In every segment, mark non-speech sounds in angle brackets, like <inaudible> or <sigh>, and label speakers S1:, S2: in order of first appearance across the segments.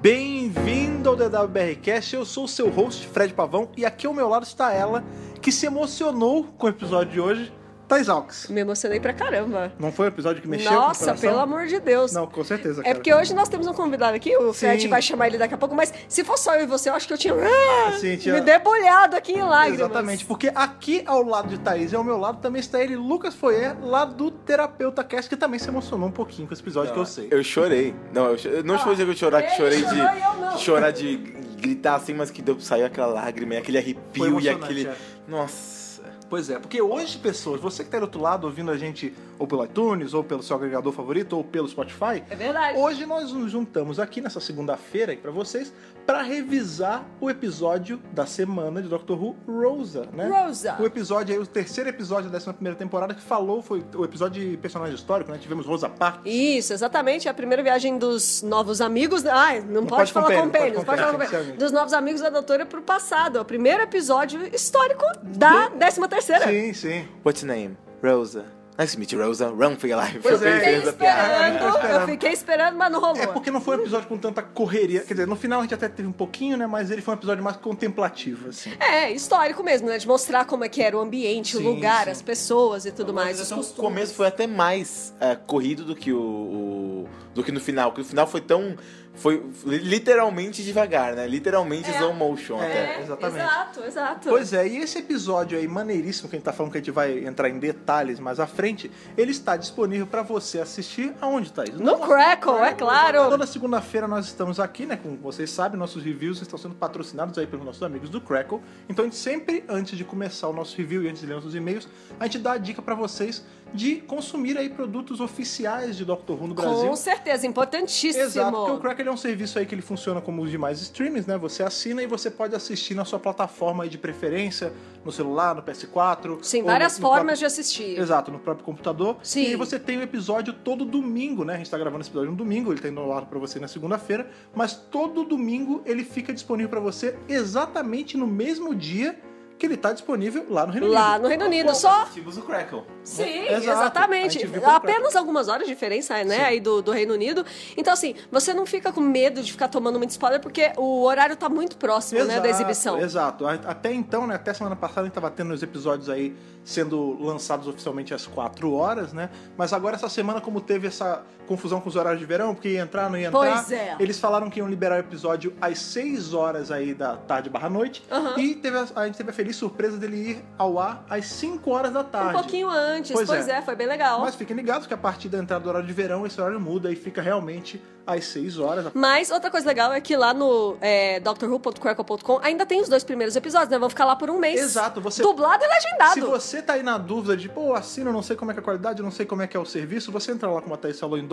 S1: Bem-vindo ao DWBRcast, eu sou o seu host, Fred Pavão, e aqui ao meu lado está ela, que se emocionou com o episódio de hoje, Thais Alks.
S2: Me emocionei pra caramba.
S1: Não foi um episódio que mexeu com o
S2: Nossa,
S1: coração?
S2: pelo amor de Deus.
S1: Não, com certeza,
S2: É
S1: cara.
S2: porque hoje nós temos um convidado aqui, o
S1: Sim.
S2: Fred vai chamar ele daqui a pouco, mas se fosse só eu e você, eu acho que eu tinha, ah,
S1: Sim, tinha-
S2: me debulhado aqui em lágrimas.
S1: Exatamente, porque aqui ao lado de Thaís e ao meu lado também está ele, Lucas Foyer, lá do Terapeuta Cast, que também se emocionou um pouquinho com esse episódio que eu sei.
S3: Eu chorei. Não, eu, cho- eu não
S2: Ah,
S3: vou dizer que eu chorar,
S2: ele
S3: que chorei
S2: chorou e eu não.
S3: de. Chorar de gritar assim, mas que deu, saiu aquela lágrima, e aquele
S1: Foi
S3: arrepio e
S1: emocionante,
S3: aquele.
S1: é.
S3: Nossa.
S1: Pois é, porque hoje, pessoas, você que tá aí do outro lado ouvindo a gente ou pelo iTunes, ou pelo seu agregador favorito, ou pelo Spotify,
S2: É verdade.
S1: Hoje nós nos juntamos aqui nessa segunda-feira aí pra vocês pra revisar o episódio da semana de Doctor Who Rosa, né?
S2: Rosa.
S1: O episódio aí, o terceiro episódio da 11 primeira temporada que falou foi o episódio de personagem histórico, né? Tivemos Rosa Parks.
S2: Isso, exatamente. É a primeira viagem dos novos amigos. né? Ai, não,
S1: Não pode
S2: pode, falar
S1: com
S2: com
S1: pênis,
S2: pênis,
S1: não
S2: não
S1: pode
S2: pode
S1: com
S2: falar com
S1: pênis,
S2: pênis.
S1: sinceramente.
S2: Dos novos amigos da doutora pro passado. É o primeiro episódio histórico da 13 terceira.
S1: Sim, sim.
S3: What's your name? Rosa. Nice to meet you, Rosa. Run for your life.
S1: Pois
S3: Eu
S1: é.
S3: pensei
S2: Fiquei
S3: nessa
S1: piada. Eu tô
S2: esperando,
S1: esperando.
S2: eu fiquei esperando, mas não rolou.
S1: É porque não foi um episódio com tanta correria. Quer dizer, no final a gente até teve um pouquinho, né? Mas ele foi um episódio mais contemplativo, assim.
S2: É, histórico mesmo, né? De mostrar como é que era o ambiente,
S1: Sim,
S2: o lugar,
S1: sim.
S2: as pessoas e tudo mais. os
S3: Então, o
S2: costumes.
S3: começo foi até mais é, corrido do que o, o- do que no final. Que o final foi tão foi literalmente devagar, né? Literalmente
S2: É.
S3: slow motion até.
S1: É, exatamente.
S2: Exato, exato.
S1: Pois é, e esse episódio aí maneiríssimo que a gente tá falando que a gente vai entrar em detalhes mais à frente, ele está disponível pra você assistir aonde, Thaís?
S2: No Crackle, é claro.
S1: Toda segunda-feira nós estamos aqui, né? Como vocês sabem, nossos reviews estão sendo patrocinados aí pelos nossos amigos do Crackle. Então a gente sempre, antes de começar o nosso review e antes de ler nossos e-mails, a gente dá a dica pra vocês de consumir aí produtos oficiais de Doctor Who no Brasil.
S2: Com certeza, importantíssimo.
S1: Exato, porque o Crackle é um serviço aí que ele funciona como os demais streams, né? Você assina e você pode assistir na sua plataforma aí de preferência, no celular, no PS4.
S2: Sim,
S1: ou
S2: várias
S1: no- no
S2: formas de
S1: próprio-
S2: assistir.
S1: Exato, no próprio computador.
S2: Sim.
S1: E aí você tem o episódio todo domingo, né? A gente tá gravando esse episódio no domingo, ele tá indo ao ar pra você na segunda-feira, mas todo domingo ele fica disponível pra você exatamente no mesmo dia que ele tá disponível lá no Reino Unido.
S2: Lá no Reino Unido, só.
S1: Tipo,
S3: Assistimos o Crackle.
S2: Sim,
S1: Exato. A
S2: exatamente.
S1: gente viu pelo
S2: Apenas algumas horas de diferença, né, aí do, do Reino Unido. Então, assim, você não fica com medo de ficar tomando muito spoiler, porque o horário tá muito próximo, né, da exibição.
S1: Exato. A- Até então, né? Até semana passada a gente tava tendo os episódios aí sendo lançados oficialmente às 4 horas, né? Mas agora essa semana, como teve essa confusão com os horários de verão, porque ia entrar, não ia entrar.
S2: Pois é.
S1: Eles falaram que iam liberar o episódio às 6 horas aí da tarde barra noite.
S2: Aham.
S1: E teve a, a gente teve a feliz surpresa dele ir ao ar às 5 horas da
S2: Um
S1: tá tarde.
S2: pouquinho antes,
S1: Pois
S2: pois,
S1: é.
S2: é. foi bem legal.
S1: Mas fiquem ligados que a partir da entrada do horário de verão, esse horário muda e fica realmente às 6 horas.
S2: Mas outra coisa legal é que lá no é, drwho.crackle.com ainda tem os dois primeiros episódios, né? Vão ficar lá por um mês.
S1: Exato, você
S2: Dublado e legendado.
S1: Se você tá aí na dúvida de, pô, assina, não sei como é que é a qualidade, não sei como é que é o serviço, você entra lá, como a Thaís falou, em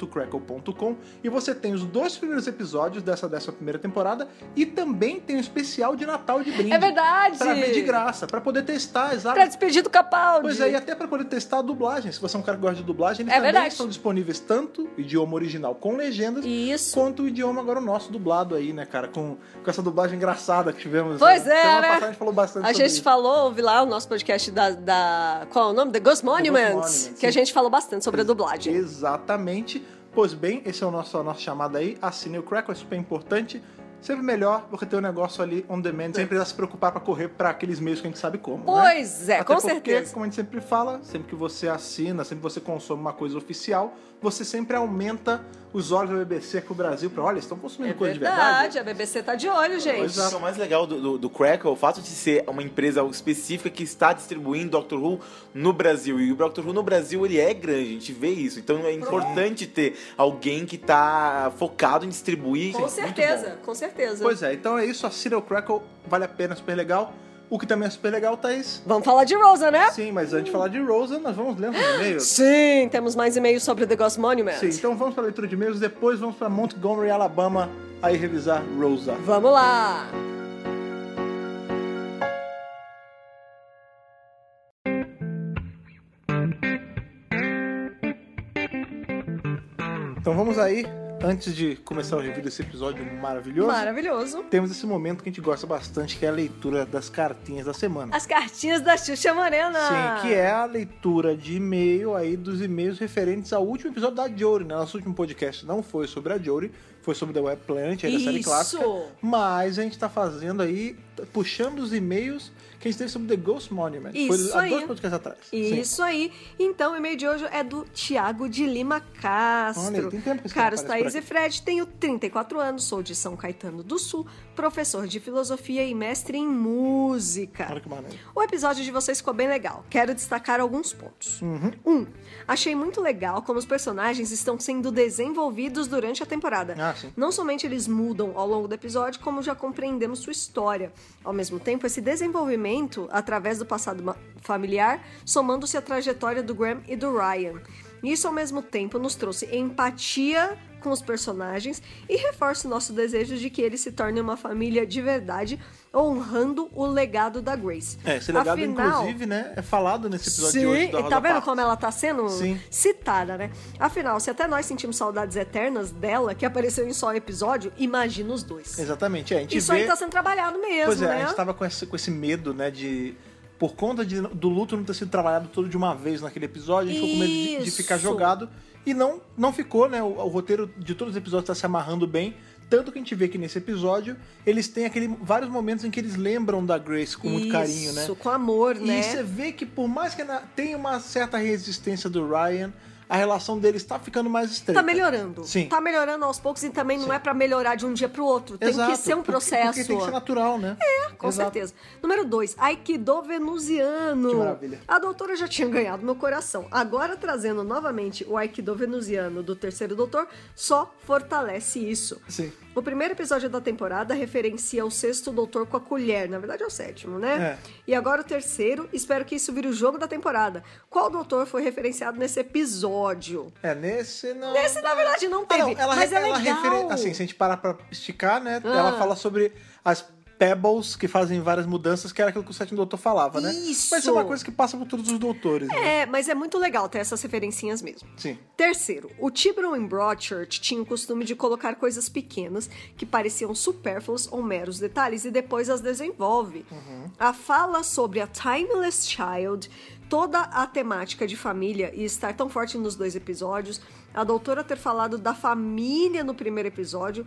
S1: doctorwho.crackle.com e você tem os dois primeiros episódios dessa décima primeira temporada e também tem um especial de Natal de brinde.
S2: É verdade.
S1: Pra ver de graça, pra poder testar, exato.
S2: Pra despedir do Capaldi.
S1: Pois é, e até pra poder testar a dublagem. Se você é um cara que gosta de dublagem, eles
S2: É
S1: também
S2: verdade.
S1: estão disponíveis tanto o idioma original com legendas,
S2: Isso.
S1: quanto o idioma agora o nosso dublado aí, né, cara? Com, com essa dublagem engraçada que tivemos.
S2: Pois
S1: né?
S2: é,
S1: Semana
S2: né?
S1: passada a gente falou bastante
S2: A
S1: sobre
S2: gente
S1: isso.
S2: falou, ouve lá o nosso podcast da. da- qual é o nome? The Ghost Monuments.
S1: Monuments,
S2: que a
S1: sim. é.
S2: gente falou bastante sobre a dublagem.
S1: Exatamente. Pois bem, esse é o nosso, a nossa chamada aí. Assine o Crackle, é super importante. Sempre melhor, porque tem um negócio ali on demand, sempre precisa se preocupar pra correr pra aqueles meios que a gente sabe como. né?
S2: Pois é,
S1: Até
S2: com
S1: porque,
S2: certeza.
S1: Como a gente sempre fala, sempre que você assina, sempre que você consome uma coisa oficial, você sempre aumenta os olhos da BBC pro Brasil, pra olha, eles estão consumindo
S2: É
S1: coisa de verdade. é.
S2: verdade, a BBC tá de olho, gente.
S3: Mas o mais legal do, do, do Crackle é o fato de ser uma empresa específica que está distribuindo Doctor Who no Brasil. E o Doctor Who no Brasil, ele é grande, a gente vê isso. Então é importante ter alguém que está focado em distribuir. é
S2: Com
S3: Muito bom.
S2: certeza, com certeza.
S1: Pois é, então é isso, assina o Crackle, vale a pena, super legal. O que também é super legal, Thaís.
S2: Vamos falar de Rosa, né?
S1: Sim, mas antes de falar de Rosa, nós vamos ler os e-mails.
S2: Sim, temos mais e-mails sobre The Ghost Monument.
S1: Sim, então vamos para a leitura de e-mails, depois vamos para Montgomery, Alabama, aí revisar Rosa.
S2: Vamos lá!
S1: Então vamos aí antes de começar o review desse episódio maravilhoso,
S2: Maravilhoso.
S1: temos esse momento que a gente gosta bastante, que é a leitura das cartinhas da semana.
S2: As cartinhas da Xuxa Morena.
S1: Sim, que é a leitura de e-mail aí dos e-mails referentes ao último episódio da Jory, né? Nosso último podcast não foi sobre a Jory, foi sobre The Web Planet, aí da série
S2: Isso.
S1: clássica. Mas a gente tá fazendo aí, t- puxando os e-mails que a gente teve sobre The Ghost Monument.
S2: Isso
S1: foi há
S2: aí.
S1: dois podcasts atrás. Sim.
S2: Isso aí. Então, o e-mail de hoje é do Tiago de Lima Castro.
S1: Olha aí, tem tempo que esse
S2: Caros
S1: cara aparece
S2: Thaís
S1: por
S2: e Fred, tenho 34 anos, sou de São Caetano do Sul, professor de filosofia e mestre em música.
S1: Olha que maneiro.
S2: O episódio de vocês ficou bem legal. Quero destacar alguns pontos.
S1: Uhum.
S2: Um, achei muito legal como os personagens estão sendo desenvolvidos durante a temporada.
S1: Ah, sim.
S2: Não somente eles mudam ao longo do episódio, como já compreendemos sua história. Ao mesmo tempo, esse desenvolvimento através do passado ma- familiar, somando-se à trajetória do Graham e do Ryan. Isso, ao mesmo tempo, nos trouxe empatia com os personagens e reforça o nosso desejo de que eles se tornem uma família de verdade, honrando o legado da Grace.
S1: É, esse legado,
S2: Afinal,
S1: inclusive, né, é falado nesse episódio
S2: Sim,
S1: de hoje da
S2: e
S1: Rosa
S2: tá vendo
S1: Parks.
S2: como ela tá sendo
S1: Sim.
S2: citada, né? Afinal, se até nós sentimos saudades eternas dela, que apareceu em só um episódio, imagina os dois.
S1: Exatamente, é, a gente
S2: Isso
S1: vê...
S2: aí tá sendo trabalhado mesmo,
S1: Pois é,
S2: né?
S1: a gente tava com esse, com esse medo, né, de... Por conta de- do luto não ter sido trabalhado todo de uma vez naquele episódio, a gente ficou com medo de, de ficar
S2: Isso.
S1: jogado. E não, não ficou, né? O, o roteiro de todos os episódios tá se amarrando bem. Tanto que a gente vê que nesse episódio, eles têm aquele, vários momentos em que eles lembram da Grace com muito carinho, né?
S2: Isso, com amor, né?
S1: E é você vê que por mais que na- tenha uma certa resistência do Ryan, a relação deles tá ficando mais estreita.
S2: Tá melhorando.
S1: Sim.
S2: Tá melhorando aos poucos e também não é pra melhorar de um dia pro outro. Tem
S1: Exato,
S2: que ser um
S1: porque-
S2: processo.
S1: Porque, tem que ser natural, né? É,
S2: Com certeza. Número 2, Aikido Venusiano.
S1: Que maravilha.
S2: A doutora já tinha ganhado meu coração. Agora, trazendo novamente o Aikido Venusiano do terceiro doutor, só fortalece isso.
S1: Sim.
S2: O primeiro episódio da temporada referencia o sexto doutor com a colher. Na verdade, é o sétimo, né?
S1: É.
S2: E agora o terceiro. Espero que isso vire o jogo da temporada. Qual doutor foi referenciado nesse episódio?
S1: É, nesse não.
S2: Esse, na verdade, não
S1: Ah,
S2: teve.
S1: não, ela,
S2: mas é
S1: ela
S2: legal.
S1: refere- Assim, se a gente parar pra esticar, né?
S2: Ah.
S1: Ela fala sobre as Pebbles que fazem várias mudanças, que era aquilo que o sétimo doutor falava, né?
S2: Isso!
S1: Mas isso é uma coisa que passa por todos os doutores, né?
S2: É, mas é muito legal ter essas referencinhas mesmo.
S1: Sim.
S2: Terceiro, o Tiburon em Broadchurch tinha o costume de colocar coisas pequenas que pareciam supérfluas ou meros detalhes e depois as desenvolve. A fala sobre a Timeless Child, toda a temática de família e estar tão forte nos dois episódios, a doutora ter falado da família no primeiro episódio.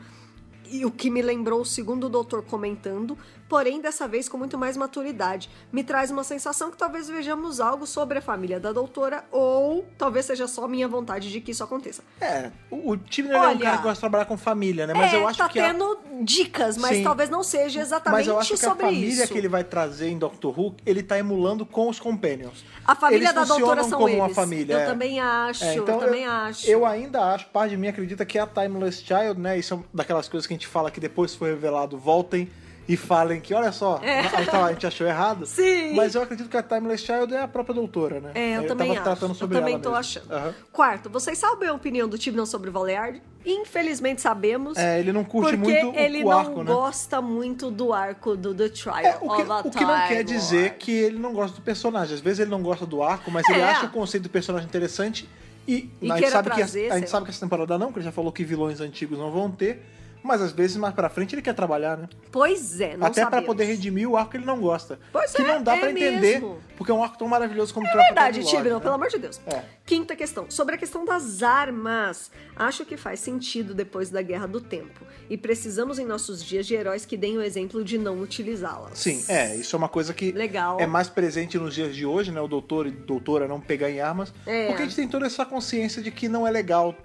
S2: E o que me lembrou o segundo doutor comentando, porém dessa vez com muito mais maturidade. Me traz uma sensação que talvez vejamos algo sobre a família da doutora, ou talvez seja só minha vontade de que isso aconteça.
S1: É, o, o Timner é um
S2: Olha.
S1: cara que gosta de trabalhar com família, né? Mas
S2: é,
S1: eu acho
S2: tá
S1: que a-
S2: tendo dicas, mas
S1: Sim.
S2: talvez não seja exatamente
S1: Mas eu acho que a
S2: sobre
S1: família
S2: isso.
S1: que ele vai trazer em Doctor Who, ele tá emulando com os Companions.
S2: A família
S1: Eles
S2: da doutora
S1: funcionam
S2: são
S1: como
S2: eles.
S1: uma família.
S2: eu
S1: é.
S2: também acho,
S1: É,
S2: eu
S1: então
S2: também acho.
S1: Eu ainda acho, parte de mim acredita que é a Timeless Child, né? Isso é daquelas coisas que a gente fala que depois foi revelado, voltem e falem que, olha só, a, tal, a gente achou errado.
S2: É. <laughs> Sim.
S1: Mas eu acredito que a Timeless Child é a própria doutora, né?
S2: É, eu,
S1: eu
S2: também
S1: tava
S2: acho.
S1: tratando sobre
S2: eu também
S1: ela
S2: tô
S1: mesmo.
S2: achando.
S1: Aham.
S2: Quarto, vocês sabem a opinião do Tibnon sobre o Valeyard? Infelizmente sabemos.
S1: É, ele não curte
S2: porque
S1: muito o-
S2: ele
S1: o
S2: não
S1: arco, né?
S2: gosta muito do arco do The Trial
S1: É, o, que,
S2: of a
S1: o que não
S2: Time
S1: quer dizer
S2: Lord.
S1: que ele não gosta do personagem. Às vezes ele não gosta do arco, mas ele
S2: É.
S1: acha o conceito do personagem interessante e,
S2: E
S1: a gente,
S2: queira
S1: sabe,
S2: trazer,
S1: que a, a
S2: sei
S1: gente
S2: lá.
S1: sabe que essa temporada não, porque ele já falou que vilões antigos não vão ter. Mas às vezes, mais pra frente, ele quer trabalhar, né?
S2: Pois é, não
S1: Até pra
S2: sabemos.
S1: poder redimir o arco que ele não gosta.
S2: Pois
S1: que
S2: é,
S1: não dá
S2: é
S1: pra entender,
S2: mesmo.
S1: porque é um arco tão maravilhoso como o
S2: É
S1: Tropa
S2: verdade,
S1: de Lorde,
S2: Tibnon,
S1: né?
S2: pelo amor de Deus.
S1: É.
S2: Quinta questão, sobre a questão das armas. Acho que faz sentido depois da Guerra do Tempo. E precisamos em nossos dias de heróis que deem o exemplo de não utilizá-las.
S1: Sim, é, isso é uma coisa que
S2: Legal.
S1: é mais presente nos dias de hoje, né? O doutor e doutora não pegar em armas.
S2: É.
S1: Porque a gente tem toda essa consciência de que não é legal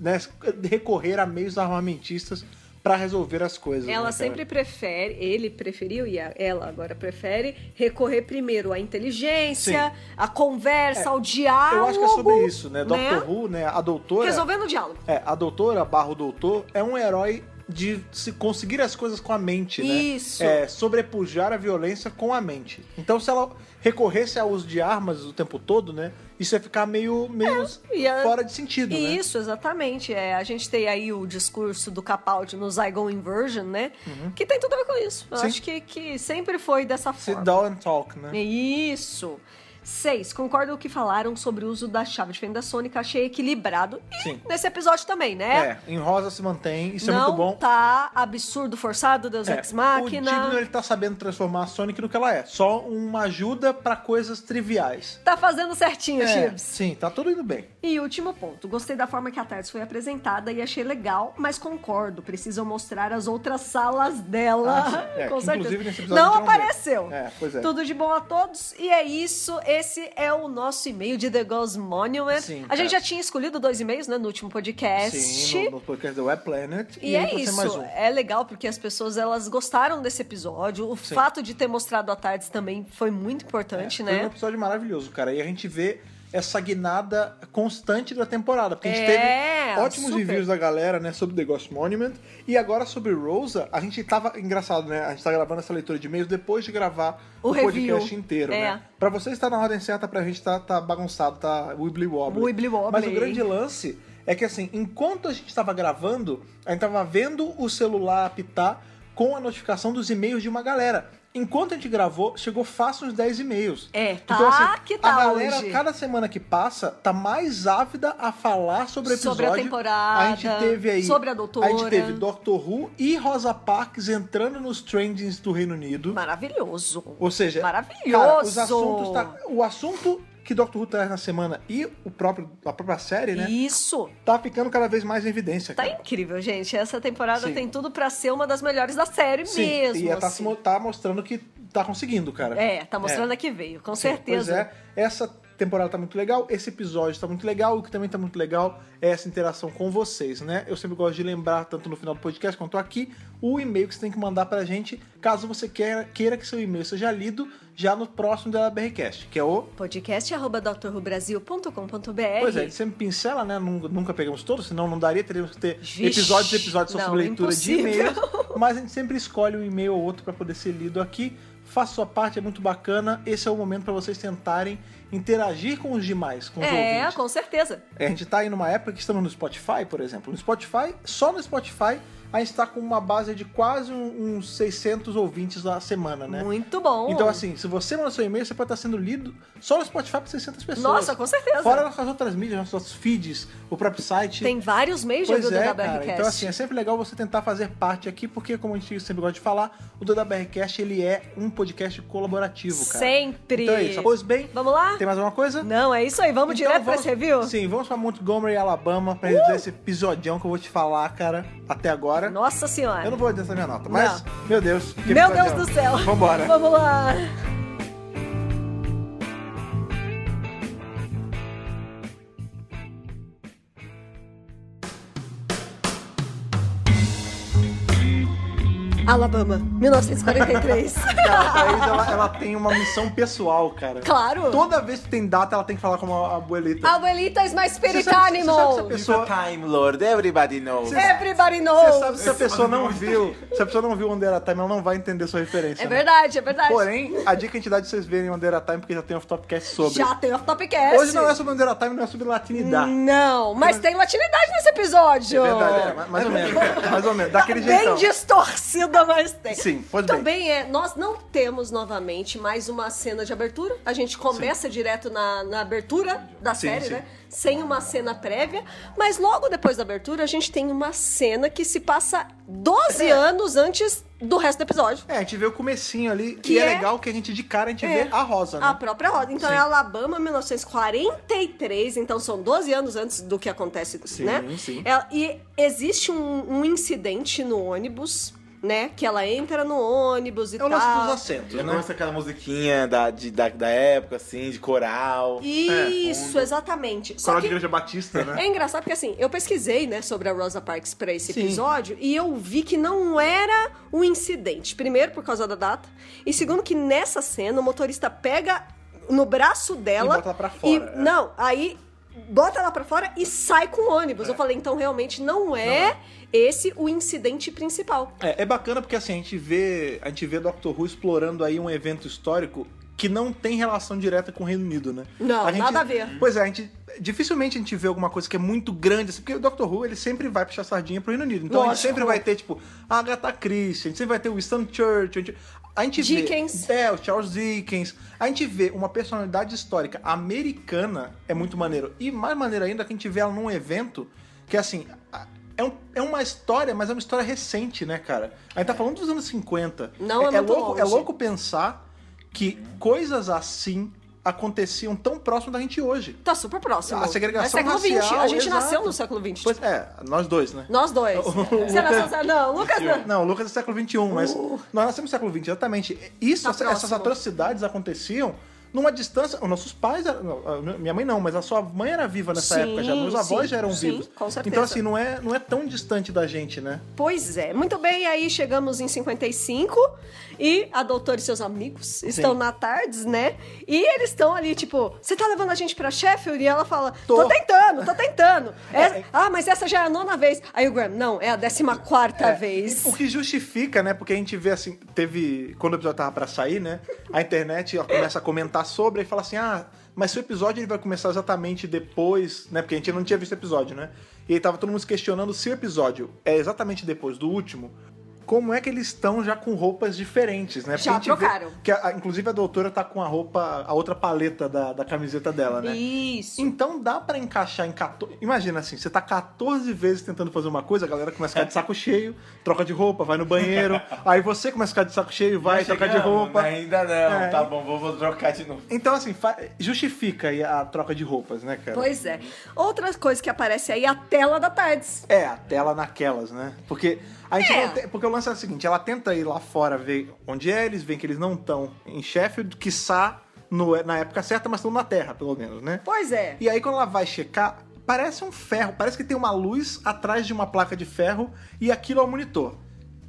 S1: né, recorrer a meios armamentistas pra resolver as coisas. né,
S2: Ela
S1: cara?
S2: sempre prefere, ele preferiu e a- ela agora prefere recorrer primeiro à inteligência, à conversa, ao diálogo.
S1: Eu acho que é sobre isso, né? Dr. Who, né? A doutora.
S2: Resolvendo o diálogo.
S1: É, a doutora barra o doutor é um herói de se conseguir as coisas com a mente, né?
S2: Isso.
S1: É, sobrepujar a violência com a mente. Então, se ela recorresse ao uso de armas o tempo todo, né? Isso ia ficar meio, meio
S2: É, e a-
S1: fora de sentido, né?
S2: Isso, exatamente. É, a gente tem aí o discurso do Capaldi no Zygon Inversion, né? Que tem tudo a ver com isso. Eu
S1: Uhum. Sim.
S2: acho que, que sempre foi dessa
S1: Sit
S2: forma.
S1: down and talk, né?
S2: Isso. 6. Concordo com o que falaram sobre o uso da chave de fenda sônica, achei equilibrado. E
S1: Sim.
S2: nesse episódio também, né?
S1: É, em rosa se mantém, isso
S2: Não
S1: é muito bom.
S2: tá absurdo, forçado, Deus Ex
S1: É, o
S2: Machina.
S1: Digno ele tá sabendo transformar a Sonic no que ela é. Só uma ajuda pra coisas triviais.
S2: Tá fazendo certinho,
S1: É,
S2: Chips.
S1: sim, tá tudo indo bem.
S2: E último ponto, gostei da forma que a TARDIS foi apresentada e achei legal, mas concordo, precisam mostrar as outras salas dela.
S1: Ah,
S2: <laughs>
S1: sim. É,
S2: com
S1: que
S2: certeza.
S1: inclusive nesse episódio
S2: não
S1: a gente não vê.
S2: apareceu.
S1: É, pois é.
S2: Tudo de bom a todos e é isso. Esse é o nosso e-mail de The Ghost Monument.
S1: Sim,
S2: a
S1: cara.
S2: gente já tinha escolhido dois e-mails, né, no último podcast.
S1: Sim, no, no podcast do Web Planet. aí
S2: E, é
S1: tá sendo Mais
S2: isso,
S1: um.
S2: é legal porque as pessoas elas gostaram desse episódio. O fato de ter mostrado a Tardes também foi muito importante,
S1: Foi um
S2: né?
S1: episódio maravilhoso, cara. E a gente vê essa guinada constante da temporada. Porque a gente
S2: É,
S1: teve ótimos
S2: super.
S1: reviews da galera, né? Sobre The Ghost Monument. E agora sobre Rosa, a gente tava. Engraçado, né? A gente tá gravando essa leitura de e-mails depois de gravar
S2: O
S1: o,
S2: review.
S1: podcast inteiro,
S2: É.
S1: né? Pra você estar na ordem certa, pra gente tá, tá bagunçado, tá wibbly wobbly.
S2: Wibbly wobbly.
S1: Mas o grande lance é que assim, enquanto a gente tava gravando, a gente tava vendo o celular apitar com a notificação dos e-mails de uma galera. Enquanto a gente gravou, chegou fácil uns 10 e-mails.
S2: É, tá
S1: Então, assim,
S2: que tá
S1: A galera,
S2: hoje.
S1: cada semana que passa, tá mais ávida a falar sobre o episódio.
S2: Sobre a temporada,
S1: A gente teve aí.
S2: sobre a doutora.
S1: A gente teve Doctor Who e Rosa Parks entrando nos trendings do Reino Unido.
S2: Maravilhoso.
S1: Ou seja,
S2: Maravilhoso.
S1: cara, os assuntos tá- o assunto que Doctor Who traz na semana e o próprio, a própria série, né?
S2: Isso.
S1: Tá ficando cada vez mais em evidência.
S2: Tá
S1: cara.
S2: incrível, gente. Essa temporada
S1: Sim.
S2: tem tudo pra ser uma das melhores da série
S1: Sim,
S2: mesmo.
S1: E ela tá,
S2: assim.
S1: se mo- tá mostrando que tá conseguindo, cara.
S2: É, tá mostrando a que veio, com
S1: Sim,
S2: certeza.
S1: Pois é, essa temporada tá muito legal, esse episódio tá muito legal, o que também tá muito legal é essa interação com vocês, né? Eu sempre gosto de lembrar, tanto no final do podcast quanto aqui, o e-mail que você tem que mandar pra gente, caso você queira, queira que seu e-mail seja lido já no próximo da BRCast, que é o...
S2: Podcast arroba drrubrasil.com.br.
S1: Pois é, a gente sempre pincela, né? Nun- Nunca pegamos todos, senão não daria, teríamos que ter
S2: Vixe,
S1: episódios e episódios só
S2: não,
S1: sobre leitura
S2: impossível.
S1: de
S2: <laughs>
S1: e-mails. Mas a gente sempre escolhe um e-mail ou outro para poder ser lido aqui. Faça sua parte, é muito bacana. Esse é o momento para vocês tentarem interagir com os demais, com os
S2: É,
S1: ouvintes.
S2: com certeza.
S1: É, A gente tá aí numa época que estamos no Spotify, por exemplo. No Spotify, só no Spotify, a gente tá com uma base de quase um- uns 600 ouvintes na semana, né?
S2: Muito bom.
S1: Então, assim, se você mandar seu e-mail, você pode estar sendo lido só no Spotify para 600 pessoas.
S2: Nossa, com certeza.
S1: Fora nossas outras mídias, nossos feeds, o próprio site.
S2: Tem vários meios
S1: Pois
S2: de
S1: é,
S2: é,
S1: cara.
S2: WRCast.
S1: Então, assim, é sempre legal você tentar fazer parte aqui, porque, como a gente sempre gosta de falar, o DWRcast, ele é um podcast colaborativo, cara.
S2: Sempre.
S1: Então é isso. Pois bem,
S2: Vamos lá?
S1: tem mais alguma coisa?
S2: Não, é isso aí. Vamos
S1: Então vamos-
S2: direto pra Uh! esse review?
S1: Sim, vamos pra Montgomery, Alabama, pra revisar esse episodião que eu vou te falar, cara, até agora.
S2: Nossa senhora.
S1: Eu não vou adiantar minha nota, mas, meu Deus. que
S2: Meu
S1: episodião.
S2: Deus do céu.
S1: Vambora.
S2: Vamos lá. Alabama,
S1: <laughs>
S2: 1943.
S1: Cara, a Thaís, ela, ela tem uma missão pessoal, cara.
S2: claro.
S1: Toda vez que tem data, ela tem que falar com a abuelita.
S2: Abuelita is my
S1: Você
S2: spirit
S1: sabe- você sabe se a
S2: animal.
S1: pessoa-
S3: It's a Time Lord, everybody knows.
S1: Cê-
S2: Everybody
S1: Você
S2: knows.
S1: sabe se a pessoa não viu, <laughs> se a pessoa não viu Under a Time, ela não vai entender sua referência.
S2: É
S1: né?
S2: verdade, é verdade.
S1: Porém, a dica que a gente dá de vocês verem Under a Time, porque já tem um topcast sobre.
S2: Já Hum, tem off topic cast.
S1: Hoje não é sobre Under a Time, não é sobre latinidade.
S2: Não, mas tem latinidade nesse episódio.
S1: É verdade, é, ma-
S2: <laughs>
S1: mais ou menos. Mais ou menos. Daquele
S2: Tá Bem
S1: jeitão.
S2: distorcida, mas tem.
S1: Sim, pois bem.
S2: Também é, nós não temos novamente mais uma cena de abertura. A gente começa direto na, na abertura da
S1: Sim,
S2: série,
S1: sim.
S2: né? Sem uma cena prévia. Mas logo depois da abertura, a gente tem uma cena que se passa 12
S1: É.
S2: anos antes do resto do episódio.
S1: É, a gente vê o comecinho ali.
S2: Que
S1: e é,
S2: é-
S1: legal que a gente, de cara, a gente
S2: É.
S1: vê a rosa, né?
S2: A própria roda. Então
S1: Sim.
S2: é Alabama 1943, então são 12 anos antes do que acontece,
S1: Sim,
S2: né?
S1: sim.
S2: Ela- e existe um, um incidente no ônibus, né? Que ela entra no ônibus e
S1: É o lance
S2: tal.
S1: dos acentos,
S3: Já
S1: né?
S3: começa aquela musiquinha da, de- da, da época, assim, de coral.
S1: É, um
S2: Isso, exatamente. Só
S1: Coral de
S2: que
S1: Igreja Batista, <laughs> né?
S2: é engraçado porque assim, eu pesquisei, né, sobre a Rosa Parks pra esse
S1: Sim.
S2: episódio e eu vi que não era um incidente. Primeiro, por causa da data. E segundo, que nessa cena o motorista pega no braço dela.
S1: bota ela pra fora,
S2: e-
S1: é.
S2: Não, aí bota ela pra fora e sai com o ônibus. Eu
S1: É.
S2: falei, então realmente não é, esse o incidente principal.
S1: É, é bacana porque assim, a gente vê. A gente vê Doctor Who explorando aí um evento histórico que não tem relação direta com o Reino Unido, né?
S2: Não,
S1: gente-
S2: nada a ver.
S1: Pois é, a gente. Dificilmente a gente vê alguma coisa que é muito grande, assim, porque o Doctor Who ele sempre vai puxar sardinha pro Reino Unido. Então a
S2: Lógico.
S1: gente sempre vai ter, tipo, a Agatha Christie, a gente sempre vai ter o Winston Churchill. a gente- A gente
S2: Dickens.
S1: Vê, é, o Charles Dickens. A gente vê uma personalidade histórica americana, é muito maneiro. E mais maneiro ainda é que a gente vê ela num evento que, assim, a- é, um- é uma história, mas é uma história recente, né, cara? A gente tá falando dos anos 50.
S2: Não, é muito
S1: louco,
S2: longe.
S1: É louco pensar que coisas assim aconteciam tão próximo da gente hoje.
S2: Tá super próximo.
S1: A segregação
S2: é século XX.
S1: racial,
S2: A gente
S1: exato.
S2: nasceu no século XX.
S1: Pois é, nós dois, né? <laughs>
S2: Nós dois. Você nasceu... Não, Lucas né? Uh. não.
S1: Não, o Lucas é século XXI, mas nós nascemos no século XX, exatamente. Isso,
S2: Tá
S1: essa- essas
S2: próximo.
S1: atrocidades aconteciam numa distância. Os nossos pais, eram- não, a minha mãe não, mas a sua mãe era viva nessa
S2: Sim,
S1: época já. Meus avós
S2: sim,
S1: já eram
S2: sim,
S1: vivos.
S2: com certeza.
S1: Então, assim, não é, não é tão distante da gente, né?
S2: Pois é. Muito bem, aí chegamos em 55 e a doutora e seus amigos estão na tardes, né? E eles estão ali, tipo, você tá levando a gente pra Sheffield? E ela fala, tô,
S1: Tô.
S2: tentando, tô tentando. Essa-
S1: <laughs> É.
S2: ah, mas essa já é a nona vez. Aí o Graham, não, é a décima quarta vez.
S1: O que justifica, né? Porque a gente vê assim, teve. Quando o episódio tava pra sair, né? A internet ela começa a comentar sobre e fala assim: ah, mas se o episódio ele vai começar exatamente depois, né? Porque a gente não tinha visto o episódio, né? E aí tava todo mundo se questionando se o episódio é exatamente depois do último. Como é que eles estão já com roupas diferentes, né?
S2: Já
S1: a gente vê
S2: trocaram.
S1: Que a- a- inclusive a doutora tá com a roupa, a outra paleta da, da camiseta dela, né?
S2: Isso.
S1: Então dá pra encaixar em 14. Imagina assim, você tá 14 vezes tentando fazer uma coisa, a galera começa a ficar de saco cheio, troca de roupa, vai no banheiro, aí você começa a ficar de saco cheio, vai,
S4: Já
S1: troca de
S4: chegamos?
S1: roupa.
S3: né?
S4: Ainda não,
S1: É.
S4: tá bom, vou, vou trocar de novo.
S1: Então, assim, fa- justifica aí a troca de roupas, né, cara?
S2: Pois é. Outra coisa que aparece aí é a tela da tardes.
S1: É, a tela naquelas, né? Porque a gente
S2: É.
S1: não tem- porque o lance é o seguinte, ela tenta ir lá fora ver onde é, eles veem que eles não estão em Sheffield, quiçá no, na época certa, mas estão na Terra, pelo menos, né?
S2: Pois é.
S1: E aí quando ela vai checar, parece um ferro, parece que tem uma luz atrás de uma placa de ferro e aquilo é o monitor.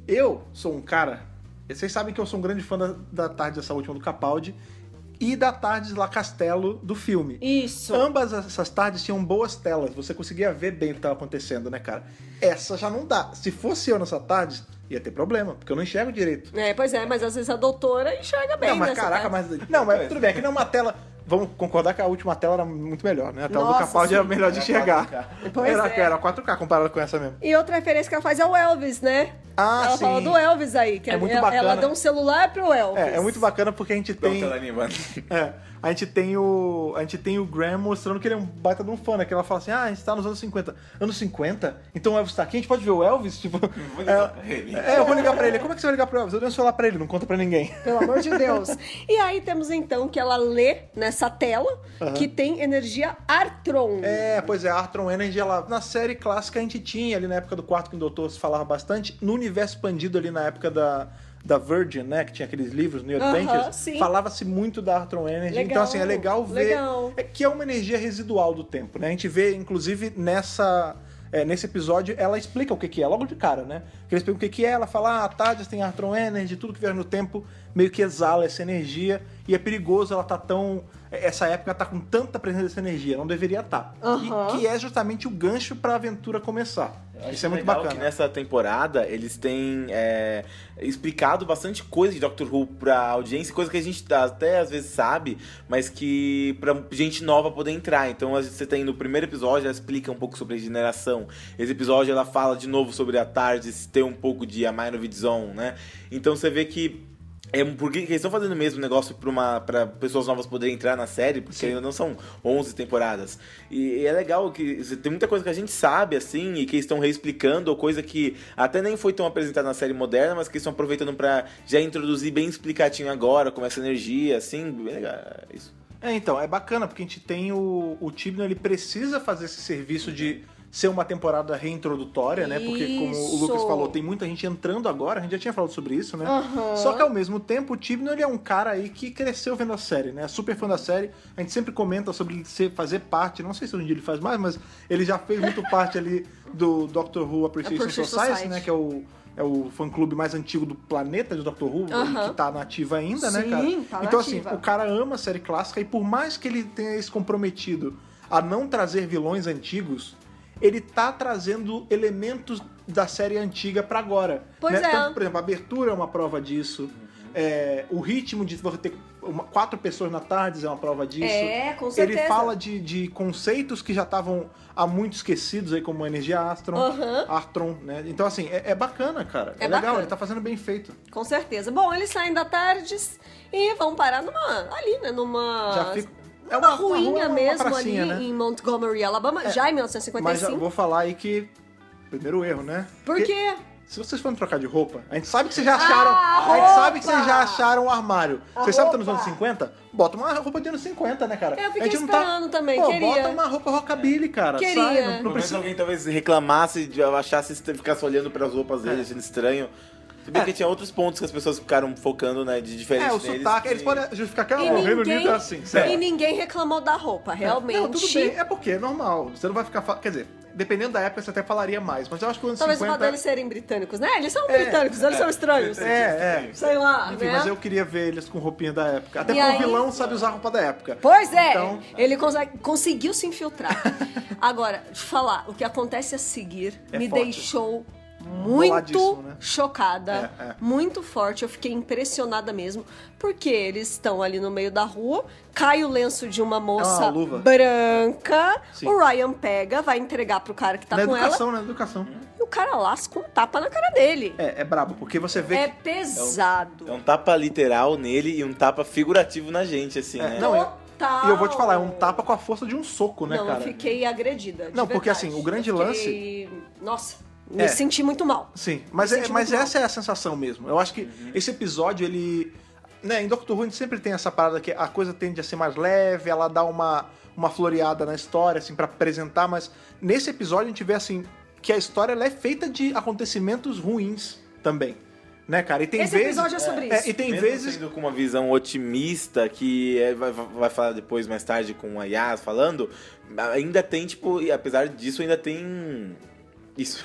S1: Eu sou um cara, vocês sabem que eu sou um grande fã da, da tarde essa última do Capaldi e da tarde lá Castelo do filme.
S2: Isso.
S1: Ambas essas tardes tinham boas telas, você conseguia ver bem o que estava acontecendo, né, cara? Essa já não dá. Se fosse eu nessa tarde, ia ter problema, porque eu não enxergo direito.
S2: É, pois é, mas às vezes a doutora enxerga bem,
S1: não, mas
S2: nessa
S1: caraca,
S2: tarde.
S1: mas. Não, mas tudo bem, aqui não é uma tela. Vamos concordar que a última tela era muito melhor, né? A tela
S2: Nossa,
S1: do Capaldi era
S2: sim.
S1: melhor de
S4: Era
S1: enxergar.
S4: 4K.
S2: Pois
S1: era,
S2: é.
S1: era 4K comparado com essa mesmo.
S2: E outra referência que ela faz é o Elvis, né?
S1: Ah,
S2: ela
S1: sim.
S2: fala do Elvis aí, que
S1: É muito
S2: ela, ela
S1: bacana.
S2: dá um celular pro Elvis.
S1: É, é muito bacana porque a gente
S4: Pronto,
S1: tem.
S4: ela
S3: <laughs>
S4: animando.
S1: É, a gente tem o. A gente tem o Graham mostrando que ele é um baita de um fã, né? Que ela fala assim, ah, a gente tá nos anos 50. Anos 50? Então o Elvis tá aqui, a gente pode ver o Elvis? Tipo.
S4: Vou ligar pra ele.
S1: É, eu vou ligar pra ele. Como é que você vai ligar pro Elvis? Eu dei um celular pra ele, não conta pra ninguém.
S2: Pelo amor de Deus. <laughs> E aí temos então que ela lê nessa tela que tem energia Artron.
S1: É, pois é, a Artron Energy, ela, na série clássica a gente tinha ali na época do quarto que o doutor se falava bastante, no universo expandido ali na época da, da Virgin, né, que tinha aqueles livros, New
S2: Aham,
S1: Adventures,
S2: sim.
S1: falava-se muito da Artron Energy,
S2: Legal,
S1: então assim, é legal ver
S2: legal.
S1: É que é uma energia residual do tempo, né, a gente vê inclusive nessa... é, nesse episódio, ela explica o que, que é, logo de cara, né? Que eles explicam o que, que é, ela fala, ah, a Tardes tem Artron Energy, tudo que vier no tempo meio que exala essa energia, e é perigoso ela tá tão. Essa época tá com tanta presença dessa energia, não deveria estar.
S2: Aham.
S1: E que é justamente o gancho pra aventura começar.
S4: Eu acho
S1: Isso é muito
S4: legal né,
S1: bacana.
S3: que nessa temporada eles têm é, explicado bastante coisa de Doctor Who pra audiência, coisa que a gente até às vezes sabe, mas que pra gente nova poder entrar. Então a gente- você tem no primeiro episódio, ela explica um pouco sobre a regeneração. Esse episódio ela fala de novo sobre a TARDIS ter um pouco de A Minor Zone, né? Então você vê que é porque eles estão fazendo o mesmo negócio pra, uma, pra pessoas novas poderem entrar na série, porque ainda não são 11 temporadas. E, é legal que você- tem muita coisa que a gente sabe, assim, e que eles estão reexplicando, ou coisa que até nem foi tão apresentada na série moderna, mas que eles estão aproveitando pra já introduzir bem explicadinho agora, como essa energia, assim, bem legal. é Isso.
S1: É, então, é bacana, porque a gente tem o, o Tibno, ele precisa fazer esse serviço de ser uma temporada reintrodutória, né? Porque, como o Lucas
S2: Isso.
S1: falou, tem muita gente entrando agora, a gente já tinha falado sobre isso, né?
S2: Aham.
S1: Só que, ao mesmo tempo, o Tibno, ele é um cara aí que cresceu vendo a série, né? Super fã da série, a gente sempre comenta sobre ele ser, fazer parte, não sei se hoje em dia ele faz mais, mas ele já fez muito parte ali do Doctor Who Appreciation,
S2: Appreciation
S1: Society,
S2: Society.
S1: né? Que é o... É o fã-clube mais antigo do planeta de Doctor Who,
S2: Aham.
S1: que tá nativa ainda, né,
S2: Sim,
S1: cara?
S2: tá
S1: então,
S2: nativa.
S1: assim, o cara ama a série clássica e por mais que ele tenha se comprometido a não trazer vilões antigos, ele tá trazendo elementos da série antiga pra agora.
S2: Pois
S1: né?
S2: é.
S1: Tanto, por exemplo, a abertura é uma prova disso. é, o ritmo de você ter uma- quatro pessoas na tarde é uma prova disso.
S2: É, com certeza.
S1: Ele fala de, de conceitos que já estavam há muito esquecidos aí, como a energia Astron,
S2: Aham.
S1: Artron, né? Então, assim, é, é bacana, cara. É,
S2: É
S1: legal,
S2: bacana.
S1: ele tá fazendo bem feito.
S2: Com certeza. Bom, eles saem da tardes e vão parar numa. ali, né? Numa.
S1: Já fica-
S2: numa
S1: é uma- uma rua,
S2: ruinha
S1: uma
S2: mesmo
S1: pracinha,
S2: ali
S1: né? É,
S2: em Montgomery, Alabama, já em 1955.
S1: Mas eu vou falar aí que. Primeiro erro, né?
S2: Por
S1: Porque-
S2: quê?
S1: Se vocês forem trocar de roupa, a gente sabe que vocês já acharam.
S2: Ah,
S1: a gente
S2: roupa!
S1: sabe que vocês já acharam o armário.
S2: A
S1: vocês sabem que tá nos
S2: roupa!
S1: anos 50? Bota uma roupa de anos 50, né, cara?
S2: Eu fiquei
S1: a gente
S2: esperando também,
S1: Pô,
S2: queria.
S1: bota uma roupa rockabilly, cara.
S2: Queria.
S1: Sai, não- não,
S3: Pelo menos
S1: precisa.
S3: alguém talvez reclamasse, de achasse, ficasse olhando pras roupas
S1: É.
S3: dele, achando estranho. Se bem que tinha outros pontos que as pessoas ficaram focando, né, de diferente
S1: É, o
S3: neles,
S1: sotaque,
S3: que-
S1: eles podem justificar que ah,
S2: E
S1: o Reino
S2: ninguém-
S1: Unido é assim,
S2: E
S1: sério.
S2: ninguém reclamou da roupa, realmente.
S1: Não, tudo bem, é porque é normal. Você não vai ficar. fa- Quer dizer, dependendo da época você até falaria mais, mas eu acho que o anos
S2: Talvez o
S1: 50.
S2: fato deles serem britânicos, né? Eles são britânicos, eles são estranhos.
S1: É, é.
S2: Sei lá,
S1: Enfim,
S2: né?
S1: mas eu queria ver eles com roupinha da época. Até
S2: E
S1: porque
S2: aí-
S1: o vilão sabe usar a roupa da época.
S2: Pois é,
S1: Então,
S2: ele consegue- conseguiu
S1: <laughs>
S2: se infiltrar. Agora, deixa eu falar, o que acontece a seguir
S1: É
S2: me
S1: forte. Hum,
S2: deixou
S1: Boladíssimo,
S2: muito
S1: né?
S2: chocada,
S1: É, é.
S2: muito forte. Eu fiquei impressionada mesmo, porque eles estão ali no meio da rua, cai o lenço de uma moça
S1: Ah, luva.
S2: branca,
S1: Sim.
S2: o Ryan pega, vai entregar pro cara que tá
S1: na
S2: com ela,
S1: educação, na educação.
S2: e o cara lasca um tapa na cara dele.
S1: É, é brabo, porque você vê
S2: É,
S1: que.
S2: pesado.
S3: É um tapa literal nele e um tapa figurativo na gente, assim,
S1: É,
S3: né?
S1: não, eu-
S2: Total.
S1: E eu vou te falar, é um tapa com a força de um soco, né,
S2: não,
S1: cara?
S2: eu fiquei agredida. de
S1: Não, porque,
S2: verdade.
S1: assim, o grande
S2: Eu fiquei- Nossa, me
S1: É.
S2: senti muito mal.
S1: Sim, mas,
S2: Me
S1: é,
S2: senti
S1: mas
S2: muito mal.
S1: essa é a sensação mesmo. Eu acho que
S2: Uhum.
S1: esse episódio, ele. Né, em Doctor Who a gente sempre tem essa parada que a coisa tende a ser mais leve, ela dá uma, uma floreada na história, assim, pra apresentar, mas nesse episódio a gente vê, assim, que a história ela é feita de acontecimentos ruins também. Né, cara? E tem
S2: Esse
S1: vezes.
S2: episódio é sobre
S1: é,
S2: isso.
S1: e tem
S3: Mesmo
S1: vezes.
S3: sendo com uma visão otimista, que é- vai, vai falar depois, mais tarde, com a Yas falando, ainda tem, tipo, e apesar disso, ainda tem. Isso.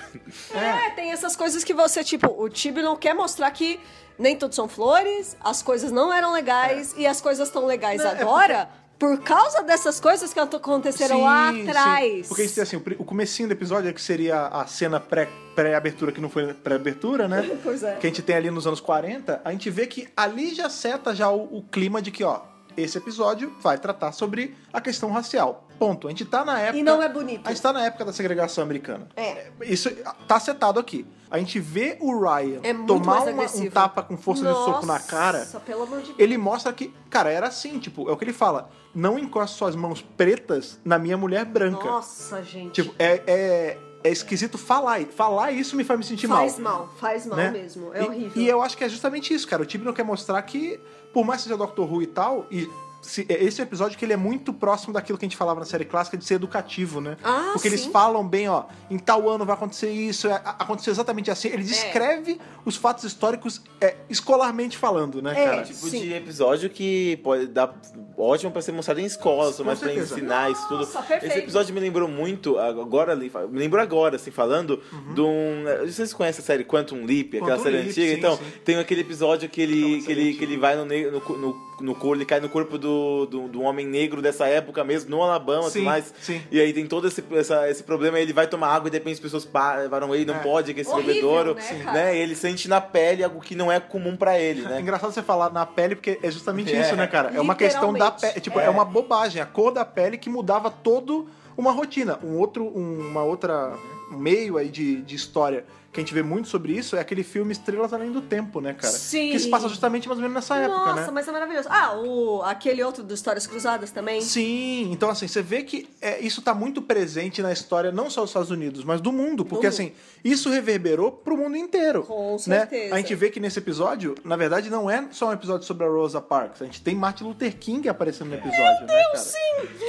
S2: É, tem essas coisas que você, tipo, o Tibi não quer mostrar que nem tudo são flores, as coisas não eram legais e as coisas estão legais
S1: É. Não, é
S2: agora por causa dessas coisas que aconteceram lá
S1: Sim,
S2: atrás.
S1: sim. Porque isso é assim, o pri- o comecinho do episódio, é que seria a cena pré- pré-abertura, que não foi pré-abertura, né?
S2: Pois é.
S1: Que a gente tem ali nos anos 40, a gente vê que ali já seta já o, o clima de que, ó, esse episódio vai tratar sobre a questão racial. Ponto. A gente tá na época...
S2: E não é bonito.
S1: A gente tá na época da segregação americana.
S2: É.
S1: Isso tá setado aqui. A gente vê o Ryan
S2: É muito
S1: tomar
S2: mais
S1: uma- um
S2: agressivo.
S1: tapa com força de soco na cara
S2: Nossa, pelo amor de Deus.
S1: ele mostra que, cara, era assim, tipo, é o que ele fala, não encosta suas mãos pretas na minha mulher branca.
S2: Nossa, gente.
S1: Tipo, é, é, é esquisito falar, e- falar isso me faz me sentir
S2: faz
S1: mal.
S2: mal, faz mal
S1: né?
S2: mesmo. É
S1: e,
S2: horrível.
S1: E eu acho que é justamente isso, cara, o Tibi não quer mostrar que, por mais que seja Doctor Who e tal, e se- é esse episódio que ele é muito próximo daquilo que a gente falava na série clássica de ser educativo, né?
S2: Ah,
S1: Porque eles
S2: sim.
S1: falam bem, ó, em tal ano vai acontecer isso, é, a- aconteceu exatamente assim.
S2: É.
S1: Ele descreve os fatos históricos é, escolarmente falando, né,
S2: É,
S1: cara?
S3: É tipo
S2: Sim.
S3: de episódio que pode dar ótimo pra ser mostrado em escolas,
S1: Com
S3: mas pra
S1: certeza.
S3: ensinar isso tudo.
S2: Nossa, perfeito.
S3: Esse episódio me lembrou muito, agora ali, me lembrou agora, assim, falando, de um. eu não sei se Vocês conhecem a série Quantum Leap, aquela
S1: Uhum. Quantum
S3: série
S1: Leap,
S3: antiga?
S1: sim,
S3: então,
S1: sim.
S3: tem aquele episódio que
S1: É uma
S3: ele, que
S1: série
S3: ele,
S1: antiga.
S3: que ele vai no, ne- no, co- no, no corpo, ele cai no corpo do, do, do homem negro dessa época mesmo, no Alabama e
S1: Sim,
S3: tudo mais.
S1: sim.
S3: E aí tem todo esse, essa- esse problema, ele vai tomar água e de repente as pessoas pa- param ele, não
S1: É.
S3: pode, que esse
S2: Horrível,
S3: bebedouro,
S2: né,
S3: né?
S2: cara?
S3: E ele sente na pele algo que não é comum pra ele, né?
S1: <laughs> É engraçado você falar na pele, porque é justamente
S3: É.
S1: isso, né, cara? É uma questão da
S2: Literalmente.
S1: pele. Tipo, é. uma bobagem. A cor da pele que mudava todo uma rotina. Um outro, um- uma outra um meio aí de, de história que a gente vê muito sobre isso é aquele filme Estrelas Além do Tempo, né, cara?
S2: Sim.
S1: Que se passa justamente mais ou menos nessa época,
S2: Nossa,
S1: né?
S2: mas é maravilhoso. Ah, o, aquele outro do Histórias Cruzadas também.
S1: Sim, então assim, você vê que é, isso tá muito presente na história não só dos Estados Unidos, mas do mundo, porque
S2: mundo.
S1: assim, isso reverberou pro mundo inteiro.
S2: Com
S1: né?
S2: certeza.
S1: A gente vê que nesse episódio, na verdade, não é só um episódio sobre a Rosa Parks. A gente tem Martin Luther King aparecendo no episódio, Meu né, cara? Sim.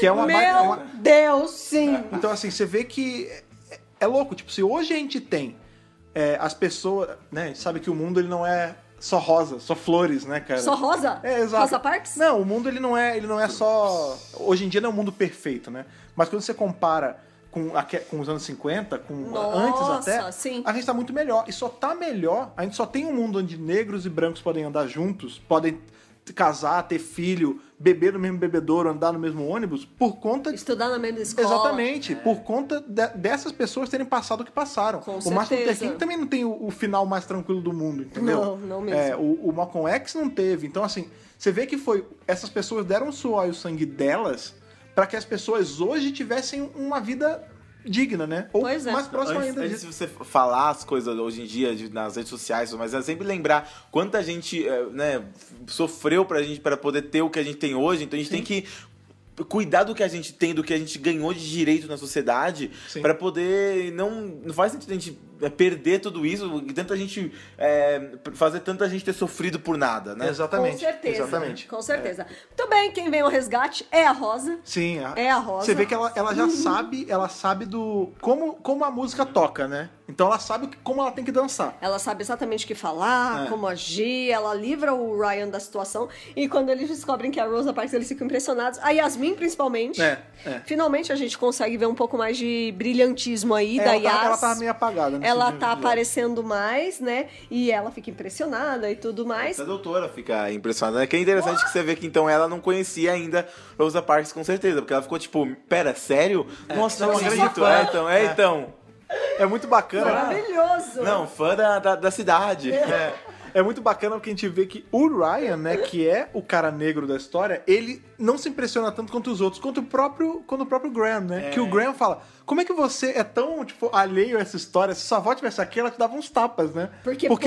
S1: Que é uma,
S2: Meu
S1: é uma-
S2: Deus, sim.
S1: Então, assim, você vê que é, é louco. Tipo, se hoje a gente tem é, as pessoas, né? A gente sabe que o mundo ele não é só rosa, só flores, né, cara?
S2: Só Rosa?
S1: É, exato.
S2: Rosa Parks?
S1: Não, o mundo ele não é, ele não é só. Hoje em dia não é um mundo perfeito, né? Mas quando você compara com, aque- com os anos 50, com
S2: Nossa,
S1: antes até,
S2: sim.
S1: a gente tá muito melhor. E só tá melhor, a gente só tem um mundo onde negros e brancos podem andar juntos, podem t- casar, ter filho, beber no mesmo bebedouro, andar no mesmo ônibus, por conta
S2: Estudar na mesma escola. é.
S1: Exatamente, por conta de- dessas pessoas terem passado o que passaram.
S2: Com
S1: o Martin Luther
S2: certeza.
S1: King também não tem o, o final mais tranquilo do mundo, entendeu?
S2: Não, não mesmo.
S1: É, o, o Malcolm X não teve. Então, assim, você vê que foi. Essas pessoas deram o suor e o sangue delas para que as pessoas hoje tivessem uma vida digna, né? Ou
S2: Pois é.
S1: mais próxima
S3: Antes,
S1: ainda
S3: antes
S1: disso.
S3: de você falar as coisas hoje em dia de- nas redes sociais, mas é sempre lembrar quanta gente eh, né, sofreu pra gente para poder ter o que a gente tem hoje, então a gente tem que cuidar do que a gente tem, do que a gente ganhou de direito na sociedade,
S1: Sim.
S3: pra poder não não faz sentido a gente eh, perder tudo isso, e tanta gente eh, fazer tanta gente ter sofrido por nada, né?
S1: Exatamente.
S2: Com certeza.
S1: Exatamente.
S2: Com certeza. Muito bem, quem vem ao resgate é a Rosa.
S1: Sim, a-
S2: É Uhum. a Rosa.
S1: Você vê que ela, ela já sabe, ela sabe do como, como a música toca, né? Então ela sabe o que- como ela tem que dançar.
S2: Ela sabe exatamente o que falar,
S1: É.
S2: como agir, ela livra o Ryan da situação. E quando eles descobrem que é a Rosa Parks, eles ficam impressionados. A Yasmin, principalmente.
S1: É, é.
S2: Finalmente a gente consegue ver um pouco mais de brilhantismo aí
S1: É,
S2: da
S1: ela, tá,
S2: Yas.
S1: ela tá meio apagada. nesse
S2: Ela
S1: vídeo,
S2: tá
S1: né?
S2: aparecendo mais, né? E ela fica impressionada e tudo mais.
S1: Tá
S3: Essa doutora fica impressionada. né? Que é interessante que você vê que então ela não conhecia ainda Rosa Parks com certeza, porque ela ficou tipo, pera, sério? Nossa, não
S1: sou sua
S3: acredito.
S1: fã.
S3: É, então, é, então.
S1: É muito bacana.
S2: Maravilhoso!
S3: Não, fã da, da, da cidade.
S1: É muito bacana porque a gente vê que o Ryan, né, que é o cara negro da história, ele não se impressiona tanto quanto os outros, quanto o próprio, quanto o próprio Graham, né? Que o Graham fala: "Como é que você é tão, tipo, alheio a essa história? Se sua avó tivesse aqui, ela te dava uns tapas, né?"
S2: Porque, pô?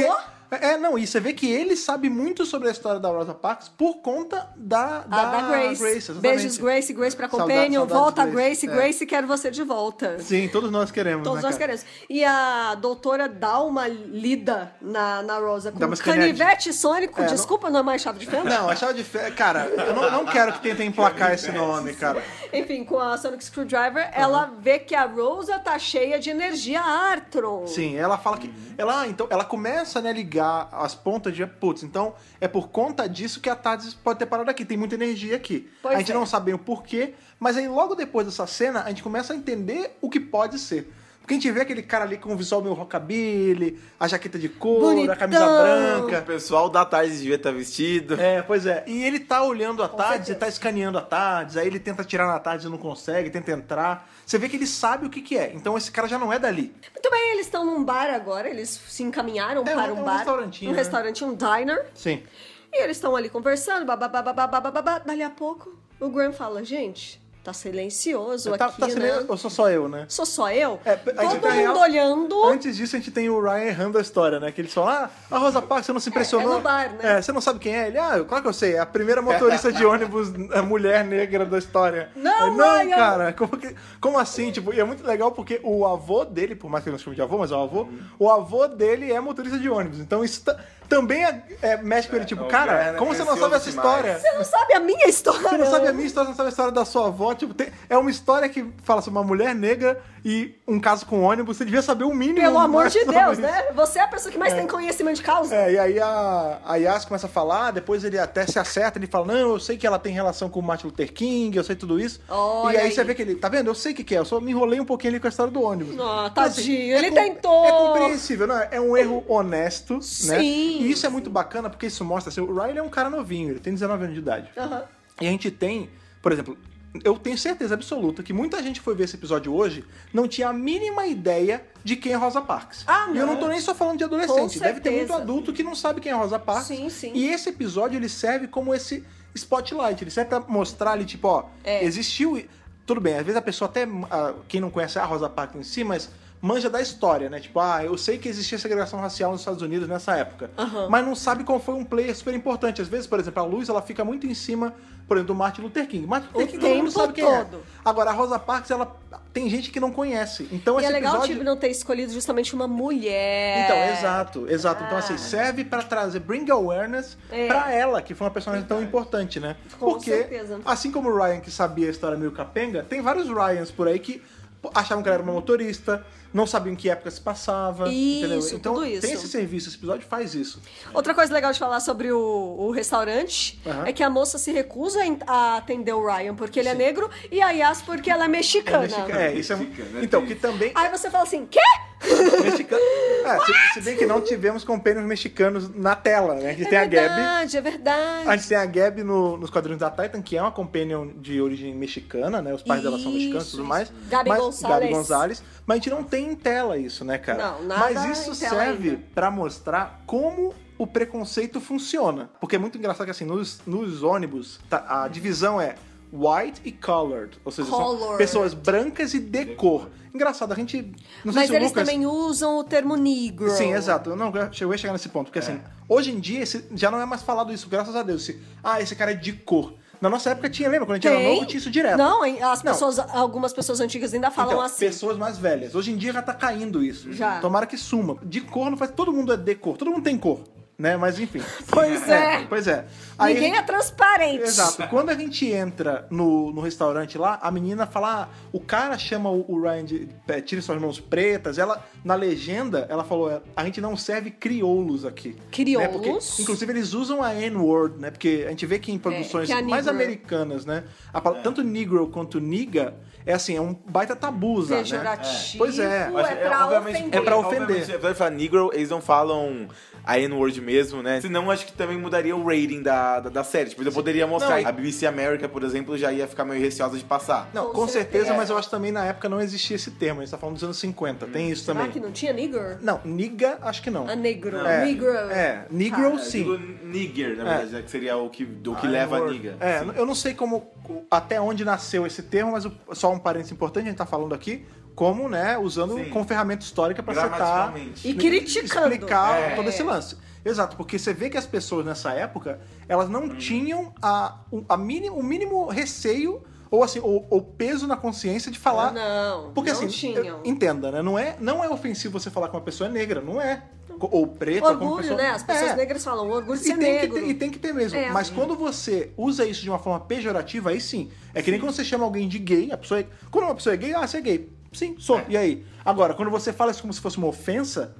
S1: É, não, e você vê que ele sabe muito sobre a história da Rosa Parks por conta da,
S2: A Ah, da, Grace.
S1: exatamente.
S2: Beijos, Grace, Grace pra
S1: Saudade-
S2: Companion.
S1: saudades,
S2: Volta,
S1: Grace.
S2: Grace,
S1: É.
S2: Grace, quero você de volta.
S1: Sim, todos nós queremos,
S2: Todos
S1: né,
S2: nós
S1: cara?
S2: queremos. E a doutora dá uma lida na, na Rosa com
S1: Dá uma escaneadinha.
S2: canivete sônico.
S1: É, não-
S2: Desculpa, não... é mais chave de fenda?
S1: Não, a chave de fé, cara, eu não, não quero que tentem emplacar esse nome, cara.
S2: Enfim, com a Sonic Screwdriver, ela vê que a Rosa tá cheia de energia Artron.
S1: Sim, ela fala que.
S2: Uhum.
S1: Ela, então, ela começa né, a ligar as pontas de putz, então é por conta disso que a Tardes pode ter parado aqui, tem muita energia aqui.
S2: Pois
S1: a gente
S2: é.
S1: não sabe bem o porquê, mas aí logo depois dessa cena a gente começa a entender o que pode ser. Porque a gente vê aquele cara ali com o visual meio rockabilly, a jaqueta de couro, a camisa
S2: Bonitão.
S1: branca.
S3: O pessoal da tarde devia estar vestido.
S1: É, pois é. E ele tá olhando a Tardes,
S2: certeza.
S1: tá escaneando a Tardes, aí ele tenta tirar na Tardes e não consegue, tenta entrar. Você vê que ele sabe o que, que é. Então esse cara já não é dali.
S2: Muito bem, eles estão num bar agora, eles se encaminharam
S1: É,
S2: para
S1: é
S2: um,
S1: um
S2: bar.
S1: restaurantinho,
S2: Um
S1: né?
S2: restaurantinho, um diner.
S1: Sim.
S2: E eles estão ali conversando, babá, babá, babá, babá. Dali a pouco, o Graham fala, gente, tá silencioso
S1: tá,
S2: aqui,
S1: tá
S2: né?
S1: sendo- Eu sou só eu, né?
S2: Sou só eu?
S1: É, a gente
S2: Todo
S1: tá
S2: mundo
S1: real-
S2: olhando.
S1: Antes disso, a gente tem o Ryan errando a história, né? Que eles falam, ah, a Rosa Parks, você não se impressionou.
S2: é no bar, né?
S1: É, você não sabe quem é? Ele, ah, claro que eu sei, é a primeira motorista de ônibus a mulher negra da história.
S2: Não,
S1: Eu, não,
S2: Ryan!
S1: cara, como, que- como assim? Tipo, e é muito legal porque o avô dele, por mais que ele não se chame de avô, mas é o avô, o avô dele é motorista de ônibus. Então isso tá- também é, é, mexe com ele, tipo,
S3: o
S1: cara,
S3: Ryan é
S1: como você não
S3: precioso
S1: sabe essa
S3: demais.
S1: história?
S2: Você não sabe a minha história.
S1: Você não sabe a minha história, você não sabe a história da sua avó. Tipo, tem- é uma história que fala sobre uma mulher negra e um caso com ônibus. Você devia saber o mínimo.
S2: Pelo amor
S1: mais
S2: de
S1: sobre
S2: Deus,
S1: isso.
S2: né? Você é a pessoa que mais tem conhecimento de causa.
S1: É, e aí a, a Yas começa a falar, depois ele até se acerta, ele fala, não, eu sei que ela tem relação com o Martin Luther King, eu sei tudo isso.
S2: Olha
S1: e aí,
S2: aí.
S1: você vê que ele, tá vendo? Eu sei o que, que é, eu só me enrolei um pouquinho ali com a história do ônibus.
S2: Ah,
S1: Mas, assim,
S2: tadinho, ele
S1: com-
S2: tentou.
S1: É compreensível, não é? É um erro honesto, né?
S2: Sim.
S1: E isso é muito bacana, porque isso mostra, assim, o Ryan é um cara novinho, ele tem 19 anos de idade.
S2: Aham.
S1: E a gente tem, por exemplo, eu tenho certeza absoluta que muita gente que foi ver esse episódio hoje não tinha a mínima ideia de quem é Rosa Parks.
S2: Ah,
S1: E eu
S2: não.
S1: não tô nem só falando de adolescente,
S2: Com
S1: deve ter muito
S2: certeza.
S1: adulto que não sabe quem é Rosa Parks.
S2: Sim, sim.
S1: E esse episódio ele serve como esse spotlight, ele serve pra mostrar ali tipo, ó,
S2: É.
S1: existiu tudo bem, às vezes a pessoa até ah, quem não conhece a Rosa Parks em si, mas manja da história, né? Tipo, ah, eu sei que existia segregação racial nos Estados Unidos nessa época, mas não sabe qual foi um player super importante. Às vezes, por exemplo, a Luz, ela fica muito em cima, por exemplo, do Martin Luther King. Martin Luther
S2: O
S1: King todo mundo
S2: tempo
S1: sabe quem
S2: todo.
S1: É. Agora, a Rosa Parks, ela tem gente que não conhece. Então
S2: E é
S1: esse
S2: legal
S1: episódio
S2: o time não ter escolhido justamente uma mulher.
S1: então, exato, exato. Então,
S2: É. Ah.
S1: assim, serve pra trazer, bring awareness
S2: É.
S1: pra ela, que foi uma personagem tão importante, né?
S2: Com
S1: Porque,
S2: certeza.
S1: assim como o Ryan, que sabia a história meio capenga, tem vários Ryans por aí que achavam que ela era uma motorista, não sabiam em que época se passava,
S2: Isso,
S1: entendeu? Então,
S2: tudo isso.
S1: tem esse serviço, esse episódio faz isso.
S2: Outra coisa legal de falar sobre o, o restaurante
S1: Aham.
S2: é que a moça se recusa em- a atender o Ryan porque ele é negro e a Yas porque ela é mexicana.
S1: É, isso é...
S4: Fica, né,
S1: Então,
S4: tem-
S1: que também...
S2: Aí você fala assim, quê?
S1: Mexicano. Ah, se, se bem que não tivemos companheiros mexicanos na tela, né? Que tem
S2: é
S1: a Gabi.
S2: verdade, é verdade.
S1: A gente tem a Gabi no- nos quadrinhos da Titan, que é uma companion de origem mexicana, né? Os pais dela são
S2: Isso,
S1: mexicanos e tudo
S2: isso.
S1: mais.
S2: Gabi
S1: mas,
S2: Gonzalez.
S1: Gabi Gonzalez. Mas a gente não tem em tela isso, né, cara?
S2: Não, nada
S1: Mas isso
S2: em tela
S1: serve
S2: ainda.
S1: pra mostrar como o preconceito funciona. Porque é muito engraçado que, assim, nos, nos ônibus, tá- a divisão é white e colored. Ou seja, são
S2: Colored.
S1: pessoas brancas e de cor. Engraçado, a gente... Não sei
S2: Mas
S1: se o
S2: eles
S1: Lucas...
S2: também usam o termo negro.
S1: Sim, exato. Eu não eu cheguei a chegar nesse ponto. Porque
S2: É.
S1: assim, hoje em dia esse- já não é mais falado isso, graças a Deus. Esse, ah, esse cara é de cor. Na nossa época tinha, lembra? Quando a gente era
S2: Tem.
S1: novo, tinha isso direto.
S2: Não, hein, as
S1: Não.
S2: pessoas, algumas pessoas antigas ainda falam
S1: então,
S2: assim.
S1: pessoas mais velhas. Hoje em dia já tá caindo isso.
S2: Já.
S1: Tomara que suma. De cor não faz. Todo mundo é de cor, todo mundo tem cor. Né? Mas enfim.
S2: <laughs> Pois é.
S1: Pois é.
S2: Ninguém
S1: a
S2: é
S1: gente-
S2: transparente.
S1: Exato. Quando a gente entra no, no restaurante lá, a menina fala. ah, o cara chama o, o Ryan de. É, tire suas mãos pretas. Ela, na legenda, ela falou: "É, a gente não serve crioulos aqui. Né? Porque,
S2: Crioulos.
S1: inclusive, eles usam a N-word, né? Porque a gente vê que em produções
S2: É, que a
S1: mais
S2: negro- É.
S1: americanas, né? a pala- Tanto negro quanto niga é assim, é um baita tabu usar, né?
S2: Pejorativo.
S1: É. Pois é.
S2: É pra
S4: obviamente,
S2: ofender.
S1: É pra
S3: Obviamente,
S1: ofender.
S3: Se você falar negro, eles não falam a N-word mesmo, né? Senão acho que também mudaria o rating da, da, da série. Tipo, eu poderia mostrar.
S1: e-
S3: A BBC America, por exemplo, já ia ficar meio receosa de passar.
S1: Não, com,
S2: Com
S1: certeza,
S2: certeza. É.
S1: mas eu acho que também na época não existia esse termo. A gente tá falando dos anos 50, tem isso
S2: Será
S1: também.
S2: Ah, que não tinha negro?
S1: Não, niga, acho que não.
S2: A Ah, negro.
S1: É,
S2: Negro.
S1: É, negro
S3: Eu
S1: sim. É.
S3: digo nigger, na verdade, né? que seria o que, do que
S1: Ah,
S3: leva a
S1: N-word.
S3: niga.
S1: É, eu não sei como até onde nasceu esse termo, mas o- só um parênteses importante, a gente tá falando aqui como, né, usando
S3: Sim.
S1: com ferramenta histórica para citar
S3: Gramaticalmente.
S2: E criticando.
S1: explicar
S2: É.
S1: todo esse lance. Exato, porque você vê que as pessoas nessa época, elas não
S3: Uhum.
S1: tinham a, o- a mini- o mínimo receio ou assim, ou, ou peso na consciência de falar.
S2: Não.
S1: porque
S2: não
S1: assim,
S2: tinham.
S1: eu- entenda, né? Não é, não é ofensivo você falar que uma pessoa é negra, não é. Co- Ou preta, ou como
S2: Orgulho,
S1: pessoa...
S2: né? As pessoas
S1: É.
S2: negras falam orgulho de
S1: E
S2: ser
S1: tem, que
S2: negro.
S1: ter, e tem que ter mesmo.
S2: É.
S1: Mas quando você usa isso de uma forma pejorativa, aí sim. É que nem quando você chama alguém de gay, a pessoa é... Quando uma pessoa é gay, ah, você é gay. Sim, sou. E aí? Agora, quando você fala isso como se fosse uma ofensa,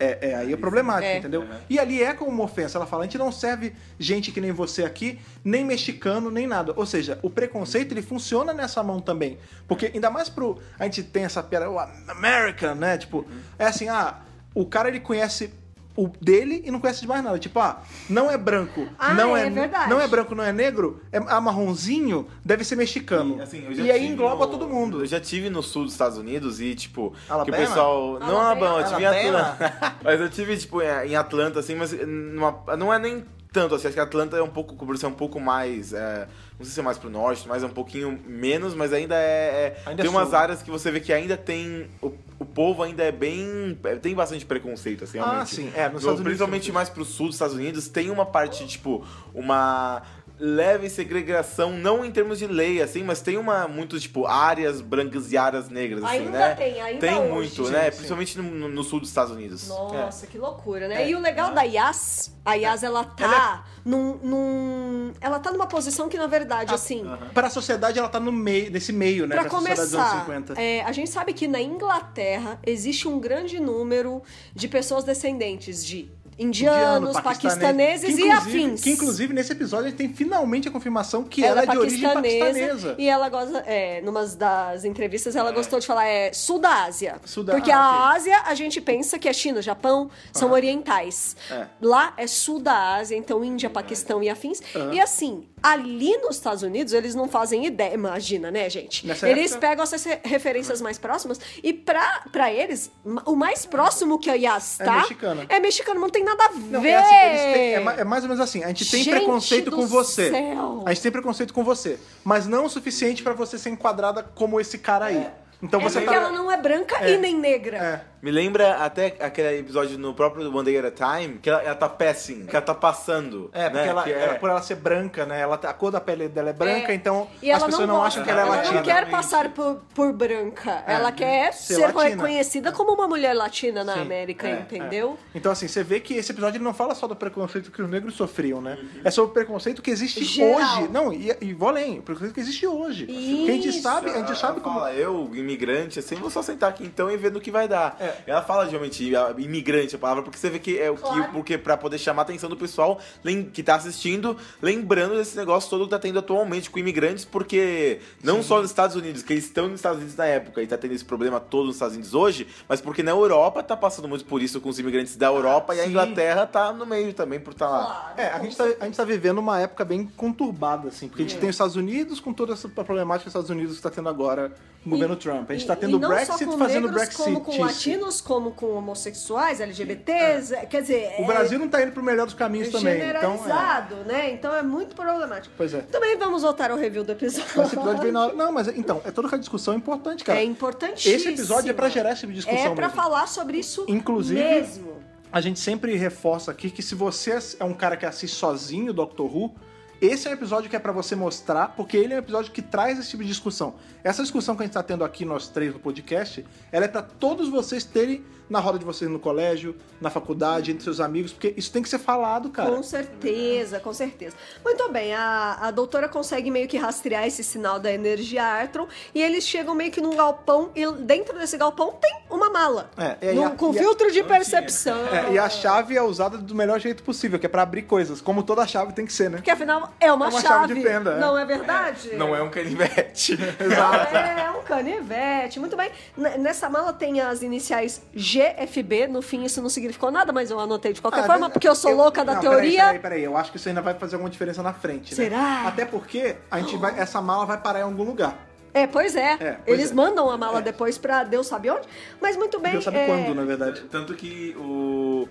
S1: é, é, aí é problemático,
S2: É.
S1: entendeu? E ali é como uma ofensa. Ela fala, a gente não serve gente que nem você aqui, nem mexicano, nem nada. Ou seja, o preconceito, ele funciona nessa mão também. Porque ainda mais pro... A gente tem essa piada, o American, né? Tipo,
S3: Uhum.
S1: é assim, ah, o cara, ele conhece o dele e não conhece de mais nada. Tipo, ah, não é branco,
S2: Ah,
S1: não
S2: é verdade.
S1: Não é branco, não é negro, é amarronzinho, deve ser mexicano. E,
S3: Assim, eu já
S1: aí
S3: tive
S1: engloba
S3: no-
S1: todo mundo.
S3: Eu já tive no sul dos Estados Unidos e, tipo,
S1: Alabama?
S3: que o pessoal. Não, Alabama, eu tive em
S4: Alabama?
S3: Atlanta. <laughs> mas eu tive, tipo, em em Atlanta, assim, mas numa- não é nem tanto, assim, acho que Atlanta é um pouco, por ser um pouco mais. é, não sei se é mais pro norte, mas é um pouquinho menos, mas ainda é. é-
S1: Ainda é
S3: tem umas
S1: sul.
S3: áreas que você vê que ainda tem. O, o povo ainda é bem. é, tem bastante preconceito, assim,
S1: Ah,
S3: realmente.
S1: sim, é, nos
S3: No-
S1: Estados Unidos-
S3: Principalmente mais pro sul dos Estados Unidos, tem uma parte, tipo, uma leve segregação, não em termos de lei, assim, mas tem uma, muito, tipo, áreas brancas e áreas negras, assim,
S2: Ainda
S3: né?
S2: tem, ainda
S3: Tem
S2: hoje.
S3: muito,
S1: Sim,
S3: né?
S1: sim.
S3: Principalmente no, no sul dos Estados Unidos.
S1: É.
S2: Nossa, que loucura, né? E o legal
S1: Uhum.
S2: da Yas, a Yas, ela tá
S1: é-
S2: num, num- Ela tá numa posição que, na verdade, assim.
S1: Para a sociedade, ela tá no meio, nesse meio, né?
S2: Pra
S1: Ah, sociedade dos anos
S2: começar,
S1: 50.
S2: é, a gente sabe que na Inglaterra existe um grande número de pessoas descendentes de indianos,
S1: Indiano,
S2: paquistaneses
S1: que
S2: e
S1: inclusive-
S2: afins.
S1: Que inclusive nesse episódio a gente tem finalmente a confirmação que ela,
S2: ela é
S1: é de origem paquistanesa.
S2: e ela gosta, é, numas das entrevistas ela gostou de falar é sul da Ásia,
S1: Sul da-
S2: porque
S1: ah,
S2: a
S1: ok.
S2: Ásia a gente pensa que é China, Japão são orientais,
S1: É.
S2: lá é sul da Ásia, então Índia, Paquistão e afins, e assim ali nos Estados Unidos eles não fazem ideia, imagina né gente,
S1: Nessa
S2: eles
S1: época-
S2: pegam essas re- referências mais próximas e pra, pra eles ma- o mais próximo que a Yas
S1: É
S2: tá
S1: mexicana.
S2: é mexicano, não tem nada a ver,
S1: Não, é, assim, eles têm- é ma- é mais ou menos assim. A gente tem
S2: Gente
S1: preconceito
S2: do
S1: com você.
S2: céu.
S1: A gente tem preconceito com você. Mas não o suficiente pra você ser enquadrada como esse cara aí. Então
S2: é
S1: você
S2: porque
S1: tá.
S2: ela não é branca
S1: É.
S2: e nem negra.
S1: É.
S3: Me lembra até aquele episódio no próprio One Day at a Time, que ela, ela tá passing, que ela tá passando.
S1: É, porque
S3: né?
S1: ela,
S3: Que é-
S1: ela- por ela ser branca, né? Ela, a cor da pele dela é branca,
S2: É.
S1: então
S2: E
S1: as
S2: ela
S1: pessoas não,
S2: gosta.
S1: acham que ela é latina.
S2: não quer passar por, por branca.
S1: É,
S2: ela quer
S1: ser
S2: ser,
S1: latina.
S2: reconhecida como uma mulher latina na
S1: Sim,
S2: América,
S1: é,
S2: entendeu?
S1: é. Então, assim, você vê que esse episódio ele não fala só do preconceito que os negros sofriam, né? É sobre o preconceito que existe
S2: Uhum. Geral.
S1: hoje. Não, e, e vou além, o preconceito que existe hoje. Porque a gente
S2: Isso.
S1: sabe, a gente sabe
S3: Ela
S1: como.
S3: Fala, eu, imigrante, assim, vou só sentar aqui então e ver no que vai dar.
S1: É.
S3: Ela fala geralmente a- imigrante a palavra, porque você vê que é o que.
S2: Claro.
S3: Porque pra poder chamar a atenção do pessoal lem- que tá assistindo, lembrando desse negócio todo que tá tendo atualmente com imigrantes, porque não só nos Estados Unidos, que eles estão nos Estados Unidos na época e tá tendo esse problema todo nos Estados Unidos hoje, mas porque na Europa tá passando muito por isso com os imigrantes da Europa e a
S1: sim.
S3: Inglaterra tá no meio também por estar tá lá.
S1: É, a gente, tá, a gente tá vivendo uma época bem conturbada, assim, porque a
S2: É.
S1: gente tem os Estados Unidos com toda essa problemática que os Estados Unidos está tendo agora com o governo Trump. A gente tá tendo
S2: e
S1: o
S2: não só
S1: Brexit
S2: com
S1: fazendo
S2: negros,
S1: Brexit.
S2: como com latinos, como com homossexuais, LGBTs, quer dizer,
S1: O
S2: é
S1: Brasil não tá indo pro melhor dos caminhos também. Então, é.
S2: generalizado, né? Então é muito problemático.
S1: Pois é.
S2: Também vamos voltar ao review do episódio.
S1: Mas Esse episódio veio na hora. Não, mas então, é toda aquela discussão importante, cara.
S2: é importantíssimo.
S1: Esse episódio é pra gerar esse tipo de discussão
S2: É pra
S1: mesmo.
S2: falar sobre isso
S1: Inclusive,
S2: mesmo.
S1: A gente sempre reforça aqui que se você é um cara que assiste sozinho Doctor Who, esse é um episódio que é pra você mostrar, porque ele é um episódio que traz esse tipo de discussão. Essa discussão que a gente tá tendo aqui, nós três, no podcast, ela é pra todos vocês terem na roda de vocês no colégio, na faculdade, entre seus amigos, porque isso tem que ser falado, cara.
S2: Com certeza, com certeza. Muito bem, a, a doutora consegue meio que rastrear esse sinal da energia Artron e eles chegam meio que num galpão e dentro desse galpão tem uma mala.
S1: É, é,
S2: Num-
S1: e a-
S2: com
S1: e a-
S2: filtro de percepção.
S1: É, e a chave é usada do melhor jeito possível, que é pra abrir coisas, como toda chave tem que ser, né?
S2: Porque afinal é uma,
S1: É uma
S2: chave.
S1: chave de fenda, é.
S2: Não é verdade?
S3: Não é
S1: <laughs>
S3: um canivete.
S2: Exato. É um canivete. Muito bem. N- nessa mala tem as iniciais GFB. No fim, isso não significou nada, mas eu anotei de qualquer
S1: Ah,
S2: forma,
S1: mas-
S2: porque eu sou louca da
S1: Não, peraí,
S2: teoria.
S1: Peraí, peraí, eu acho que isso ainda vai fazer alguma diferença na frente, né?
S2: Será?
S1: Até porque a gente vai, essa mala vai parar em algum lugar.
S2: É, pois é.
S1: É, pois
S2: Eles
S1: é.
S2: mandam a mala depois pra Deus sabe onde. Mas muito bem.
S1: Deus sabe
S2: é,
S1: quando, né? na verdade.
S3: Tanto que o.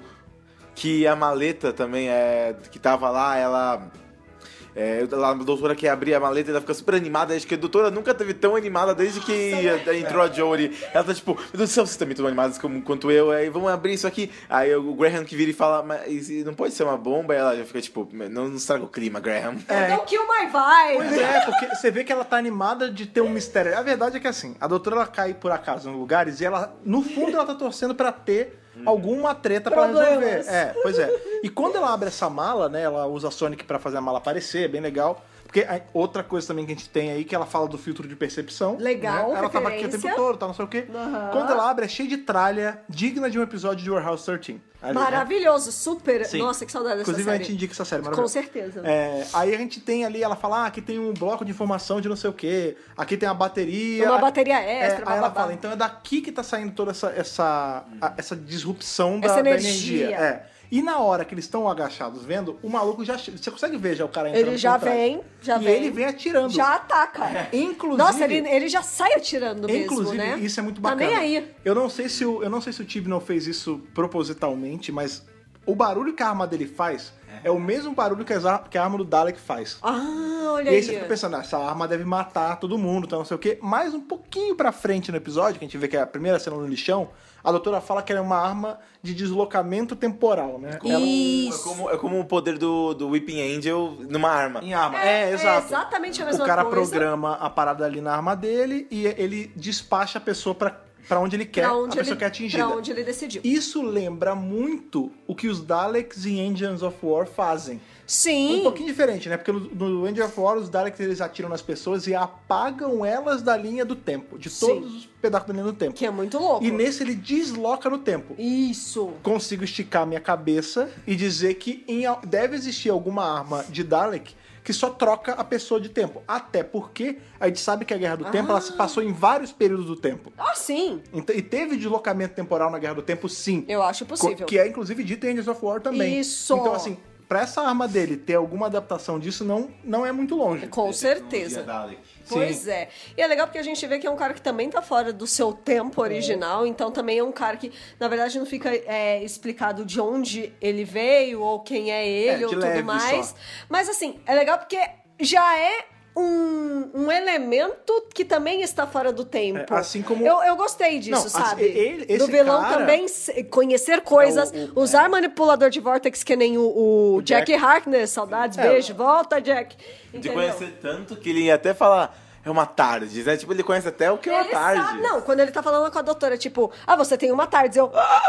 S3: Que a maleta também é. Que tava lá, ela. É, ela- a doutora quer abrir a maleta e ela fica super animada. Acho que a doutora nunca teve tão animada desde que a- entrou a Jory. Ela tá tipo, meu Deus do céu, vocês também estão animados como, quanto eu. Aí vamos abrir isso aqui. Aí o Graham que vira e fala, mas não pode ser uma bomba. E ela já fica tipo, não, não estraga o clima, Graham.
S2: É. Don't kill my vibe.
S1: Pois é, porque você vê que ela tá animada de ter um mistério. A verdade é que assim, a doutora ela cai por acaso em lugares e ela, no fundo, ela tá torcendo pra ter alguma treta pra
S2: Problemas.
S1: resolver. É, pois é. E quando ela abre essa mala, né, ela usa a Sonic pra fazer a mala aparecer, é bem legal. Porque a- outra coisa também que a gente tem aí, que ela fala do filtro de percepção.
S2: Legal,
S1: né? Ela tava aqui o
S2: referência.
S1: tempo todo, tá não sei o quê.
S2: Aham.
S1: Quando ela abre, é cheia de tralha, digna de um episódio de Warehouse 13. Ali, né?
S2: Maravilhoso, super.
S1: Sim.
S2: Nossa, que saudade dessa
S1: Inclusive, a
S2: série.
S1: gente indica essa série,
S2: Com
S1: maravilhosa.
S2: certeza.
S1: É, aí a gente tem ali, ela fala, ah, aqui tem um bloco de informação de não sei o quê, aqui tem a bateria.
S2: Uma bateria
S1: É,
S2: extra,
S1: aí ela
S2: bababá.
S1: fala, então é daqui que tá saindo toda essa, essa, a- essa disrupção da
S2: Essa
S1: da
S2: energia.
S1: energia. É. E na hora que eles estão agachados vendo, o maluco já. che- Você consegue ver já o cara entrando
S2: Ele já
S1: por trás.
S2: vem, já
S1: e
S2: vem.
S1: ele vem atirando. É.
S2: Já ataca.
S1: Inclusive.
S2: Nossa, ele, ele já sai atirando mesmo,
S1: Inclusive,
S2: né?
S1: isso é muito
S2: Tá
S1: bacana.
S2: nem aí.
S1: Eu não sei se o, eu não sei se o Tibi não fez isso propositalmente, mas o barulho que a arma dele faz é, o mesmo barulho que, as ar- que a arma do Dalek faz.
S2: Ah,
S1: E
S2: olha
S1: aí
S2: aí.
S1: você fica pensando, ah, essa arma deve matar todo mundo, então não sei o quê. Mas um pouquinho pra frente no episódio, que a gente vê que é a primeira cena no lixão, a doutora fala que ela é uma arma de deslocamento temporal, né? Ela-
S3: É
S2: Isso.
S3: como, é como o poder do, do Whipping Angel numa arma.
S1: Em arma.
S2: É,
S1: É,
S2: é
S1: exato.
S2: exatamente a mesma
S1: O cara
S2: coisa.
S1: programa a parada ali na arma dele e ele despacha a pessoa pra, pra onde ele quer,
S2: pra onde
S1: a pessoa
S2: ele,
S1: que é atingida.
S2: Pra onde ele decidiu.
S1: Isso lembra muito o que os Daleks e Engines of War fazem. Um
S2: Sim.
S1: pouquinho diferente, né? Porque no, no End of War, os Daleks eles atiram nas pessoas e apagam elas da linha do tempo, de
S2: Sim.
S1: todos os pedaços da linha do tempo.
S2: Que é muito louco.
S1: E nesse ele desloca no tempo.
S2: Isso.
S1: Consigo esticar minha cabeça e dizer que em al- deve existir alguma arma de Dalek que só troca a pessoa de tempo. Até porque a gente sabe que a Guerra do Tempo ela se passou em vários períodos do tempo.
S2: Ah, sim.
S1: Ent- E teve deslocamento temporal na Guerra do Tempo, sim.
S2: Eu acho possível.
S1: Que é, inclusive, dito em Angels of War também.
S2: Isso.
S1: Então, assim, pra essa arma dele ter alguma adaptação disso, não, não é muito longe.
S2: Com certeza. Pois é. E é legal porque a gente vê que é um cara que também tá fora do seu
S1: É.
S2: tempo original, então também é um cara que, na verdade, não fica é, explicado de onde ele veio, ou quem é
S1: É,
S2: ele, ou
S1: de
S2: tudo
S1: leve
S2: mais.
S1: só.
S2: Mas assim, é legal porque já é um, um elemento que também está fora do tempo.
S1: É, assim como-
S2: Eu, eu gostei disso,
S1: Não, assim,
S2: sabe?
S1: ele- esse
S2: do vilão
S1: cara-
S2: também se- conhecer coisas,
S1: É, o-
S2: usar manipulador de Vortex que nem o, o
S1: O
S2: Jack,
S1: Jack.
S2: Harkness, saudades,
S1: É,
S2: beijo, volta, Jack.
S3: De
S2: Entendeu?
S3: conhecer tanto que ele até fala, é uma tarde, né? Tipo, ele conhece até o que é uma
S2: Ele
S3: tarde.
S2: sabe- não, quando ele tá falando com a doutora, tipo, ah, você tem uma tarde, eu "Ah,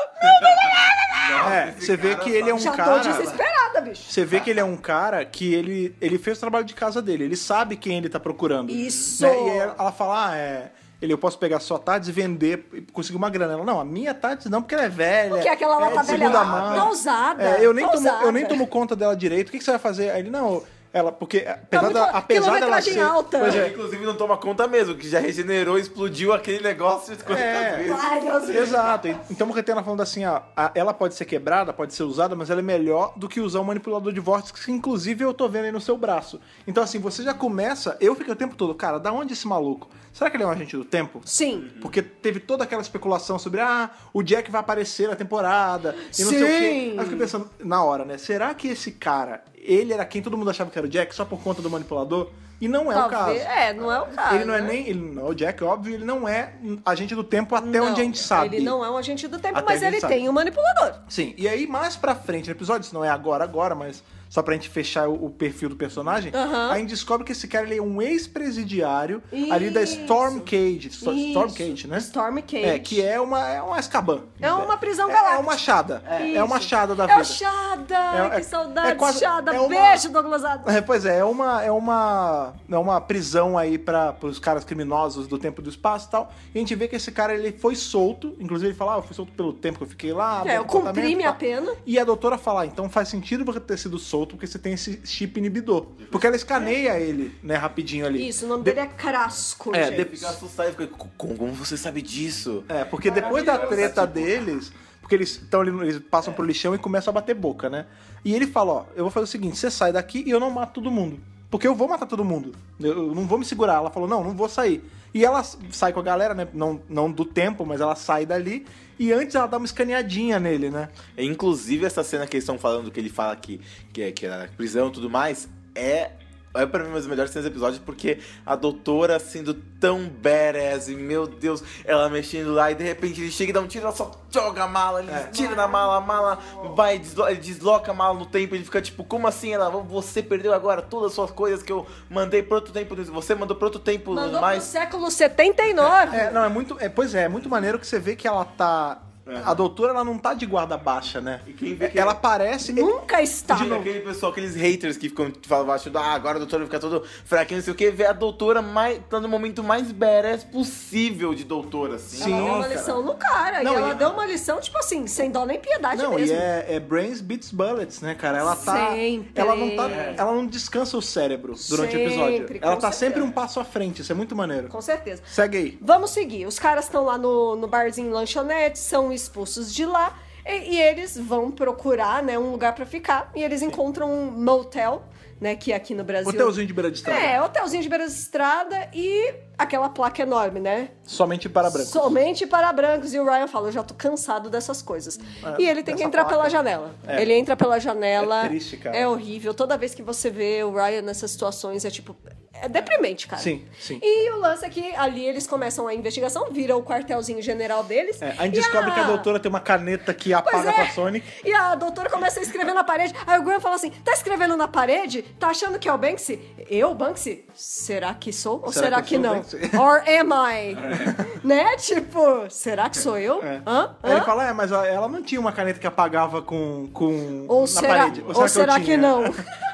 S1: É, você vê que ele é um
S2: já
S1: cara.
S2: tô desesperada, bicho.
S1: Você vê que ele é um cara que ele, ele fez o trabalho de casa dele, ele sabe quem ele tá procurando.
S2: Isso.
S1: Né? E ela ela fala, ah, é. Ele, eu posso pegar só tardes e vender e conseguir uma grana. Ela, não, a minha tardes não, porque ela é velha.
S2: Porque aquela lá
S1: é
S2: tá
S1: de
S2: velha
S1: segunda
S2: lá,
S1: mão.
S2: tá usada.
S1: É, eu, nem
S2: tá
S1: tomo,
S2: usada.
S1: eu nem tomo conta dela direito. O que, que você vai fazer? Aí ele, não, ela, porque apesar,
S2: Tá muito-
S1: da, apesar dela
S2: quilometragem
S1: ser.
S2: alta.
S1: Pois é,
S3: Inclusive não toma conta mesmo, que já regenerou, explodiu aquele negócio
S2: Tá
S3: 50
S1: É.
S3: vezes.
S2: Ai, Deus me
S1: Exato. Então o que tem ela falando assim, ó, a- ela pode ser quebrada, pode ser usada, mas ela é melhor do que usar um manipulador de vórtices, que inclusive eu tô vendo aí no seu braço. Então assim, você já começa, eu fico o tempo todo, cara, da onde esse maluco? Será que ele é um agente do tempo?
S2: Sim.
S1: Porque teve toda aquela especulação sobre, ah, o Jack vai aparecer na temporada e não sei o quê.
S2: Sim.
S1: Aí eu fiquei pensando, na hora, né? Será que esse cara, ele era quem todo mundo achava que era o Jack só por conta do manipulador? E não é o
S2: Talvez.
S1: caso.
S2: É, não é o caso.
S1: Ele não é
S2: né?
S1: nem. Ele não é o Jack, óbvio, ele não é agente do tempo até
S2: Não,
S1: onde a gente sabe.
S2: Ele não é um agente do tempo,
S1: Até
S2: mas
S1: a gente
S2: ele
S1: sabe.
S2: tem um manipulador.
S1: Sim, e aí mais pra frente no episódio, se não é agora, agora, mas só pra gente fechar o, o perfil do personagem,
S2: Aham.
S1: a gente descobre que esse cara ele é um ex-presidiário ali da Storm Cage. Sto- Storm
S2: Isso.
S1: Cage, né?
S2: Storm Cage.
S1: É, que é uma, é uma escaban.
S2: É uma prisão
S1: É,
S2: galáctica.
S1: uma chada. É,
S2: Isso.
S1: uma chada da
S2: É o
S1: vida.
S2: Chada!
S1: É- é-
S2: que saudade,
S1: é quase-
S2: Chada!
S1: é uma-
S2: Beijo, Douglas Adams!
S1: É, pois é, é uma, é uma, é uma prisão aí para os caras criminosos do tempo e do espaço e tal. E a gente vê que esse cara ele foi solto, inclusive ele fala, ah, eu fui solto pelo tempo que eu fiquei lá.
S2: É,
S1: bom
S2: eu cumpri
S1: comportamento,
S2: minha
S1: tá.
S2: pena.
S1: E a doutora fala, ah, então faz sentido você ter sido solto porque você tem esse chip inibidor. Porque ela escaneia ele, né, rapidinho ali.
S2: Isso, o nome dele é Crasco.
S1: É,
S2: gente.
S1: de-
S3: Ele fica assustado e fica, como, como você sabe disso?
S1: É, porque depois da treta deles, porque eles estão ali, no- eles passam pro lixão e começam a bater boca, né? E ele fala, ó, eu vou fazer o seguinte, você sai daqui e eu não mato todo mundo. Porque eu vou matar todo mundo. Eu eu não vou me segurar. Ela falou, não, não vou sair. E ela s- sai com a galera, né? Não, não do tempo, mas ela sai dali. E antes ela dá uma escaneadinha nele, né?
S3: E, É, Inclusive, essa cena que eles estão falando, que ele fala que, que, é, que era prisão e tudo mais, é. É pra mim uma das melhores cenas do episódio, porque a doutora sendo tão badass, e meu Deus, ela mexendo lá, e de repente ele chega e dá um tiro, ela só joga a mala, ele tira na mala, a mala vai, deslo- ele desloca a mala no tempo, ele fica tipo, como assim? Ela, você perdeu agora todas as suas coisas que eu mandei pro outro tempo, você mandou pro outro tempo,
S2: Mandou pro
S3: mas
S2: século 79.
S1: É, não, é muito. É, pois é, é muito maneiro que você vê que ela tá. A doutora, ela não tá de guarda baixa, né?
S3: E quem vê que-
S1: ela parece.
S2: Nunca está.
S3: De novo, aquele pessoal, aqueles haters que ficam falando abaixo do, ah, agora a doutora fica todo fraquinho, não sei o que, vê a doutora mais, tá no momento mais badass possível de doutora, assim.
S1: Sim,
S2: ela deu uma
S1: cara.
S2: lição no cara.
S1: Não,
S2: e ela
S1: e-
S2: deu uma lição, tipo assim, sem dó nem piedade
S1: Não,
S2: mesmo.
S1: e é, é brains beats bullets, né, cara? Ela tá.
S2: Sempre.
S1: Ela não tá. Ela não descansa o cérebro durante o
S2: Sempre,
S1: episódio.
S2: com
S1: Ela tá
S2: certeza.
S1: sempre um passo à frente, isso é muito maneiro.
S2: Com certeza.
S1: Segue aí.
S2: Vamos seguir. Os caras estão lá no, no barzinho lanchonete, são expulsos de lá. E, e eles vão procurar, né, um lugar pra ficar. E eles encontram um motel, né, que aqui no Brasil...
S1: Hotelzinho de beira de estrada.
S2: É, hotelzinho de beira de estrada e aquela placa enorme, né?
S1: Somente para branco.
S2: Somente para brancos. E o Ryan fala, eu já tô cansado dessas coisas. e ele tem que
S1: É, dessa
S2: entrar
S1: placa.
S2: pela janela.
S1: É.
S2: Ele entra pela janela.
S1: É triste, cara.
S2: É horrível. Toda vez que você vê o Ryan nessas situações, é tipo... É deprimente, cara.
S1: Sim, sim.
S2: E o lance é que ali eles começam a investigação, vira o quartelzinho general deles.
S1: É, a gente
S2: e
S1: descobre que a doutora tem uma caneta que
S2: Pois
S1: apaga
S2: é.
S1: com a Sonic.
S2: E a doutora começa a escrever na parede. Aí o Graham fala assim: tá escrevendo na parede? Tá achando que é o Banksy? Eu, Banksy? Será que sou? Ou será,
S1: Será
S2: que,
S1: que eu sou o
S2: não?
S1: Banksy? <laughs>
S2: Or am I? né? Tipo, será que sou eu?
S1: É.
S2: Hã?
S1: Aí ele
S2: Hã?
S1: fala, é, mas ela não tinha uma caneta que apagava com. com
S2: Ou
S1: na
S2: será,
S1: parede.
S2: ou será
S1: eu
S2: que,
S1: tinha?
S2: não?
S1: <laughs>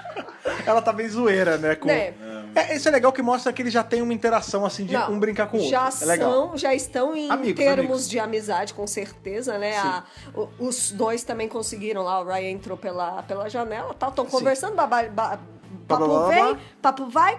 S1: Ela tá bem zoeira, né? Com...
S2: Né?
S1: É, isso é legal que mostra que eles já têm uma interação assim de
S2: Não,
S1: um brincar com o outro.
S2: Já
S1: é legal.
S2: são, já estão em
S1: Amigos,
S2: termos
S1: amigos.
S2: de amizade, com certeza, né? A- o- os dois também conseguiram lá, o Ryan entrou pela, pela janela tal, estão conversando, babá- ba-
S1: Blá, blá, blá,
S2: papo
S1: blá,
S2: vem,
S1: blá.
S2: papo vai,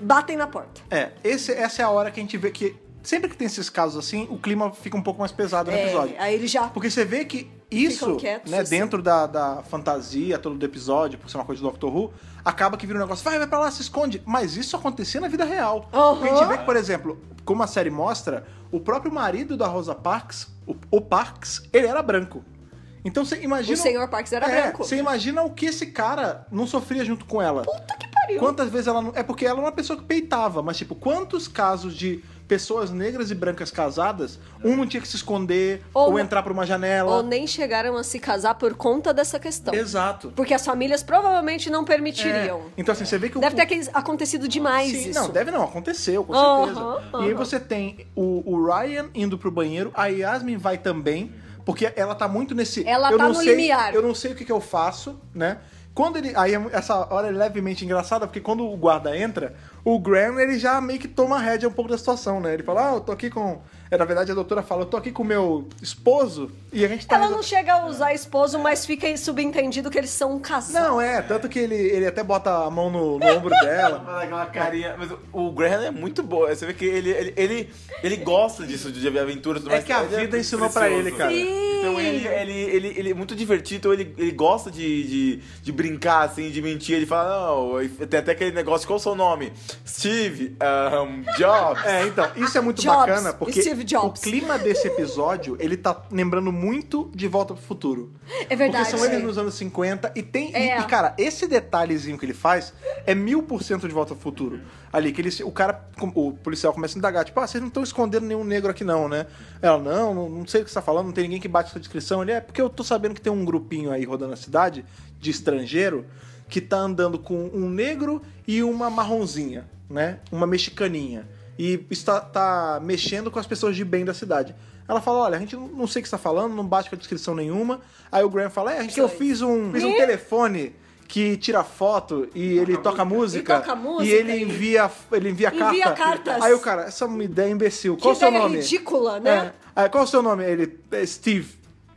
S2: batem na porta.
S1: É, esse- essa é a hora que a gente vê que sempre que tem esses casos assim, o clima fica um pouco mais pesado no
S2: É,
S1: episódio.
S2: aí ele já
S1: Porque você vê que isso,
S2: Ficam quietos,
S1: né,
S2: assim.
S1: dentro da, da fantasia, todo do episódio, por ser uma coisa do Doctor Who, acaba que vira um negócio, vai, vai pra lá, se esconde. Mas isso acontecia na vida real.
S2: Aham.
S1: Porque A gente vê que, por exemplo, como a série mostra, o próprio marido da Rosa Parks, o, o Parks, ele era branco. Então você imagina.
S2: O senhor Parks era
S1: É,
S2: branco.
S1: Você imagina o que esse cara não sofria junto com ela.
S2: Puta que pariu.
S1: Quantas vezes ela não. É porque ela é uma pessoa que peitava, mas, tipo, quantos casos de pessoas negras e brancas casadas, um não tinha que se esconder,
S2: Ou
S1: ou,
S2: não-
S1: entrar por uma janela.
S2: Ou nem chegaram a se casar por conta dessa questão.
S1: Exato.
S2: Porque as famílias provavelmente não
S1: É.
S2: permitiriam.
S1: Então, assim, você vê que
S2: Deve
S1: o.
S2: ter aqueles- acontecido demais
S1: Sim,
S2: isso.
S1: Não, deve não, aconteceu, com
S2: Aham,
S1: certeza.
S2: aham.
S1: E aí você tem o, o Ryan indo pro banheiro, a Yasmin vai também, porque ela tá muito nesse.
S2: Ela
S1: eu
S2: tá
S1: não
S2: no
S1: sei,
S2: limiar.
S1: Eu não sei o que, que eu faço, né? Quando ele. Aí é mu- essa hora é levemente engraçada, porque quando o guarda entra, o o Graham, ele já meio que toma a rédea um pouco da situação, né? Ele fala, ah, eu tô aqui com... É, na verdade, a doutora fala, eu tô aqui com o meu esposo e a gente tá...
S2: Ela
S1: indo-
S2: não chega a usar esposo, mas fica subentendido que eles são um casal.
S1: Não, é, tanto que ele, ele até bota a mão no, no ombro <laughs> dela.
S3: Aquela carinha. Mas o Graham é muito bom. Você vê que ele, ele, ele, ele gosta disso de aventuras.
S1: É que a vida ensinou pra ele, cara.
S2: Sim.
S3: Então ele, ele, ele, ele é muito divertido, ele, ele gosta de, de, de brincar, assim, de mentir. Ele fala, não, tem até aquele negócio, qual é o seu nome? Steve, um, Jobs.
S1: É, então, isso é muito
S2: Jobs,
S1: bacana, porque
S2: Steve Jobs.
S1: o clima desse episódio, ele tá lembrando muito de Volta pro Futuro.
S2: É verdade.
S1: Porque são eles nos anos 50 e tem. e-
S2: É.
S1: E, cara, esse detalhezinho que ele faz é mil por cento de volta ao futuro. Ali, que ele, se- o cara, com- o policial começa a indagar, tipo, ah, vocês não estão escondendo nenhum negro aqui, não, né? Ela, não, não, não sei o que você tá falando, não tem ninguém que bate sua descrição. Ele é porque eu tô sabendo que tem um grupinho aí rodando a cidade de estrangeiro que tá andando com um negro e uma marronzinha, né? Uma mexicaninha. E está tá mexendo com as pessoas de bem da cidade. Ela fala: olha, a gente não não sei o que você tá falando, não bate com a descrição nenhuma. Aí o Graham fala: é, a gente, eu fiz um, fiz um telefone que tira foto e ele toca música.
S2: E toca música,
S1: e ele
S2: e-
S1: envia, ele envia,
S2: Envia
S1: carta.
S2: cartas.
S1: Aí o cara, essa é uma ideia imbecil.
S2: Que
S1: qual o seu
S2: ideia
S1: nome?
S2: ridícula, né?
S1: É. Aí, qual o seu nome? Ele, é Steve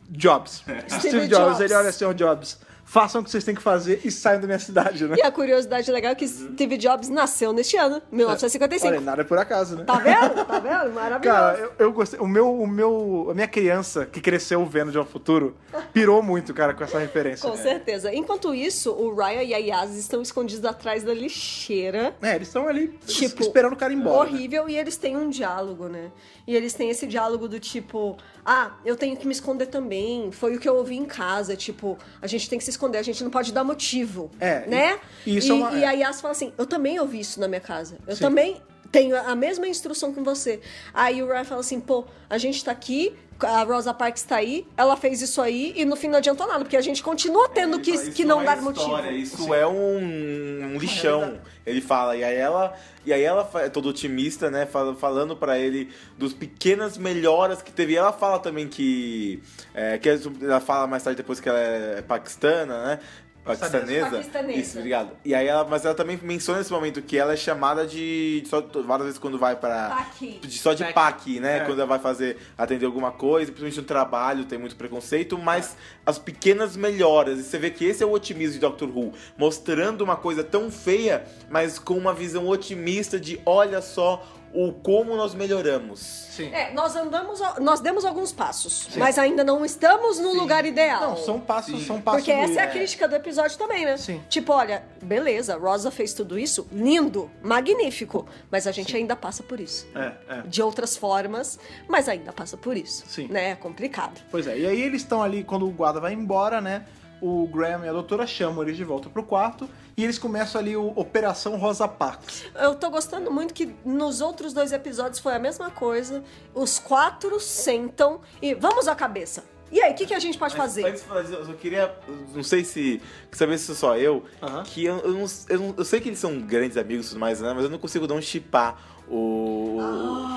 S1: Jobs.
S2: Steve Jobs.
S1: Ele olha, senhor Jobs, façam o que vocês têm que fazer e saiam da minha cidade, né?
S2: E a curiosidade legal é que Steve Jobs nasceu neste ano,
S1: É. Olha,
S2: 1955.
S1: nada é por acaso, né?
S2: Tá vendo?
S1: <laughs>
S2: Tá vendo? Maravilhoso.
S1: Cara, eu, eu gostei. O meu, o meu, a minha criança que cresceu vendo de um
S2: <laughs>
S1: futuro pirou muito, cara, com essa referência.
S2: Com certeza. Enquanto isso, o Ryan e a Yaz estão escondidos atrás da lixeira.
S1: É, eles estão ali es-
S2: Tipo,
S1: esperando o cara ir embora. né?
S2: Horrível, e eles têm um diálogo, né? E eles têm esse diálogo do tipo: Ah, eu tenho que me esconder também. Foi o que eu ouvi em casa. Tipo, a gente tem que se esconder, a gente não pode dar motivo.
S1: É,
S2: Né?
S1: e- e isso
S2: e,
S1: é uma-
S2: e a Yas fala assim: Eu também ouvi isso na minha casa. Eu
S1: Sim.
S2: também tenho a mesma instrução que você. Aí o Ryan fala assim: Pô, a gente tá aqui. A Rosa Parks tá aí, ela fez isso aí e no fim não adiantou nada, porque a gente continua tendo que,
S3: Isso
S2: que não
S3: é
S2: dar
S3: história,
S2: motivo.
S3: Isso é um, um lixão, ele fala. E aí ela, e aí ela fa- é todo otimista, né? fala- Falando pra ele dos pequenas melhoras que teve. E ela fala também que, é, que ela fala mais tarde depois que ela é paquistana, né? Paquistanesa.
S2: Paquistanesa.
S3: Isso, obrigado. E aí ela, mas ela também menciona nesse momento que ela é chamada de só várias vezes quando vai pra
S2: Paqui.
S3: de- só de
S4: Pac.
S3: PAC, né?
S4: É.
S3: Quando ela vai fazer atender alguma coisa, principalmente no trabalho, tem muito preconceito, mas as pequenas melhoras. E você vê que esse é o otimismo de Doctor Who, mostrando uma coisa tão feia, mas com uma visão otimista de olha só o como nós melhoramos.
S1: Sim.
S2: É, nós andamos, nós demos alguns passos, mas ainda não estamos no lugar ideal.
S1: Não, são passos,
S4: Sim.
S1: são passos.
S2: Porque essa é a
S1: do-
S2: crítica do episódio também, né?
S1: Sim.
S2: Tipo, olha, beleza, Rosa fez tudo isso, lindo, magnífico, mas a gente ainda passa por isso.
S1: É, é.
S2: De outras formas, mas ainda passa por isso.
S1: Sim.
S2: Né? É complicado.
S1: Pois é, e aí eles estão ali, quando o guarda vai embora, né? O Graham e a doutora chamam eles de volta pro quarto e eles começam ali o Operação Rosa Parks.
S2: Eu tô gostando muito que nos outros dois episódios foi a mesma coisa. Os quatro sentam e vamos à cabeça. E aí, o que, que a gente pode fazer?
S3: Antes de falar disso, eu só queria. Não sei se. Saber se sou só eu.
S1: Aham.
S3: Que eu, eu não, eu não- eu sei que eles são grandes amigos e tudo mais, né? Mas eu não consigo não chipar o.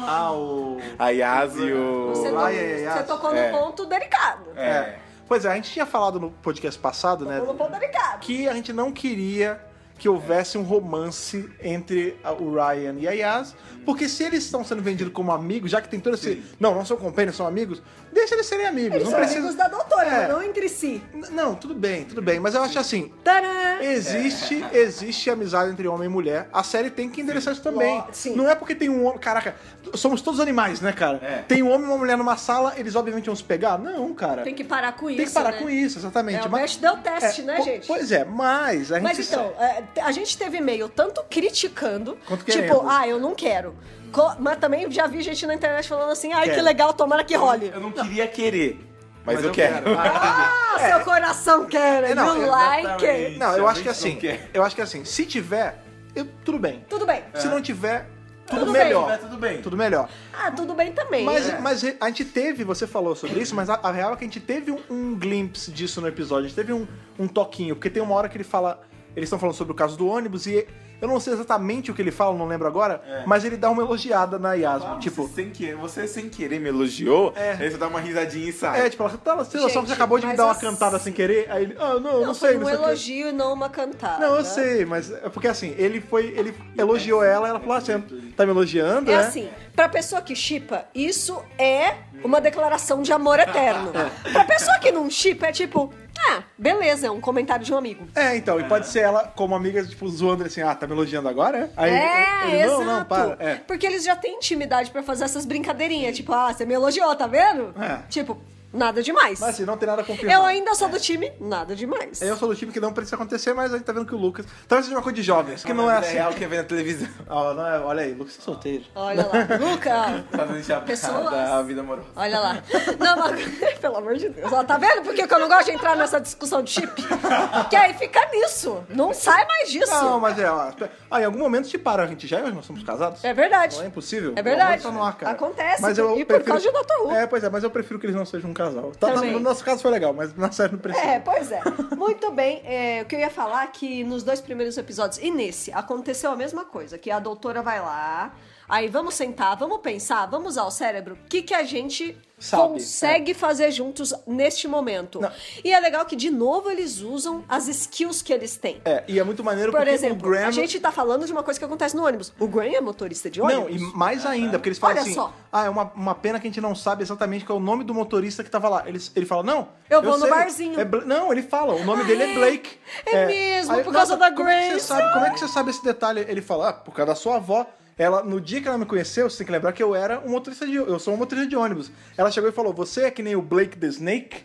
S1: Ah, o.
S3: A Yas e o.
S2: Você, to-
S1: Ai, ai, ai,
S2: você
S1: ai.
S2: tocou
S3: É.
S2: no ponto delicado.
S1: É. Pois é, a gente tinha falado no podcast passado, né?
S2: Tocou no ponto delicado.
S1: que a gente não queria que houvesse um romance entre a- o Ryan e a Yas, porque se eles estão sendo vendidos como amigos, já que tem todo esse... Não, não são companheiros, são amigos, deixa eles serem amigos.
S2: Eles
S1: não
S2: são
S1: precisa...
S2: amigos da doutora,
S1: É.
S2: mas não entre si.
S1: N- Não, tudo bem, tudo bem, mas eu acho assim...
S2: Tadã!
S1: Existe, existe amizade entre homem e mulher. A série tem que endereçar isso também.
S2: Lo- sim.
S1: Não é porque tem um homem. Caraca, somos todos animais, né, cara?
S4: É.
S1: Tem um homem e uma mulher numa sala, eles obviamente vão se pegar? Não, cara.
S2: Tem que parar com isso.
S1: Tem parar
S2: né?
S1: com isso, exatamente.
S2: É, o
S1: mas-
S2: teste deu teste,
S1: é,
S2: né,
S1: po-
S2: gente?
S1: Pois é, mas a gente
S2: Mas então, é, a gente teve e-mail tanto criticando,
S1: Quanto
S2: tipo,
S1: querendo.
S2: ah, eu não quero. Co- Mas também já vi gente na internet falando assim, ai, que
S1: Quero. É.
S2: legal, tomara que role.
S3: Eu não queria querer, mas, eu, quero. <laughs>
S2: Ah, seu coração quer,
S1: É, não,
S2: you
S4: exatamente.
S2: like it.
S1: Não, eu
S4: Se
S1: acho que
S4: a gente
S1: assim,
S4: não quer.
S1: eu acho que assim, se tiver, eu- tudo bem.
S2: Tudo bem.
S1: Se não tiver, tudo,
S2: Tudo bem.
S1: melhor.
S4: Mas tudo bem.
S1: Tudo melhor.
S2: Ah, tudo bem também.
S1: Mas,
S2: né?
S1: mas a gente teve, você falou sobre isso, mas a, a real é que a gente teve um, um glimpse disso no episódio. A gente teve um, um toquinho, porque tem uma hora que ele fala. Eles estão falando sobre o caso do ônibus e eu não sei exatamente o que ele fala, não lembro agora, mas ele dá uma elogiada na Yasmin.
S3: Ah,
S1: tipo,
S3: você sem, querer, você sem querer me elogiou,
S1: É.
S3: aí você dá uma risadinha e sai.
S1: é, tipo, ela, tá, você só
S2: Gente,
S1: você acabou de me
S2: mas
S1: dar uma
S2: assim-
S1: cantada sem querer. Aí ele, ah, não, não,
S2: Não,
S1: sei,
S2: foi
S1: não
S2: um
S1: sei o quê.
S2: elogio né? e não uma cantada.
S1: Não, eu sei, mas é porque assim, ele foi, ele elogiou ela, ela falou, ah, você tá me elogiando,
S2: É
S1: né?
S2: assim, pra pessoa que chipa, isso é uma declaração de
S1: <laughs>
S2: amor eterno. Pra pessoa que não chipa, é tipo, ah, beleza, é um comentário de um amigo.
S1: É, então, e pode ser ela como amiga, tipo, zoando ele assim, ah, tá me elogiando agora? é? Aí
S2: é,
S1: ele, não,
S2: exato.
S1: não, para. É.
S2: Porque eles já têm intimidade pra fazer essas brincadeirinhas, tipo, ah, você me elogiou, tá vendo?
S1: É.
S2: Tipo, nada demais.
S1: Mas assim, não tem nada confirmado.
S2: eu ainda sou do time, nada demais.
S1: Eu sou do time que não precisa acontecer, mas a gente tá vendo que o Lucas. Talvez seja uma coisa de jovens, que não é assim.
S3: real que vê
S1: <laughs>
S3: na televisão.
S1: Ó, não é- olha aí, Lucas é solteiro. <laughs>
S2: Olha lá, Luca, ó,
S3: Fazendo chapéu
S2: Pessoas.
S3: da vida amorosa.
S2: olha lá. Não, <laughs> mas, pelo amor de Deus, ó, tá vendo por que que eu não gosto de entrar nessa discussão de chip? Que aí fica nisso, não sai mais disso.
S1: Não, mas é, ó. Ah, em algum momento te param, a gente já, nós somos casados.
S2: É verdade.
S1: Não é impossível?
S2: É verdade.
S1: Pelo amor de Deus, tá no ar, cara.
S2: Acontece,
S1: Mas eu
S2: e por
S1: prefiro-
S2: causa de Dr. Who.
S1: É, pois é, mas eu prefiro que eles não sejam um casal. Tá- tá-
S2: Também.
S1: no nosso caso foi legal, mas na série não precisa.
S2: É, pois é.
S1: <laughs>
S2: Muito bem. É, o que eu ia falar é que nos dois primeiros episódios e nesse aconteceu a mesma coisa, que a doutora vai lá, aí vamos sentar, vamos pensar, vamos usar o cérebro, o que, que a gente
S1: Sabe, é.
S2: consegue fazer juntos neste momento.
S1: Não.
S2: E é legal que, de novo, eles usam as skills que eles têm.
S1: É, e é muito maneiro
S2: Por
S1: porque
S2: exemplo,
S1: o Graham...
S2: a gente tá falando de uma coisa que acontece no ônibus. O Graham é motorista de
S1: Não,
S2: ônibus.
S1: e mais ainda, porque eles falam
S2: Olha
S1: assim:
S2: só.
S1: ah, é uma, uma pena que a gente não sabe exatamente qual é o nome do motorista que tava lá. Ele, ele fala: não,
S2: Eu vou no
S1: sei,
S2: barzinho.
S1: é Bla- não, ele fala: o nome
S2: Ah,
S1: dele é
S2: é?
S1: Blake.
S2: É mesmo, por causa da
S1: como é que você
S2: Grace.
S1: sabe- como é que você sabe esse detalhe? Ele fala: ah, por causa da sua avó. Ela, no dia que ela me conheceu, você tem que lembrar que eu era um motorista de eu sou um motorista de ônibus. Ela chegou e falou: "Você é que nem o Blake the
S2: <laughs>
S1: Snake?"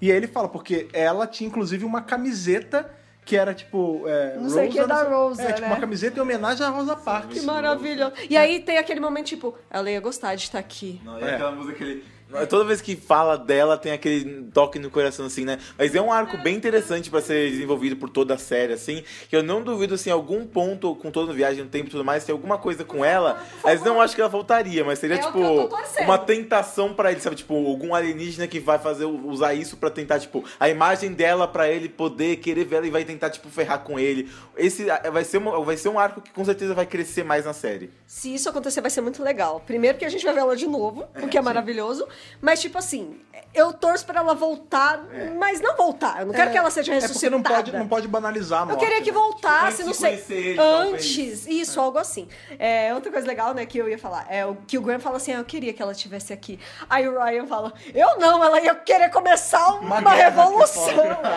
S1: e aí ele fala porque ela tinha inclusive uma camiseta que era tipo é,
S2: Não sei o que é da
S1: não
S2: Rosa,
S1: sei- é, tipo uma
S2: né?
S1: camiseta em homenagem à Rosa Parks.
S2: Que maravilha. E aí tem aquele momento, tipo, ela ia gostar de estar aqui.
S4: Não,
S1: É.
S4: é aquela música que ele...
S3: Toda vez que fala dela, tem aquele toque no coração, assim, né? Mas é um arco bem interessante pra ser desenvolvido por toda a série, assim. Que eu não duvido, assim, em algum ponto, com toda a viagem no tempo e tudo mais, tem alguma coisa com ela. Mas não acho que ela voltaria, mas seria,
S2: É o que
S3: tipo,
S2: eu tô torcendo.
S3: uma tentação pra ele, sabe? Tipo, algum alienígena que vai fazer, usar isso pra tentar, tipo, a imagem dela pra ele poder querer ver ela e vai tentar, tipo, ferrar com ele. Esse ah, vai ser, uma- vai ser um arco que com certeza vai crescer mais na série.
S2: Se isso acontecer, vai ser muito legal. Primeiro que a gente vai ver ela de novo, o que é maravilhoso. Mas, tipo assim, eu torço pra ela voltar, mas não voltar. Eu não quero que ela seja
S1: É porque
S2: ressuscitada.
S1: não pode, não pode banalizar a
S2: Eu
S1: morte,
S2: queria que
S1: né?
S2: voltasse,
S4: Antes
S2: não
S4: de
S2: sei.
S4: conhecer ele,
S2: antes, isso, algo assim. É, outra coisa legal, né, que eu ia falar, é o- que o Graham fala assim: ah, eu queria que ela estivesse aqui. Aí o Ryan fala: eu não, ela ia querer começar uma, revolução.
S1: <laughs>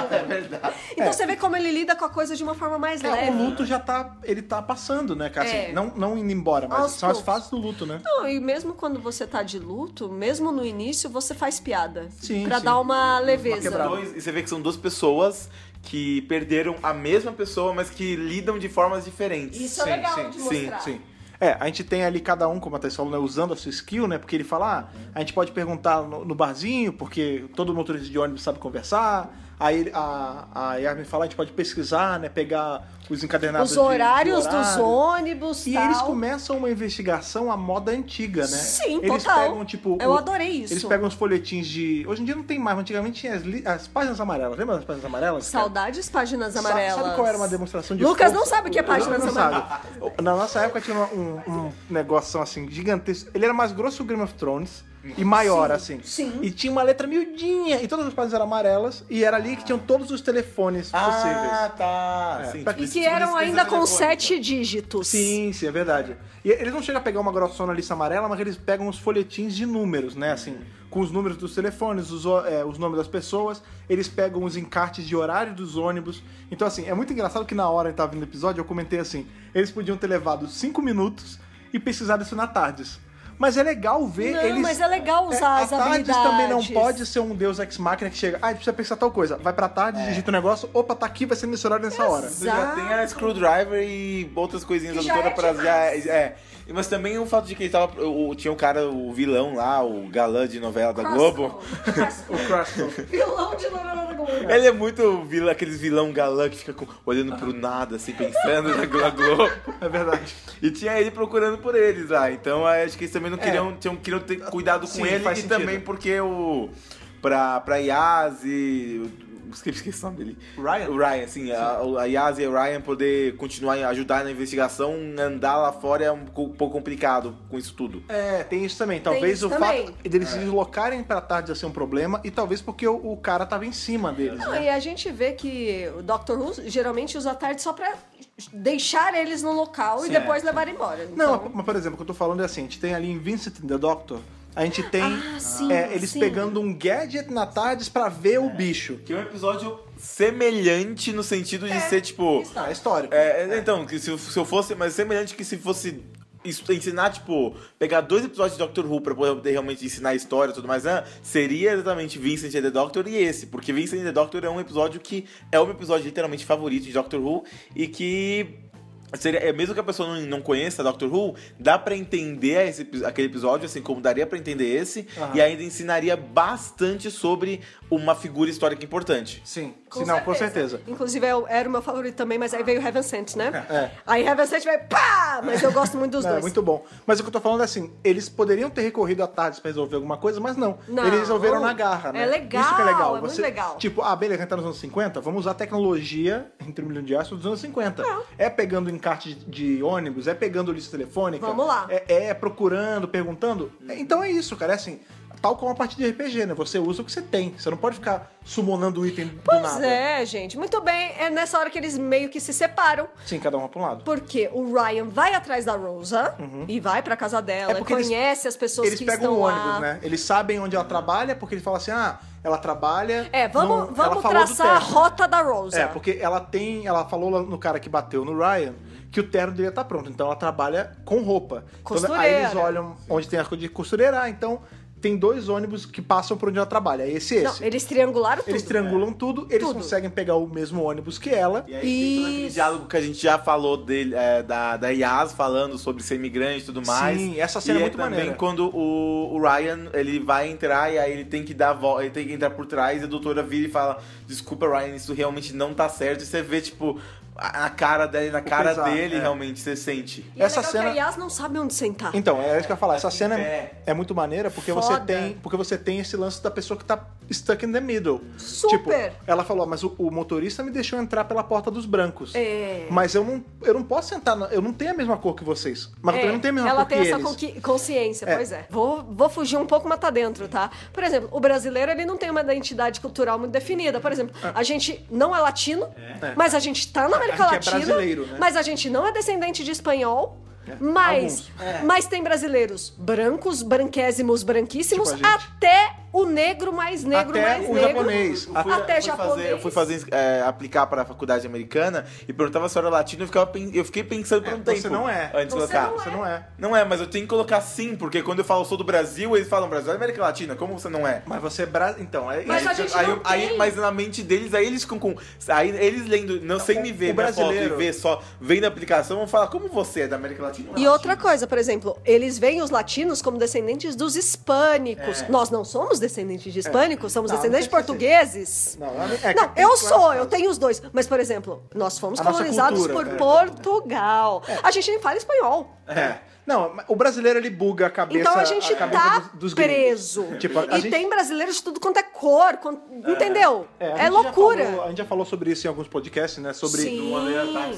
S4: É verdade.
S2: Então você vê como ele lida com a coisa de uma forma mais
S1: É,
S2: leve.
S1: o luto já tá. Ele tá passando, né, cara? Assim,
S2: É.
S1: não, não indo embora, mas
S2: Aos
S1: são as
S2: poucos.
S1: fases do luto, né?
S2: Não, e mesmo quando você tá de luto, mesmo no início, você faz piada.
S1: Sim,
S2: Pra
S1: sim.
S2: dar uma leveza.
S1: quebrada.
S3: Dois- e você vê que são duas pessoas que perderam a mesma pessoa, mas que lidam de formas diferentes.
S2: Isso
S1: Sim,
S2: é legal
S1: sim,
S2: de
S3: sim,
S2: mostrar.
S1: Sim. É, a gente tem ali cada um, como a Thais falou, né, usando a sua skill, né? Porque ele fala, ah, a gente pode perguntar no, no barzinho, porque todo motorista de ônibus sabe conversar. Aí ele- a, a Yasmin fala, a gente pode pesquisar, né? Pegar os encadernados
S2: Os
S1: de- de
S2: horários dos
S1: horário.
S2: ônibus
S1: E
S2: tal.
S1: eles começam uma investigação à moda antiga, né?
S2: Sim,
S1: eles
S2: total.
S1: Pegam, tipo,
S2: Eu
S1: o-
S2: adorei isso.
S1: Eles pegam os folhetins de. Hoje em dia não tem mais, mas antigamente tinha as, li- as páginas amarelas. Lembra das páginas amarelas? cara?
S2: Saudades, páginas
S1: Sa-
S2: amarelas.
S1: Sabe qual era uma demonstração de
S2: Lucas
S1: força?
S2: não sabe o que é páginas
S1: Não, não
S2: amarelas.
S1: sabe. Na nossa época tinha um, um negócio assim gigantesco. Ele era mais grosso que o Game of Thrones. E maior, assim.
S2: Sim, sim.
S1: E tinha uma letra miudinha. E todas as páginas eram amarelas. E era ali que tinham todos os telefones
S3: Ah,
S1: possíveis.
S3: tá.
S1: É.
S3: Sim,
S1: Pra-
S2: E
S3: tipo,
S2: que
S3: isso
S2: eram
S3: precisa
S2: ainda
S3: de
S2: com
S3: telefone.
S2: sete dígitos.
S1: Sim, sim, é verdade. E eles não chegam a pegar uma grossona lista amarela, mas eles pegam os folhetins de números, né? Assim, com os números dos telefones, os, ho- é, os nomes das pessoas. Eles pegam os encartes de horário dos ônibus. Então, assim, é muito engraçado que na hora que tava vindo o episódio, eu comentei assim: eles podiam ter levado cinco minutos e pesquisado isso na tardes. Mas é legal ver
S2: Não,
S1: eles.
S2: mas é legal usar
S1: a
S2: as
S1: Tardes
S2: habilidades.
S1: também não pode ser um deus ex-máquina que chega. Ah, a gente precisa pensar tal coisa. Vai pra
S2: É.
S1: tarde, digita o negócio. Opa, tá aqui, vai ser nesse horário nessa hora.
S3: Você já tem a screwdriver e outras coisinhas
S2: Que
S3: da
S2: já
S3: doutora
S2: é
S3: pra. Já, é. Mas também o fato de que ele tava. o- o- tinha um cara, o vilão lá, o galã de novela da Globo.
S1: <laughs>
S2: Crossbow. Vilão de novela da Globo.
S3: Ele é muito vilão, aqueles vilão galã que fica com- olhando pro nada, assim, pensando na Glo- Globo.
S1: Ah. É verdade.
S3: E tinha ele procurando por eles lá. Então aí acho que eles também não queriam, tinham, queriam ter cuidado com
S1: É. Sim,
S3: ele. E
S1: faz sentido.
S3: também porque o. Pra, pra Yas e. Esqueci o nome dele.
S1: Ryan?
S3: O Ryan, assim, a, a Yas e o Ryan poder continuar a ajudar na investigação, andar lá fora é um co- pouco complicado com isso tudo.
S1: É, tem isso também. Talvez
S2: isso
S1: o
S2: também.
S1: fato deles
S3: É.
S1: se deslocarem pra tarde ia ser um problema, e talvez porque o, o cara tava em cima deles,
S2: Não,
S1: né?
S2: e a gente vê que o Dr. Who geralmente usa a tarde só pra deixar eles no local e depois levar embora.
S1: Não,
S2: Então,
S1: mas por exemplo, o que eu tô falando é assim, a gente tem ali em Vincent the Doctor, a gente tem
S2: Ah, sim,
S1: é, eles
S2: sim.
S1: pegando um gadget na tarde pra ver o bicho.
S3: Que é um episódio semelhante no sentido de ser, tipo...
S2: isso.
S1: Ah, é histórico.
S3: É, então, que se, eu- se eu fosse. Mas é semelhante que se fosse isso- ensinar, tipo, pegar dois episódios de Doctor Who pra poder realmente ensinar a história e tudo mais, né? seria exatamente Vincent and the Doctor e esse. Porque Vincent and the Doctor é um episódio que é o meu episódio literalmente favorito de Doctor Who e que. Seria, é, mesmo que a pessoa não, não conheça Doctor Who, dá pra entender esse epi- aquele episódio, assim como daria pra entender esse,
S1: Aham.
S3: e ainda ensinaria bastante sobre uma figura histórica importante.
S1: Sim, sim não, com certeza.
S2: Inclusive eu- era o meu favorito também, mas aí veio Heaven Sent, né?
S1: É.
S2: Aí Heaven Sent veio pá! Mas eu gosto muito dos
S1: <laughs> Não, é
S2: dois.
S1: muito bom. Mas o que eu tô falando é assim, eles poderiam ter recorrido à tarde pra resolver alguma coisa, mas não.
S2: Não.
S1: Eles resolveram na garra, né?
S2: É legal,
S1: Isso que é legal.
S2: é muito
S1: Você-
S2: legal.
S1: Tipo, ah, beleza, a gente tá nos anos 50, vamos usar a tecnologia, entre um milhão de astros, dos anos 50. É pegando encarte de, de ônibus, é pegando lista telefônica.
S2: Vamos lá.
S1: É, é procurando, perguntando. Então é isso, cara. É assim, tal como a partir de RPG, né? Você usa o que você tem. Você não pode ficar sumonando item do
S2: Pois
S1: nada.
S2: é, gente. Muito bem. É nessa hora que eles meio que se separam.
S1: Sim, cada um vai pra um lado.
S2: Porque o Ryan vai atrás da Rosa e vai pra casa dela,
S1: Uhum. É porque eles-
S2: conhece as pessoas
S1: Eles
S2: que
S1: pegam
S2: estão
S1: o ônibus,
S2: lá.
S1: né? Eles sabem onde ela trabalha, porque ele fala assim: ah, ela trabalha.
S2: É,
S1: no-
S2: vamos,
S1: ela falou
S2: vamos
S1: do
S2: traçar a
S1: terno.
S2: rota da Rosa.
S1: É, porque ela tem. Ela falou lá no cara que bateu no Ryan que o terno dele tá pronto. Então ela trabalha com roupa. Então, aí eles
S2: Costureira.
S1: olham onde tem as coisas de costureira. ah, Então tem dois ônibus que passam por onde ela trabalha. é Esse e
S2: Não,
S1: esse.
S2: eles triangularam tudo.
S1: eles triangulam tudo, eles
S2: Tudo.
S1: conseguem pegar o mesmo ônibus que ela.
S3: E aí É, tem todo aquele
S2: Isso.
S3: diálogo que a gente já falou dele, é, da, da Yas falando sobre ser imigrante e tudo mais.
S1: Sim, essa cena
S3: e
S1: é muito
S3: também
S1: maneira.
S3: quando o, o Ryan, ele vai entrar e aí ele tem que dar a vo- ele tem que entrar por trás e a doutora vira e fala, desculpa Ryan, isso realmente não tá certo. E você vê, tipo, a, a cara dele, na cara
S1: pesar,
S3: dele,
S1: é.
S3: realmente, você sente.
S2: E
S1: Essa
S2: é legal
S1: cena-
S2: que a Yas não sabe onde sentar.
S1: Então, é isso que eu ia falar. Essa
S3: Assim,
S1: cena é,
S3: é.
S1: é muito maneira porque você
S2: Foda.
S1: tem porque você tem esse lance da pessoa que tá stuck in the middle.
S2: Super.
S1: Tipo, ela falou, "Ah, mas o, o motorista me deixou entrar pela porta dos brancos.
S2: É.
S1: Mas eu não, eu não posso sentar, na- eu não tenho a mesma cor que vocês. Mas eu
S2: É,
S1: também não tenho a mesma
S2: ela
S1: cor
S2: tem
S1: que
S2: essa
S1: eles.
S2: conqui- consciência,
S1: É.
S2: pois é. Vou, vou fugir um pouco, mas tá dentro, tá? Por exemplo, o brasileiro, ele não tem uma identidade cultural muito definida. Por exemplo, a gente não é latino, mas a gente tá na América
S1: gente é
S2: Latina.
S1: brasileiro, né?
S2: Mas a gente não é descendente de espanhol.
S1: É.
S2: Mas, mas tem brasileiros brancos, branquésimos, branquíssimos,
S1: Tipo a gente.
S2: até o negro mais negro
S1: Até
S2: mais
S1: o
S2: negro.
S1: japonês.
S3: Eu fui-
S2: até
S3: eu fui
S2: japonês.
S3: fazer- eu fui fazer é, aplicar para a faculdade americana e perguntava se eu era latino e eu, ficava pen- eu fiquei pensando por
S1: É,
S3: um
S1: você
S3: tempo.
S1: não é.
S3: Antes de
S2: Você
S3: colocar.
S2: não
S1: Você não é.
S3: Não é, mas eu tenho que colocar sim, porque quando eu falo sou do Brasil, eles falam Brasil, é América Latina, como você não é?
S1: Mas você é bra... Então, é
S2: Mas
S1: isso.
S2: a gente
S3: aí,
S2: não
S3: eu- aí-
S2: tem.
S3: mas na mente deles, aí eles ficam com. Aí eles lendo, não sem me ver,
S1: o
S3: minha foto e
S1: brasileiro-
S3: ver só, vem na aplicação, vão falar como você é da América Latina.
S2: E outra coisa, por exemplo, eles veem os latinos como descendentes dos hispânicos. Nós não somos descendentes de hispânicos, somos
S1: É. Não,
S2: descendentes de
S1: não tem que ser.
S2: portugueses.
S1: Não, é- é
S2: Não,
S1: que-
S2: eu sou, eu tenho os dois. Mas, por exemplo, nós fomos
S1: A nossa
S2: colonizados
S1: cultura,
S2: por
S1: é.
S2: Portugal. A gente nem fala espanhol.
S1: É. Não, o brasileiro ele buga a cabeça.
S2: Então a gente
S1: cabeça
S2: tá
S1: dos- dos gringos.
S2: preso.
S1: Tipo, a- a
S2: e
S1: gente-
S2: tem brasileiros de tudo quanto é cor, quanto- entendeu?
S1: É, a
S2: É,
S1: gente já
S2: loucura.
S1: falou- a gente já falou sobre isso em alguns podcasts, né? Sobre
S2: Sim.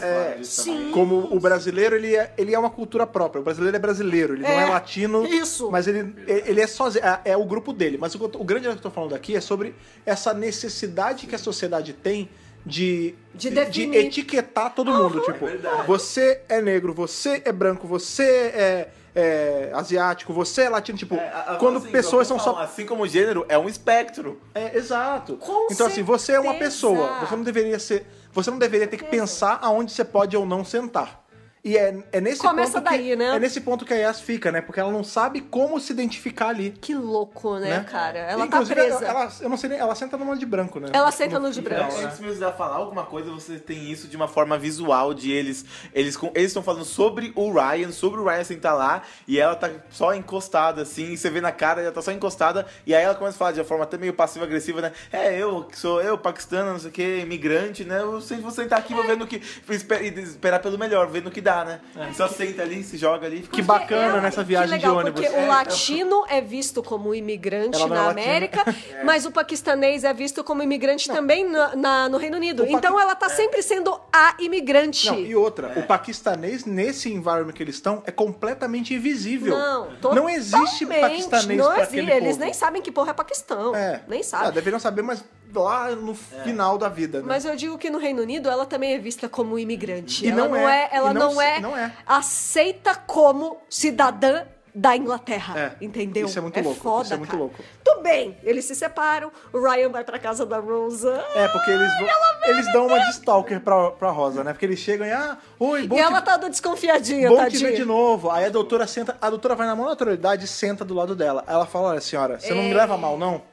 S1: É,
S2: Sim.
S1: Como o brasileiro, ele é, ele é uma cultura própria. O brasileiro é brasileiro, ele não é
S2: É,
S1: latino.
S2: isso.
S1: Mas ele, ele é sozinho, é, é o grupo dele. Mas o, que eu tô- o grande que eu tô falando aqui é sobre essa necessidade que a sociedade tem de,
S2: De definir. Uhum.
S1: etiquetar todo mundo. Tipo, você é negro, você é branco, você é, é asiático, você é latino. Tipo, quando pessoas são só
S3: Assim como gênero, é um espectro.
S1: é, exato.
S2: Com
S1: então, assim, você é uma
S2: certeza.
S1: pessoa. Você não deveria ser. Você não deveria ter que pensar aonde você pode ou não sentar. E é, é nesse
S2: Começa
S1: ponto.
S2: daí,
S1: que,
S2: né?
S1: É nesse ponto que a Yas fica, né? Porque ela não sabe como se identificar ali.
S2: Que louco, né,
S1: né?
S2: cara? Ela
S1: Inclusive,
S2: tá presa.
S1: Ela, ela- eu não sei nem, ela senta numa de branco, né?
S2: Ela senta no de branco.
S3: Antes mesmo de ela falar alguma coisa, você tem isso de uma forma visual de eles. Eles com- eles estão falando sobre o Ryan, sobre o Ryan sentar lá, e ela tá só encostada, assim, e você vê na cara, ela tá só encostada, e aí ela começa a falar de uma forma até meio passiva-agressiva, né? É, eu que sou eu, paquistana, não sei o que, imigrante, né? Eu sei vou sentar aqui, vou vendo o que. esper- e esperar pelo melhor, vendo o que dá. dá, né? Só senta ali, se joga ali. Fica...
S1: Que bacana nessa viagem
S2: É, que legal,
S1: de ônibus.
S2: Porque o latino é visto como imigrante
S1: Ela não é
S2: na
S1: latina.
S2: América,
S1: É.
S2: mas o paquistanês é visto como imigrante também na, na- no Reino Unido.
S1: O paqui- é.
S2: Então ela tá sempre sendo a imigrante.
S1: Não, e outra, o paquistanês, nesse environment que eles estão, é completamente invisível.
S2: Não,
S1: não existe
S2: totalmente,
S1: paquistanês
S2: não
S1: pra
S2: existe.
S1: aquele
S2: Eles
S1: povo.
S2: nem sabem que porra é Paquistão.
S1: É.
S2: Nem
S1: Ah,
S2: sabem.
S1: deveriam saber, mas lá no final da vida, né?
S2: Mas eu digo que no Reino Unido ela também é vista como imigrante.
S1: E
S2: ela
S1: não é,
S2: ela
S1: e não
S2: não,
S1: se-
S2: é,
S1: não é.
S2: aceita como cidadã da Inglaterra,
S1: É,
S2: entendeu?
S1: isso é muito louco,
S2: Foda,
S1: isso é muito
S2: cara.
S1: louco.
S2: Tudo bem, eles se separam, o Ryan vai pra casa da Rosa.
S1: É, porque eles vão- eles dão uma de stalker pra, pra Rosa, né? Porque eles chegam e, ah, oi, bom
S2: e
S1: te-
S2: ela tá toda desconfiadinha,
S1: Bom te
S2: tadinha.
S1: ver de novo. Aí a doutora senta, a doutora vai na mão da autoridade e senta do lado dela. Aí Ela fala: Olha, senhora, você não me leva mal, não.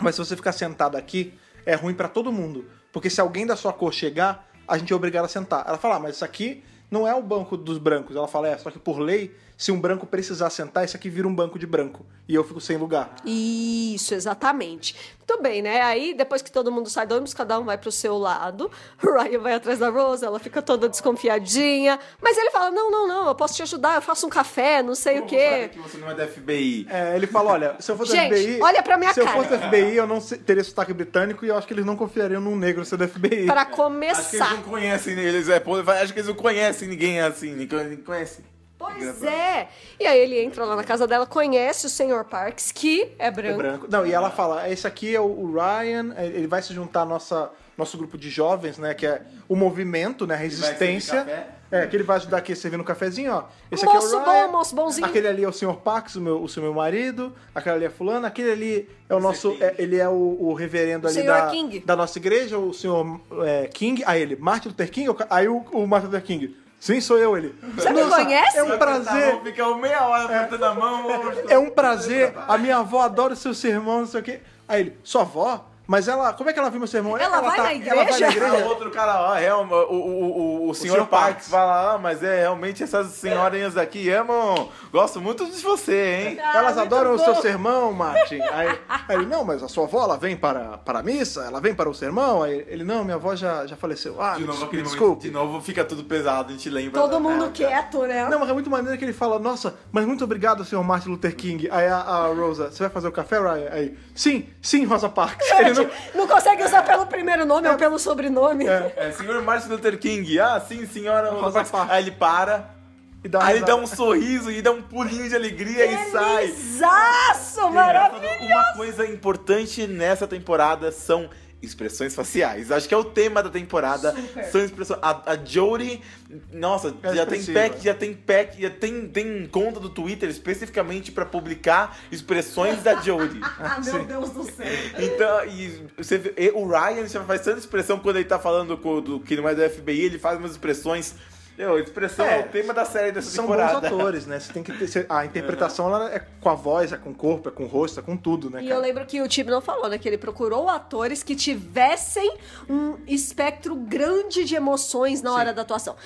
S1: Mas se você ficar sentada aqui, é ruim pra todo mundo. Porque se alguém da sua cor chegar, a gente é obrigado a sentar. Ela fala: ah, Mas isso aqui não é o banco dos brancos. Ela fala: É, só que por lei, se um branco precisar sentar, isso aqui vira um banco de branco. E eu fico sem lugar.
S2: Isso, exatamente. Muito bem, né? Aí, depois que todo mundo sai do ônibus, cada um vai pro seu lado. O Ryan vai atrás da Rosa, ela fica toda desconfiadinha. Mas ele fala: não, não, não, eu posso te ajudar, eu faço um café, não sei o quê.
S3: Que você não é da FBI.
S1: É, ele fala, olha, se eu fosse
S2: Gente,
S1: da FBI...
S2: olha pra minha
S1: Se
S2: cara.
S1: eu fosse da FBI, eu não se- teria sotaque britânico e eu acho que eles não confiariam num negro ser da FBI.
S2: Pra
S3: Acho que eles não
S2: começar.
S3: conhecem eles, é, pô, acho que eles não conhecem ninguém assim, ninguém conhece.
S2: Pois é. E aí ele entra lá na casa dela, conhece o Sr. Parks, que é
S1: É
S2: branco.
S1: branco. Não, e ela fala, esse aqui é o- o Ryan, é, ele vai se juntar à nossa nosso grupo de jovens, né, que é o movimento, né, a
S3: vai servir
S1: resistência.
S3: café?
S1: É, que ele vai ajudar aqui servindo um cafezinho, ó. Esse aqui
S2: Moço
S1: é o Ryan.
S2: bom, moço bonzinho.
S1: Aquele ali é o senhor Pax, o meu, o seu meu marido. Aquele ali é fulano. Aquele ali é o nosso,
S3: King.
S1: é- ele é o, o reverendo ali
S2: senhor
S1: da,
S2: King.
S1: da nossa igreja, o senhor é, King. Aí ele, Martin Luther King, aí o, o Martin Luther King. Sim, sou eu, ele.
S2: Você me conhece?
S1: É um prazer.
S3: Vamos ficar meia hora apertando a mão.
S1: É um prazer, a minha avó adora o seu sermão, não sei o quê. Aí ele, sua avó? Mas ela, como é que ela viu meu sermão?
S2: Ela vai na
S1: Ela vai na
S2: igreja?
S1: igreja?
S3: outro cara lá, real, o, o, o, o, senhor
S1: senhor
S3: Parks
S1: Parks.
S3: vai lá, "Ah, mas é realmente essas senhorinhas aqui amam. Gosto muito de você, hein?
S2: Ah,
S1: Elas
S2: muito
S1: adoram o
S2: bom.
S1: seu sermão, Martin. Aí, aí ele, não, mas a sua avó, ela vem para, para a missa? Ela vem para o sermão? Aí ele, não, minha avó já, já faleceu. Ah,
S3: De
S1: me
S3: novo,
S1: desculpe,
S3: aquele
S1: me
S3: momento,
S1: desculpe.
S3: de novo fica tudo pesado, a gente lembra.
S2: Todo
S3: da-
S2: mundo
S3: é,
S2: quieto, né?
S1: Não, mas é muito maneiro que ele fala, nossa, mas muito obrigado, senhor Martin Luther King. Aí a, a Rosa, você vai fazer o café, Ryan? Aí, sim, sim, Rosa
S2: <laughs>
S1: Parks. Ele não-
S2: Não consegue usar pelo primeiro nome ou pelo sobrenome.
S3: É, senhor Martin Luther King. Ah, sim, senhora
S1: Vou
S3: Rosa
S1: fazer
S3: Parks.
S1: parte.
S3: Aí ele para.
S1: E dá uma
S3: aí ele dá
S1: risada.
S3: um sorriso e dá um pulinho de alegria
S2: É
S3: e sai.
S2: Felizaço, maravilhoso!
S3: Uma coisa importante nessa temporada são expressões faciais. Acho que é o tema da temporada. São expressões. A, a Jodie, nossa,
S1: É
S3: já tem
S1: expressiva.
S3: pack, já tem pack, já tem, tem conta do Twitter especificamente pra publicar expressões da Jodie.
S2: Ah, meu Deus do céu.
S3: Então, e você vê- e o Ryan já faz tanta expressão quando ele tá falando com, do, que não é do FBI, ele faz umas expressões. Meu, expressão é,
S1: É,
S3: o tema da série dessa
S1: são bons
S3: temporada.
S1: atores, né? Você tem que ter, você- a interpretação ela é com a voz, é com o corpo, é com o rosto, é com tudo, né?
S2: E
S1: cara?
S2: eu lembro que o time não falou, né? Que ele procurou atores que tivessem um espectro grande de emoções na hora da atuação.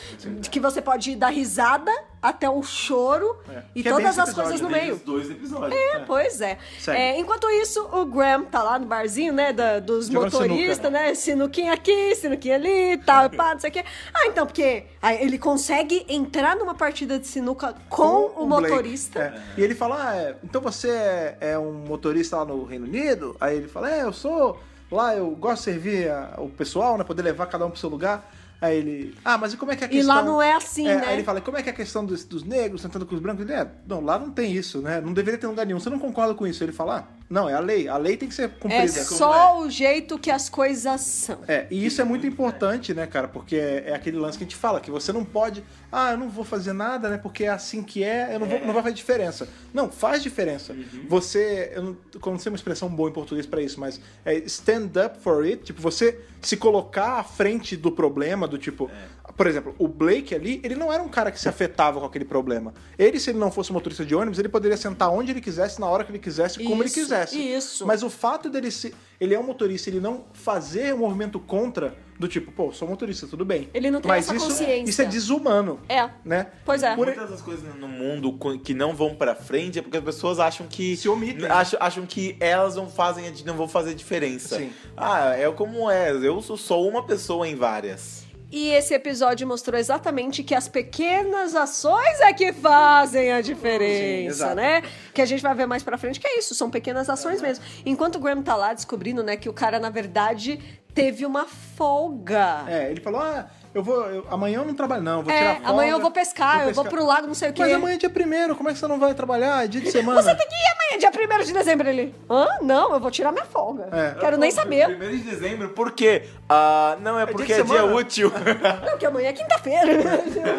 S2: Que você pode dar risada até o choro
S1: É.
S2: e
S1: Que é bem
S2: todas
S1: esse
S2: as
S1: episódio
S2: coisas no
S1: deles
S2: meio.
S3: Dois episódios.
S2: É, Pois é.
S1: Segue.
S2: É, Enquanto isso, o Graham tá lá no barzinho, né? da- dos
S1: Jogando
S2: motoristas,
S1: sinuca.
S2: né? Sinuquinha aqui, sinuquinha ali, tal, pá, não sei o quê. Ah, então, porque aí ele consegue entrar numa partida de sinuca com, o,
S1: Blake.
S2: motorista.
S1: É. E ele fala: ah, é, então você é, é um motorista lá no Reino Unido? Aí ele fala: é, eu sou. Lá eu gosto de servir a- o pessoal, né? Poder levar cada um pro seu lugar. Aí ele. Ah, mas e como é que é a
S2: E
S1: questão.
S2: lá não é assim, né?
S1: Aí ele fala: como é que é a questão dos, dos negros sentando com os brancos? Ele é, não, lá não tem isso, né? Não deveria ter lugar nenhum. Você não concorda com isso? Ele fala: ah, não, é a lei. A lei tem que ser cumprida.
S2: É só o jeito que as coisas são.
S1: É, e isso é muito importante, né, cara? Porque é, é aquele lance que a gente fala, que você não pode, ah, eu não vou fazer nada, né? Porque é assim que é, eu não, vou, não vai fazer diferença. Não, faz diferença. Você, eu não, como sei uma expressão boa em português pra isso, mas é stand up for it, tipo, você se colocar à frente do problema, do tipo, por exemplo, o Blake ali, ele não era um cara que se afetava com aquele problema. Ele, se ele não fosse motorista de ônibus, ele poderia sentar onde ele quisesse, na hora que ele quisesse, como ele
S2: Isso,
S1: quisesse.
S2: isso.
S1: Mas o fato dele ser. Ele é um motorista, ele não fazer um movimento contra, do tipo, pô, sou motorista, tudo bem.
S2: Ele não tem
S1: Mas
S2: essa
S1: isso,
S2: consciência.
S1: Isso é desumano.
S2: É.
S1: Né?
S2: Pois é.
S1: Por-
S3: Muitas das coisas no mundo co- que não vão pra frente é porque as pessoas acham que.
S1: Se omitem.
S3: Acham, acham que elas não fazem, a di- não vão fazer diferença.
S1: Sim.
S3: Ah, é como é. Eu sou só uma pessoa em várias.
S2: E esse episódio mostrou exatamente que as pequenas ações é que fazem a diferença,
S1: exato.
S2: né? Que a gente vai ver mais pra frente, que é isso, são pequenas ações mesmo. Enquanto o Graham tá lá descobrindo, né, que o cara, na verdade, teve uma folga.
S1: É, ele falou, ah, eu vou, eu- amanhã eu não trabalho não, eu vou
S2: É,
S1: tirar folga,
S2: amanhã eu vou pescar, eu vou
S1: pescar."
S2: pro lago, não sei o quê.
S1: Mas amanhã é dia primeiro, como é que você não vai trabalhar? É dia de semana.
S2: Você tem que ir amanhã, dia 1 de dezembro. Ele, hã? Não, eu vou tirar minha folga.
S1: É.
S2: Quero nem saber.
S3: Primeiro de dezembro, por quê? Ah, não, é
S1: dia
S3: porque
S1: de
S3: é dia
S1: semana.
S3: útil.
S2: Não, que amanhã é quinta-feira.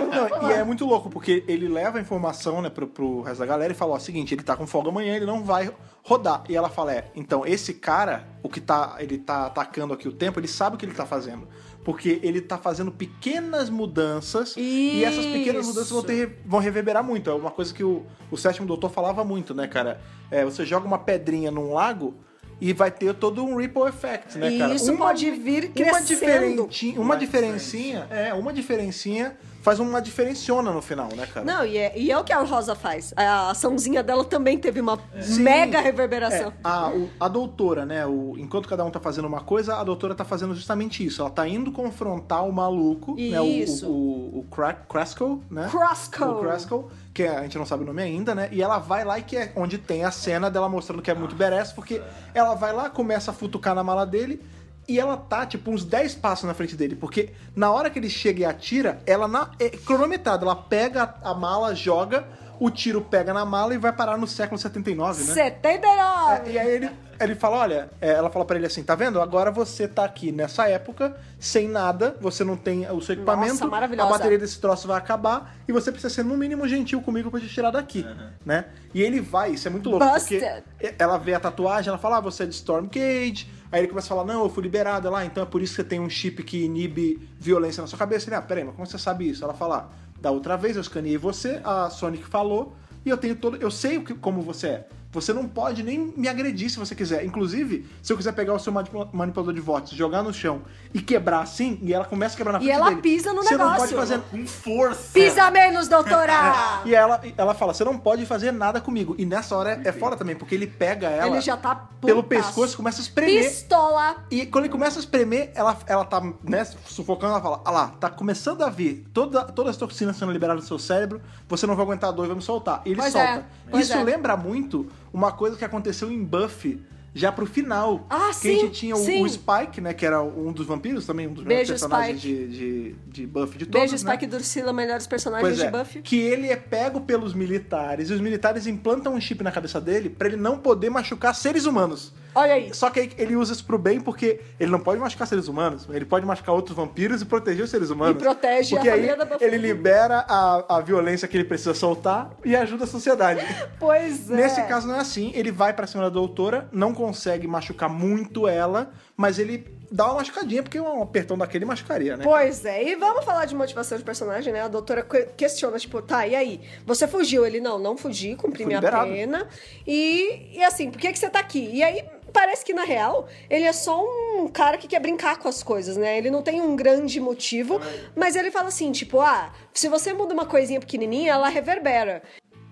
S2: <laughs>
S1: Não, e é muito louco, porque ele leva a informação, né, pro, pro resto da galera e fala, ó, seguinte, ele tá com folga amanhã, ele não vai rodar. E ela fala, é, então esse cara, o que tá, ele tá atacando aqui o tempo, ele sabe o que ele tá fazendo. Porque ele tá fazendo pequenas mudanças e essas pequenas
S2: Isso.
S1: mudanças vão, ter, vão reverberar muito. É uma coisa que o, o sétimo doutor falava muito, né, cara? É, você joga uma pedrinha num lago e vai ter todo um ripple effect, né,
S2: E
S1: cara?
S2: isso
S1: Uma-
S2: pode vir
S1: uma
S2: crescendo.
S1: diferentinha, uma diferencinha, é, uma diferencinha faz uma diferenciona no final, né, cara?
S2: Não, e é, e é o que a Rosa faz. A açãozinha dela também teve uma
S1: Sim.
S2: mega
S1: É,
S2: reverberação.
S1: a, o- a doutora, né? o- enquanto cada um tá fazendo uma coisa, a doutora tá fazendo justamente isso. Ela tá indo confrontar o maluco, né? o-
S2: Isso.
S1: O, o, o Cra- Craskell, né?
S2: Craskell.
S1: O Craskell, que a gente não sabe o nome ainda, né? E ela vai lá e que é onde tem a cena dela mostrando que é muito badass, porque ela vai lá, começa a futucar na mala dele. E ela tá, tipo, uns 10 passos na frente dele. Porque na hora que ele chega e atira, ela na, é cronometrada. Ela pega a, a mala, joga, o tiro pega na mala e vai parar no século 79, né?
S2: 79!
S1: É, e aí ele, ele fala, olha, é, ela fala pra ele assim, tá vendo? Agora você tá aqui nessa época, sem nada, você não tem o seu equipamento,
S2: Nossa, maravilhosa.
S1: a bateria desse troço vai acabar e você precisa ser no mínimo gentil comigo pra te tirar daqui, né? E ele vai, isso é muito louco,
S2: Busted.
S1: porque ela vê a tatuagem, ela fala, ah, você é de Stormcage, aí ele começa a falar, não, eu fui liberado lá, então é por isso que você tem um chip que inibe violência na sua cabeça. Ele, ah, peraí, mas como você sabe isso? Ela fala, ah, da outra vez eu escaneei você, a Sonic falou, e eu tenho todo. Eu sei o que, como você é. Você não pode nem me agredir se você quiser. Inclusive, se eu quiser pegar o seu manipula- manipulador de votos, jogar no chão e quebrar assim, e ela começa a quebrar na
S2: E
S1: frente
S2: ela
S1: dele,
S2: pisa no
S1: você não
S2: negócio.
S1: pode fazer.
S3: Com força.
S2: Pisa menos, doutora!
S1: é. <laughs> E ela, ela fala, você não pode fazer nada comigo. E nessa hora é, é fora também, porque ele pega ela
S2: Ele já tá
S1: pelo
S2: putaço.
S1: pescoço, começa a espremer.
S2: Pistola!
S1: E quando ele começa a espremer, ela, ela tá né, sufocando, ela fala, ah lá, tá começando a vir toda, todas as toxinas sendo liberadas do seu cérebro, você não vai aguentar a dor e vai me soltar. E ele
S2: Pois
S1: solta.
S2: é, pois
S1: Isso
S2: é.
S1: lembra muito uma coisa que aconteceu em Buffy, já pro final.
S2: Ah,
S1: que
S2: sim,
S1: a gente tinha o,
S2: sim.
S1: o Spike, né, que era um dos vampiros também, um dos melhores
S2: Beijo,
S1: personagens de,
S2: Spike.
S1: de, de Buffy de todos,
S2: Beijo,
S1: né?
S2: Spike e Dursila, melhores personagens
S1: Pois é,
S2: de Buffy.
S1: que ele é pego pelos militares e os militares implantam um chip na cabeça dele pra ele não poder machucar seres humanos.
S2: Olha aí.
S1: Só que aí ele usa isso pro bem porque ele não pode machucar seres humanos, ele pode machucar outros vampiros e proteger os seres humanos.
S2: E protege a
S1: porque
S2: família
S1: aí
S2: da Buffy.
S1: ele libera a, a violência que ele precisa soltar e ajuda a sociedade.
S2: <laughs> Pois é.
S1: Nesse caso não é assim, ele vai pra cima da doutora, não consegue machucar muito ela, mas ele dá uma machucadinha porque um apertão daquele machucaria, né?
S2: Pois é, e vamos falar de motivação de personagem, né? A doutora que- questiona, tipo, tá, e aí? Você fugiu? Ele, não, não fugi, cumpri
S1: Fui
S2: minha
S1: liberado.
S2: pena. E, e assim, por que, que você tá aqui? E aí, parece que na real, ele é só um cara que quer brincar com as coisas, né? Ele não tem um grande motivo, mas ele fala assim, tipo, ah, se você muda uma coisinha pequenininha, ela reverbera.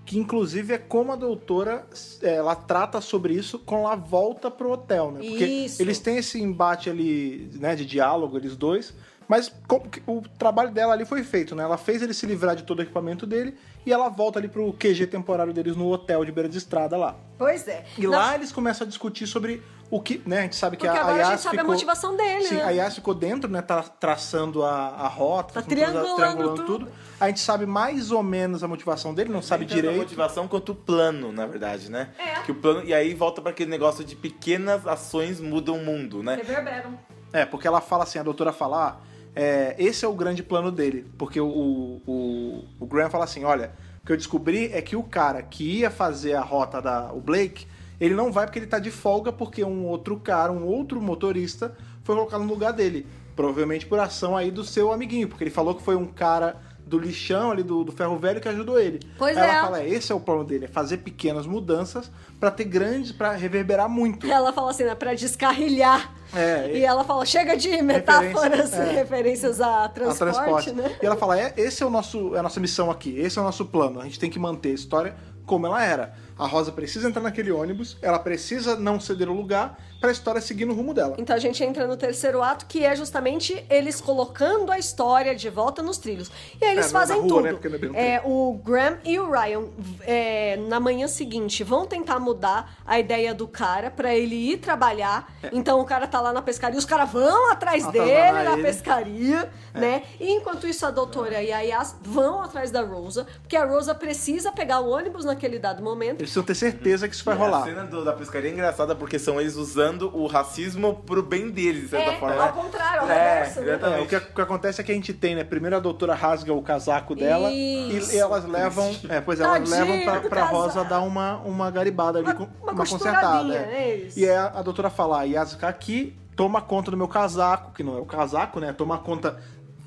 S1: Que inclusive é como a doutora é, ela trata sobre isso quando ela volta pro hotel, né? Porque
S2: Isso.
S1: eles têm esse embate ali, né, de diálogo, eles dois. Mas como que- o trabalho dela ali foi feito, né? Ela fez ele se livrar de todo o equipamento dele e ela volta ali pro QG temporário deles no hotel de beira de estrada lá.
S2: Pois é.
S1: E
S2: Na-
S1: lá eles começam a discutir sobre o que, né? A gente sabe que
S2: Porque
S1: a,
S2: agora a
S1: Yas
S2: gente sabe a
S1: ficou,
S2: motivação dele,
S1: Sim,
S2: né?
S1: a Yas ficou dentro, né? Tá traçando a, a rota,
S2: Tá
S1: tudo, triangulando,
S2: triangulando tudo.
S1: A gente sabe mais ou menos a motivação dele, não <laughs> sabe
S3: Nem tanto a
S1: direito.
S3: motivação quanto o plano, na verdade, né?
S2: É.
S3: Que o plano e aí volta pra aquele negócio de pequenas ações mudam o mundo, né?
S2: Reverberam.
S1: É, porque ela fala assim, a doutora fala, ah, é, esse é o grande plano dele. Porque o, o, o Graham fala assim, olha, o que eu descobri é que o cara que ia fazer a rota da o Blake, ele não vai porque ele tá de folga, porque um outro cara, um outro motorista, foi colocado no lugar dele. Provavelmente por ação aí do seu amiguinho, porque ele falou que foi um cara do lixão ali, do, do ferro velho que ajudou ele.
S2: Pois
S1: aí
S2: é.
S1: ela fala, esse é o plano dele, é fazer pequenas mudanças pra ter grandes, pra reverberar
S2: <laughs>
S1: muito.
S2: Ela fala assim, né, pra descarrilhar.
S1: É,
S2: e ela fala, chega de metáforas,
S1: Referência, é.
S2: referências a
S1: a
S2: transporte, né?
S1: E ela fala: é, esse é o nosso, é a nossa missão aqui, esse é o nosso plano. A gente tem que manter a história como ela era. A Rosa precisa entrar naquele ônibus, ela precisa não ceder o lugar pra história seguir no rumo dela.
S2: Então a gente entra no terceiro ato, que é justamente eles colocando a história de volta nos trilhos. E aí eles
S1: É, na- na
S2: fazem
S1: rua,
S2: tudo.
S1: né? Porque não é bem no
S2: É, o Graham e o Ryan, é, na manhã seguinte, vão tentar mudar a ideia do cara pra ele ir trabalhar.
S1: É.
S2: Então o cara tá lá na pescaria, os caras vão atrás
S1: Atazanar
S2: dele na
S1: ele.
S2: pescaria,
S1: É.
S2: né? E enquanto isso, a doutora e a Yas vão atrás da Rosa, porque a Rosa precisa pegar o ônibus naquele dado momento.
S1: Eles precisam ter certeza que isso vai
S3: A
S1: rolar.
S3: cena do- da pescaria é engraçada porque são eles usando o racismo pro bem deles, de certa
S2: É,
S3: forma.
S2: ao contrário, ao
S3: É,
S2: reverso, né?
S1: É,
S3: exatamente.
S1: o, que, o que acontece é que a gente tem, né? Primeiro a doutora rasga o casaco dela
S2: Isso.
S1: e, e elas levam. É, pois elas
S2: Tadinho
S1: levam pra,
S2: do
S1: pra
S2: casaco.
S1: Rosa dar uma, uma garibada ali,
S2: Uma-
S1: com-
S2: uma
S1: uma, consertada.
S2: costuradinha,
S1: é.
S2: é isso.
S1: E é, a doutora fala, "A Yas fica aqui, toma conta do meu casaco, que não é o casaco, né? Toma conta.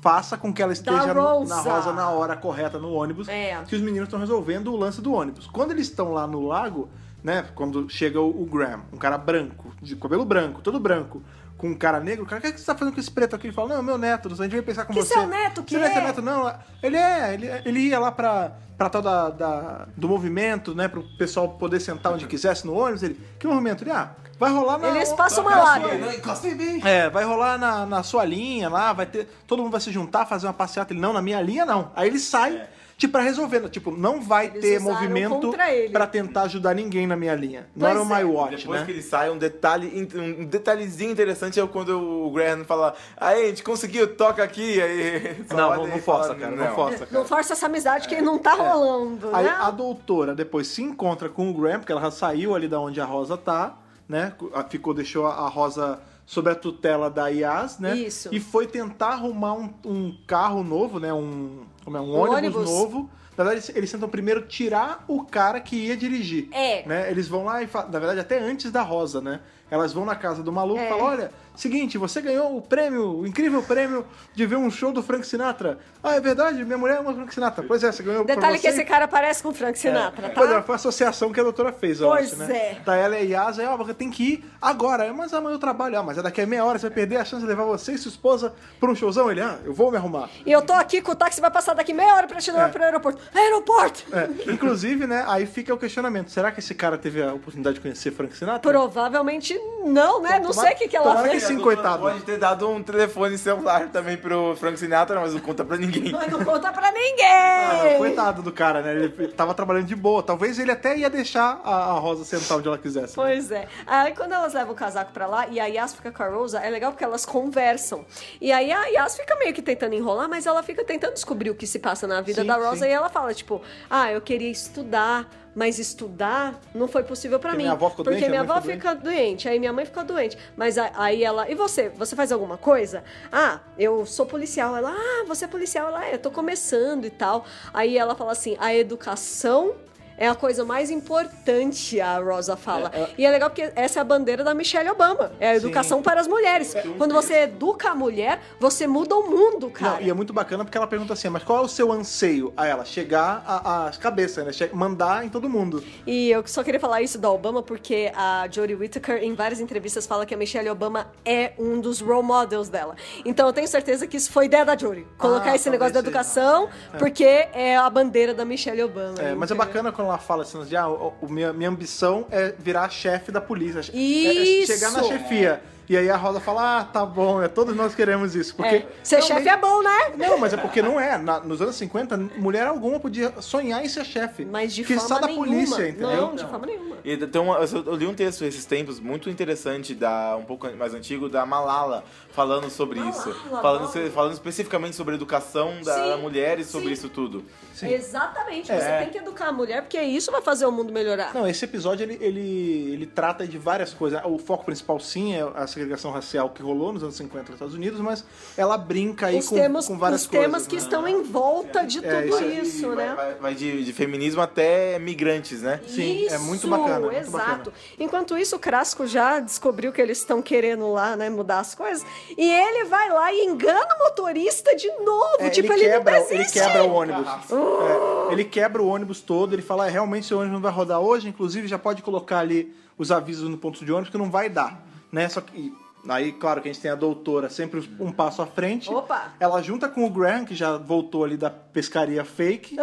S1: Faça com que ela esteja no- na
S2: Rosa.
S1: rosa na hora correta no ônibus.
S2: É.
S1: Que os meninos estão resolvendo o lance do ônibus. Quando eles estão lá no lago, né? Quando chega o, o Graham, um cara branco, de cabelo branco, todo branco, com um cara negro, o cara, o que, é que você tá fazendo com esse preto aqui? Ele fala, não, meu neto, a gente veio pensar com
S2: Que
S1: você.
S2: seu neto que
S1: Você não é
S2: é?"
S1: seu neto, não. Ele é, ele, ele ia lá pra, pra tal da, da- do movimento, né? Pro pessoal poder sentar onde quisesse no ônibus. Ele, que movimento? Ele, ah, vai rolar na...
S2: Eles passam uma
S1: na sua-
S2: lábia.
S4: Não, encosta em mim.
S1: é, vai rolar na, na sua linha lá, vai ter. Todo mundo vai se juntar, fazer uma passeata. Ele, não, na minha linha não. Aí ele sai,
S3: É.
S1: tipo, pra resolver. né? Tipo, não vai
S2: Eles
S1: ter
S2: usaram
S1: movimento
S2: contra ele.
S1: pra tentar ajudar ninguém na minha linha.
S2: Pois
S1: Not on
S2: é.
S1: my watch,
S3: Depois
S1: né?
S3: que ele sai, um detalhe, in- um detalhezinho interessante é quando o Graham fala, aí, a gente conseguiu, toca aqui, aí... <laughs> só
S1: Não,
S3: olha
S1: não- não
S3: e
S1: força,
S3: fala,
S1: cara, não força,
S2: Não força essa amizade que não tá rolando,
S1: É. Aí
S2: né?
S1: a doutora depois se encontra com o Graham, porque ela já saiu ali da onde a Rosa tá, né? A- Ficou, deixou a a Rosa sob a tutela da Yas, né?
S2: Isso.
S1: E foi tentar arrumar um, um carro novo, né? Um, como é? um,
S2: Um
S1: ônibus,
S2: ônibus.
S1: novo. Na verdade, eles- eles tentam primeiro tirar o cara que ia dirigir.
S2: É.
S1: Né? Eles vão lá e falam, na verdade, até antes da Rosa, né? Elas vão na casa do maluco e
S2: É.
S1: falam: olha, seguinte, você ganhou o prêmio, o incrível prêmio de ver um show do Frank Sinatra. Ah, é verdade, minha mulher é uma Frank Sinatra. Pois é, você ganhou pra
S2: Um Detalhe que
S1: você
S2: esse cara parece com o Frank Sinatra,
S1: Pois é,
S2: tá?
S1: foi a associação que a doutora fez, eu
S2: Pois
S1: acho, né?
S2: é.
S1: Da ela e Yas, aí, ó, você tem que ir agora. Mas amanhã eu trabalho. Ah, mas é daqui a meia hora, você vai perder a chance de levar você e sua esposa pra um showzão. Ele, ah, eu vou me arrumar.
S2: E eu tô aqui com o táxi, vai passar daqui meia hora pra te levar pro aeroporto. Aeroporto! <laughs>
S1: É, inclusive, né, aí fica o questionamento. Será que esse cara teve a oportunidade de conhecer Frank Sinatra?
S2: Provavelmente não, né? Não
S1: Tomara-
S2: sei o que, que ela
S1: tomara que
S2: fez.
S1: sim,
S3: Doutor,
S1: coitado.
S3: Pode ter dado um telefone celular também pro Frank Sinatra, mas não conta pra ninguém.
S2: Mas não conta pra
S1: Ah, não,
S2: ninguém!
S1: coitado do cara, né? Ele tava trabalhando de boa. Talvez ele até ia deixar a, a Rosa sentar onde ela quisesse. né?
S2: Pois é. Aí quando elas levam o casaco pra lá e a Yas fica com a Rosa, é legal porque elas conversam. E aí a Yas fica meio que tentando enrolar, mas ela fica tentando descobrir o que se passa na vida
S1: Sim,
S2: da
S1: sim.
S2: Rosa e ela fala, tipo, ah, eu queria estudar, mas estudar não foi possível pra
S1: Porque
S2: mim.
S1: minha avó ficou
S2: porque
S1: doente,
S2: minha
S1: minha mãe
S2: avó
S1: ficou
S2: fica doente, aí minha mãe ficou doente. Mas a- aí ela, e você? Você faz alguma coisa? Ah, eu sou policial. Ela, ah, você é policial? Ela, é, eu tô começando e tal. Aí ela fala assim, a educação é a coisa mais importante, a Rosa fala. E é legal porque essa é a bandeira da Michelle Obama. É a educação para as mulheres. Quando você educa a mulher, você muda o mundo, cara.
S1: Não, e é muito bacana porque ela pergunta assim, mas qual é o seu anseio? A ela, chegar às cabeças, né? Che- Mandar em todo mundo.
S2: E eu só queria falar isso da Obama porque a Jodie Whittaker em várias entrevistas fala que a Michelle Obama é um dos role models dela. Então eu tenho certeza que isso foi ideia da Jodie. Colocar
S1: Ah,
S2: esse negócio da
S1: talvez
S2: educação porque é a bandeira da Michelle Obama.
S1: É, mas é
S2: entendeu?
S1: bacana quando ela fala assim, de, ah, o, o- minha, minha ambição é virar chefe da polícia. é-
S2: Isso!
S1: É, chegar na chefia. E aí a Rosa fala, ah, tá bom, é, todos nós queremos isso. Porque
S2: É. Ser chefe é bom, né?
S1: Não, mas é porque não é. Na- nos anos 50, mulher alguma podia sonhar em ser chefe.
S2: Mas de
S1: que
S2: forma
S1: da
S2: nenhuma.
S1: polícia, entendeu?
S2: Não, de forma nenhuma.
S3: <laughs> E tem uma- eu, eu li um texto esses tempos muito interessante, da, um pouco mais antigo, da Malala, falando sobre
S2: Malala,
S3: isso.
S2: Malala.
S3: Falando, se- falando especificamente sobre a educação da
S2: Sim,
S3: mulher e sobre
S2: sim.
S3: isso tudo.
S2: Exatamente. Você
S3: É.
S2: tem que educar a mulher porque isso vai fazer o mundo melhorar.
S1: Não, esse episódio ele, ele, ele trata de várias coisas. O foco principal, sim, é a segregação racial que rolou nos anos 50 nos Estados Unidos, mas ela brinca aí
S2: os
S1: com,
S2: temas,
S1: com várias
S2: os
S1: coisas.
S2: temas que
S1: né? É,
S2: estão em volta de tudo
S1: isso
S2: isso,
S1: aí,
S2: né?
S3: Vai, vai de, de feminismo até migrantes, né?
S1: Sim, é muito bacana, é muito
S2: exato.
S1: bacana.
S2: Enquanto isso, o Crasco já descobriu que eles estão querendo lá, né, mudar as coisas. E ele vai lá e engana o motorista de novo.
S1: É,
S2: tipo, ele,
S1: ele, quebra,
S2: não
S1: ele
S2: desiste.
S1: quebra o ônibus. É, ele quebra o ônibus todo, ele fala, "É, realmente seu ônibus não vai rodar hoje, inclusive já pode colocar ali os avisos no ponto de ônibus que não vai dar, né? Só que Aí, claro que a gente tem a doutora sempre um passo à frente.
S2: Opa!
S1: Ela junta com o Graham, que já voltou ali da pescaria
S2: <laughs>
S1: fake,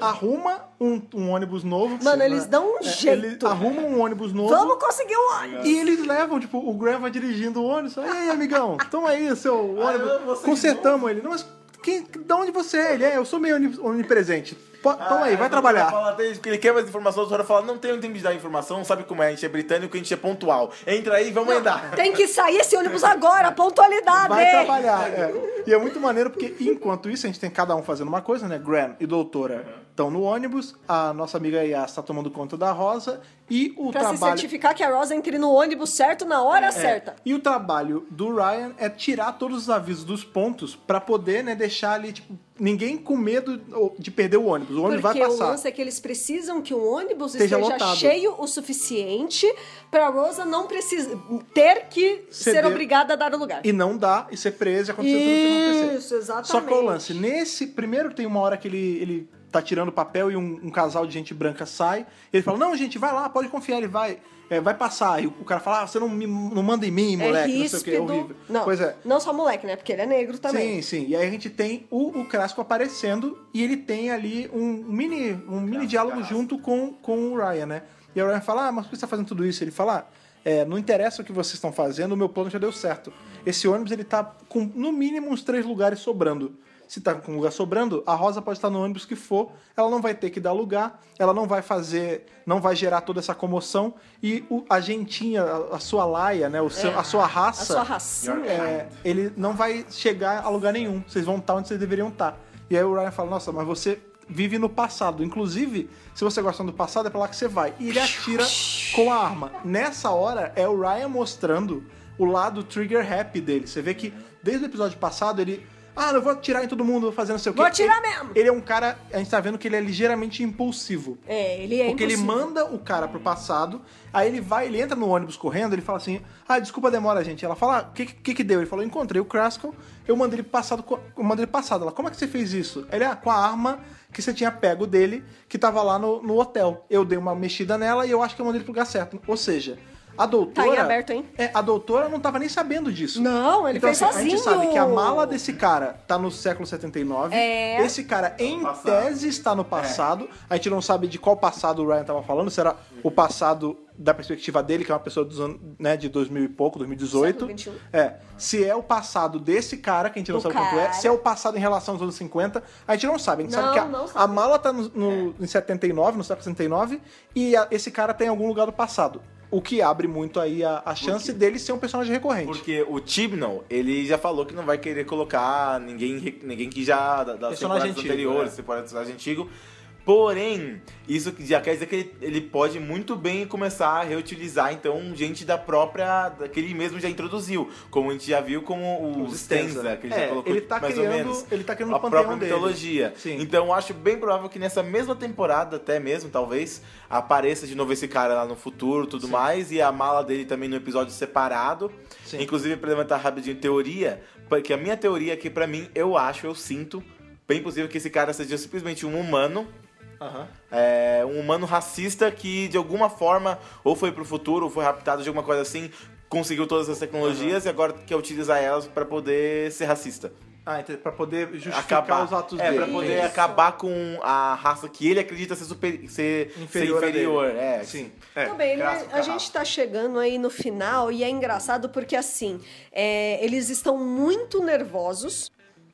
S1: arruma um, um ônibus novo.
S2: Mano, eles dão um
S1: É,
S2: jeito.
S1: Eles arrumam um ônibus novo.
S2: Vamos conseguir um ônibus!
S1: E eles levam, tipo, o Graham vai dirigindo o ônibus. E aí, amigão, toma aí o seu ônibus.
S3: Ah, eu vou sair
S1: Consertamos ele. Não, mas quem, de onde você é? Ele é, eu sou meio onip- onipresente. Po- toma aí, vai
S3: Ah, a doutora
S1: trabalhar.
S3: fala até isso, porque ele quer mais informação, a doutora fala, não tem tempo de dar informação, não sabe como é, a gente é britânico, a gente é pontual. Entra aí, vamos andar.
S2: Tem que sair esse ônibus agora, a pontualidade!
S1: Vai trabalhar. é. E é muito maneiro porque, enquanto isso, a gente tem cada um fazendo uma coisa, né? Graham e
S3: Uhum.
S1: doutora estão no ônibus, a nossa amiga Yas está tomando conta da Rosa e o
S2: Pra se
S1: trabalho. É,
S2: certificar que a Rosa entre no ônibus certo na hora certa.
S1: E o trabalho do Ryan é tirar todos os avisos dos pontos pra poder, né, deixar ali, tipo, ninguém com medo de perder o ônibus. O ônibus
S2: Porque
S1: vai
S2: o
S1: passar.
S2: lance é que eles precisam que o ônibus
S1: Esteja
S2: esteja,
S1: lotado.
S2: cheio o suficiente pra Rosa não precisar ter que
S1: Ceder.
S2: ser obrigada a dar o lugar.
S1: E não dá, e ser preso, e acontecer tudo que não acontecer.
S2: é- Isso, exatamente.
S1: Só que o lance, né? nesse. Primeiro tem uma hora que ele, ele tá tirando papel e um, um casal de gente branca sai. Ele fala: Não, gente, vai lá, pode confiar, ele vai. é, vai passar. E o cara fala: ah, você não, me, não manda em mim,
S2: é
S1: moleque, não sei o que, é
S2: ríspido.
S1: horrível.
S2: Não,
S1: Pois é.
S2: não só moleque, né? Porque ele é negro também.
S1: Sim, sim. E aí a gente tem o, o Crasco aparecendo e ele tem ali um mini, um mini diálogo
S3: Crasco.
S1: junto com, com o Ryan, né? E o Ryan fala, ah, mas por que você tá fazendo tudo isso? Ele fala, ah, é, não interessa o que vocês estão fazendo, o meu plano já deu certo. Esse ônibus, ele tá com no mínimo uns três lugares sobrando. Se tá com lugar sobrando, a Rosa pode estar no ônibus que for, ela não vai ter que dar lugar, ela não vai fazer, não vai gerar toda essa comoção e o- a gentinha, a, a sua laia, né, o seu- a sua
S2: É, A
S1: raça,
S2: sua racinha.
S1: é, ele não vai chegar a lugar nenhum. Vocês vão estar onde vocês deveriam estar. E aí o Ryan fala, nossa, mas você vive no passado. Inclusive, se você gosta do passado, é pra lá que você vai. E ele atira com a arma. Nessa hora, é o Ryan mostrando o lado trigger happy dele. Você vê que desde o episódio passado, ele... Ah, eu vou atirar em todo mundo, vou fazer não sei o quê.
S2: Vou atirar
S1: Ele-
S2: mesmo.
S1: Ele é um cara... A gente tá vendo que ele é ligeiramente impulsivo.
S2: É, ele é
S1: Porque ele
S2: impossível.
S1: manda o cara pro passado, aí ele vai, ele entra no ônibus correndo, ele fala assim: Ah, desculpa a demora, gente. Ela fala: "Ah, O que, que que deu? Ele falou: Encontrei o Craskell, eu mandei ele pro passado. co- Eu mandei ele pro passado. Ela: Como é que você fez isso? Ele: Ah, com a arma que você tinha pego dele, que tava lá no, no hotel. Eu dei uma mexida nela e eu acho que eu mandei ele pro lugar certo. Ou seja. A doutora.
S2: Tá em aberto, hein?
S1: É, a doutora não tava nem sabendo disso.
S2: Não, ele
S1: então,
S2: fez
S1: assim, A gente
S2: sozinho.
S1: sabe que a mala desse cara tá no século 79.
S2: É.
S1: Esse cara, em
S3: passado. É.
S1: tese, tese está no passado. A gente não sabe de qual passado o Ryan estava falando. Será o passado da perspectiva dele, que é uma pessoa dos anos, né, de 2000 e pouco, 2018.
S2: Século 21.
S1: É. Se é o passado desse cara, que a gente não
S2: Do
S1: sabe quanto é.
S2: cara.
S1: Se é o passado em relação aos anos 50, a gente não sabe. A gente sabe
S2: Não,
S1: que a,
S2: não sabe. É.
S1: a mala tá no, no- em 79, no século 79, e a- esse cara tá em algum lugar do passado. O que abre muito aí a, a chance dele ser um personagem recorrente.
S3: Porque o Tibnall, ele já falou que não vai querer colocar ninguém, ninguém que já da- das temporadas
S1: Personagem antigo,
S3: anteriores,
S1: é.
S3: temporadas do personagem antigo. Porém, isso que já quer dizer que ele, ele pode muito bem começar a reutilizar, então, gente da própria. da- que ele mesmo já introduziu. Como a gente já viu como o
S1: Os
S3: Stenza,
S1: Stenza,
S3: que ele
S1: é,
S3: já colocou
S1: ele tá
S3: mais
S1: criando-
S3: ou menos.
S1: ele tá criando o
S3: a
S1: panteão
S3: própria
S1: dele.
S3: mitologia.
S1: Sim.
S3: Então, eu acho bem provável que nessa mesma temporada, até mesmo, talvez, apareça de novo esse cara lá no futuro tudo mais, e a mala dele também no episódio separado.
S1: Sim.
S3: Inclusive, pra levantar rapidinho teoria, porque a minha teoria aqui, pra mim, eu acho, eu sinto, bem possível que esse cara seja simplesmente um humano.
S1: Aham.
S3: é, um humano racista que, de alguma forma, ou foi pro futuro, ou foi raptado de alguma coisa assim, conseguiu todas as tecnologias e agora quer utilizar elas pra poder ser racista.
S1: Ah, então, pra poder justificar
S3: acabar.
S1: os atos
S3: é,
S1: dele.
S3: pra poder
S2: Isso.
S3: acabar com a raça que ele acredita ser, super, ser ser
S1: Inferior
S3: inferior.
S1: a dele.
S3: é.
S1: Sim.
S2: Tudo bem, ele-
S3: Graças
S2: né? a
S3: carrasco.
S2: gente tá chegando aí no final e é engraçado porque, assim, é, eles estão muito nervosos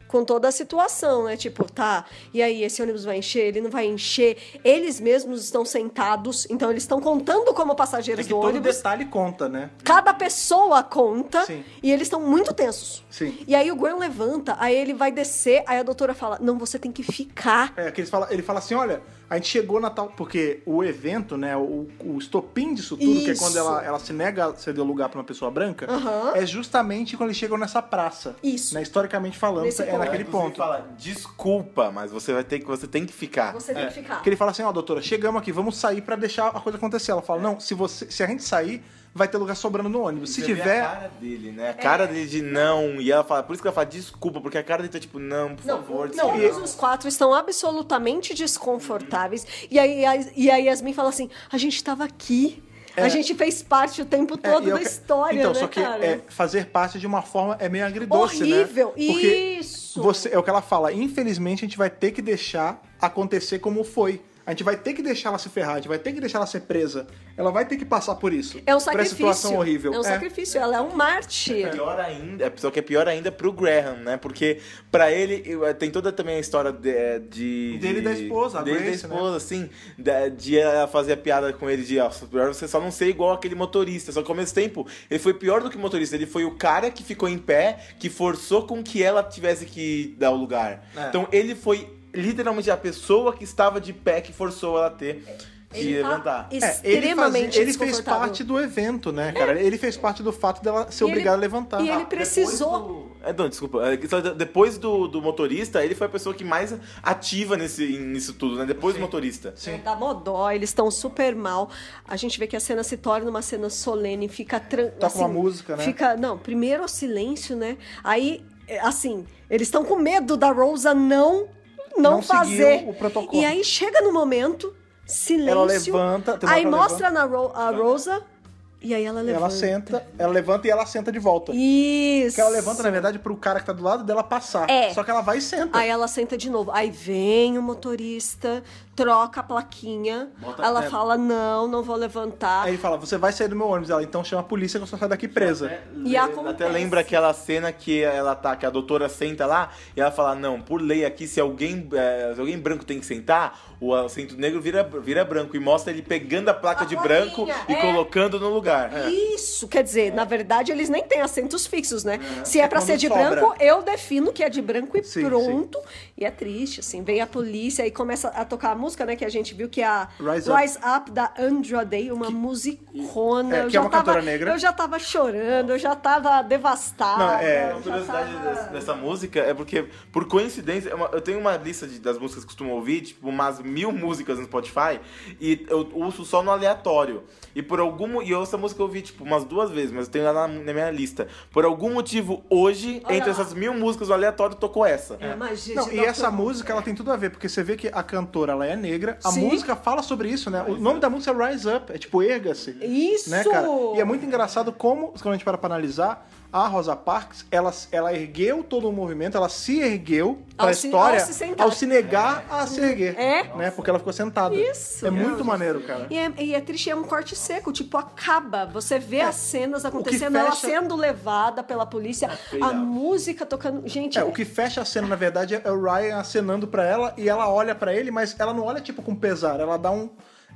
S2: com toda a situação, né? Tipo, tá, e aí, esse ônibus vai encher, ele não vai encher. Eles mesmos estão sentados, então eles estão contando como
S1: É
S2: passageiros
S1: que
S2: do
S1: todo
S2: ônibus.
S1: detalhe conta, né?
S2: Cada pessoa conta
S1: Sim.
S2: e eles estão muito tensos.
S1: Sim.
S2: E aí o Gwen levanta, aí ele vai descer, aí a doutora fala: Não, você tem que ficar.
S1: É, que eles falam, ele fala assim, olha, a gente chegou na tal... Porque o evento, né, o, o estopim disso tudo, que é
S2: Isso.
S1: quando ela, ela se nega a ceder lugar pra uma pessoa branca,
S2: Aham.
S1: é justamente quando eles chegam nessa praça.
S2: Isso.
S1: Né, historicamente falando,
S2: Nesse
S1: é
S2: ponto.
S1: naquele
S3: Inclusive,
S1: ponto.
S3: fala, desculpa, mas você vai ter que você tem que ficar.
S2: Você tem que ficar.
S1: Que ele fala assim, ó, doutora, chegamos aqui, vamos sair pra deixar a coisa acontecer. Ela fala, não, se, você, se a gente sair, vai ter lugar sobrando no ônibus. Se
S3: Você vê
S1: tiver...
S3: é a cara dele, né? A cara dele de não e ela fala, por isso que ela fala desculpa, porque a cara dele tá tipo não, por favor,
S2: não,
S3: desculpa.
S2: todos os quatro estão absolutamente desconfortáveis. E aí, a- e aí Yasmin fala assim: a gente tava aqui. A gente fez parte o tempo
S1: É,
S2: todo
S1: e eu
S2: da
S1: que-
S2: história,
S1: Então,
S2: né,
S1: só que
S2: cara?
S1: é, fazer parte de uma forma é meio agridoce,
S2: Horrível.
S1: né? Porque
S2: Isso.
S1: Você, é o que ela fala. Infelizmente, a gente vai ter que deixar acontecer como foi. A gente vai ter que deixar ela se ferrar, a gente vai ter que deixar ela ser presa. Ela vai ter que passar por isso. Por
S2: É um
S1: essa
S2: sacrifício.
S1: situação horrível.
S2: É um sacrifício. Ela é um mártir.
S3: Pior ainda, a pessoa que é pior ainda pro Graham, né? Porque pra ele eu- eh, tem toda também a história de. é, de
S1: Dele e da esposa, a
S3: Dele e da
S1: Grace, né?
S3: esposa, assim. da- de ela fazer a piada com ele de, ó, pior você só não ser igual aquele motorista. Só que ao mesmo tempo, ele foi pior do que o motorista. Ele foi o cara que ficou em pé, que forçou com que ela tivesse que dar o lugar.
S1: É.
S3: Então ele foi literalmente a pessoa que estava de pé que forçou ela a ter que
S2: Ele tá
S3: levantar.
S1: É, ele, fazia-
S2: Extremamente
S1: ele fez
S2: desconfortável. É.
S1: parte do evento, né, cara? Ele fez parte do fato dela ser
S2: E ele-
S1: obrigada a levantar.
S2: E ele precisou.
S3: É, não, desculpa. É, que só de- Depois do, do motorista, ele foi a pessoa que mais ativa nesse, nisso tudo, né? Depois do motorista.
S1: Sim.
S2: Dá Tá mó dó, eles estão super mal. A gente vê que a cena se torna uma cena solene, fica tranquila.
S1: Toca uma música, né?
S2: Fica, não, primeiro o silêncio, né? Aí, é, assim, eles estão com medo da Rosa não não,
S1: Não seguir
S2: fazer.
S1: o- o protocolo.
S2: E aí chega no momento, silêncio.
S1: Ela levanta, tem uma
S2: aí
S1: hora que ela
S2: mostra na Ro- a Rosa e aí ela levanta.
S1: Ela senta, ela levanta e ela senta de volta.
S2: Isso.
S1: Porque ela levanta, na verdade, pro cara que tá do lado dela passar.
S2: É.
S1: Só que ela vai e senta.
S2: Aí ela senta de novo. Aí vem o motorista, troca a plaquinha. ela fala: não, não vou levantar.
S1: Aí ele fala, você vai sair do meu ônibus. Ela, então chama a polícia que eu só saio daqui presa.
S2: E
S3: Le-
S2: acontece.
S3: Até lembra aquela cena que ela tá, que a doutora senta lá e ela fala: Não, por lei aqui, se alguém, é, se alguém branco tem que sentar, o assento negro vira, vira branco. E mostra ele pegando a placa
S2: A
S3: de
S2: plaquinha,
S3: branco e
S2: é.
S3: colocando no lugar. É.
S1: é.
S2: Isso, quer dizer, na verdade eles nem têm assentos fixos, né? Se é pra
S1: quando
S2: ser de
S1: sobra.
S2: branco, eu defino que é de branco e
S1: Sim,
S2: pronto. E é triste, assim. Vem a polícia e começa a tocar a música, né? Que a gente viu que é a
S1: Rise
S2: Rise,
S1: Up.
S2: Up. da Andra Day, uma musicona.
S1: É,
S2: eu
S1: que é
S2: já
S1: uma
S2: tava,
S1: cantora negra.
S2: Eu já tava chorando, eu já tava devastada.
S1: Não, é,
S2: eu Ah,
S3: A
S2: já
S3: curiosidade
S2: tava-
S3: dessa, dessa música é porque, por coincidência, é uma- eu tenho uma lista de- das músicas que costumo ouvir, tipo, umas mil músicas no Spotify, e eu ouço só no aleatório. E por algum mo- E eu, essa música eu ouvi, tipo, umas duas vezes, mas eu tenho ela na, na minha lista. Por algum motivo, hoje,
S2: Olha
S3: entre
S2: lá.
S3: essas mil músicas no aleatório, tocou essa.
S2: É, magia
S1: Não,
S2: de
S1: e
S2: Dr.
S1: essa música, ela tem tudo a ver, porque você vê que a cantora, ela é negra, a
S2: Sim.
S1: música fala sobre isso, né? O nome da música é Rise Up, é tipo erga-se.
S2: Isso!
S1: Né, cara? E é muito engraçado como, quando a gente para pra analisar, a Rosa Parks, ela, ela ergueu todo o movimento, ela se ergueu pra
S2: Ao se-
S1: história,
S2: ao se sentar.
S1: ao se negar a se erguer.
S2: É.
S1: Né? Porque ela ficou sentada.
S2: Isso.
S1: É muito maneiro, cara.
S2: E é, e é triste, é um corte seco, tipo, acaba. Você vê as cenas acontecendo, ela
S1: É. fecha-
S2: sendo levada pela polícia,
S1: Tá
S2: a música tocando. Gente,
S1: É, o que fecha a cena, na verdade, é o Ryan acenando pra ela e ela olha pra ele, mas ela não olha tipo com pesar, ela dá um.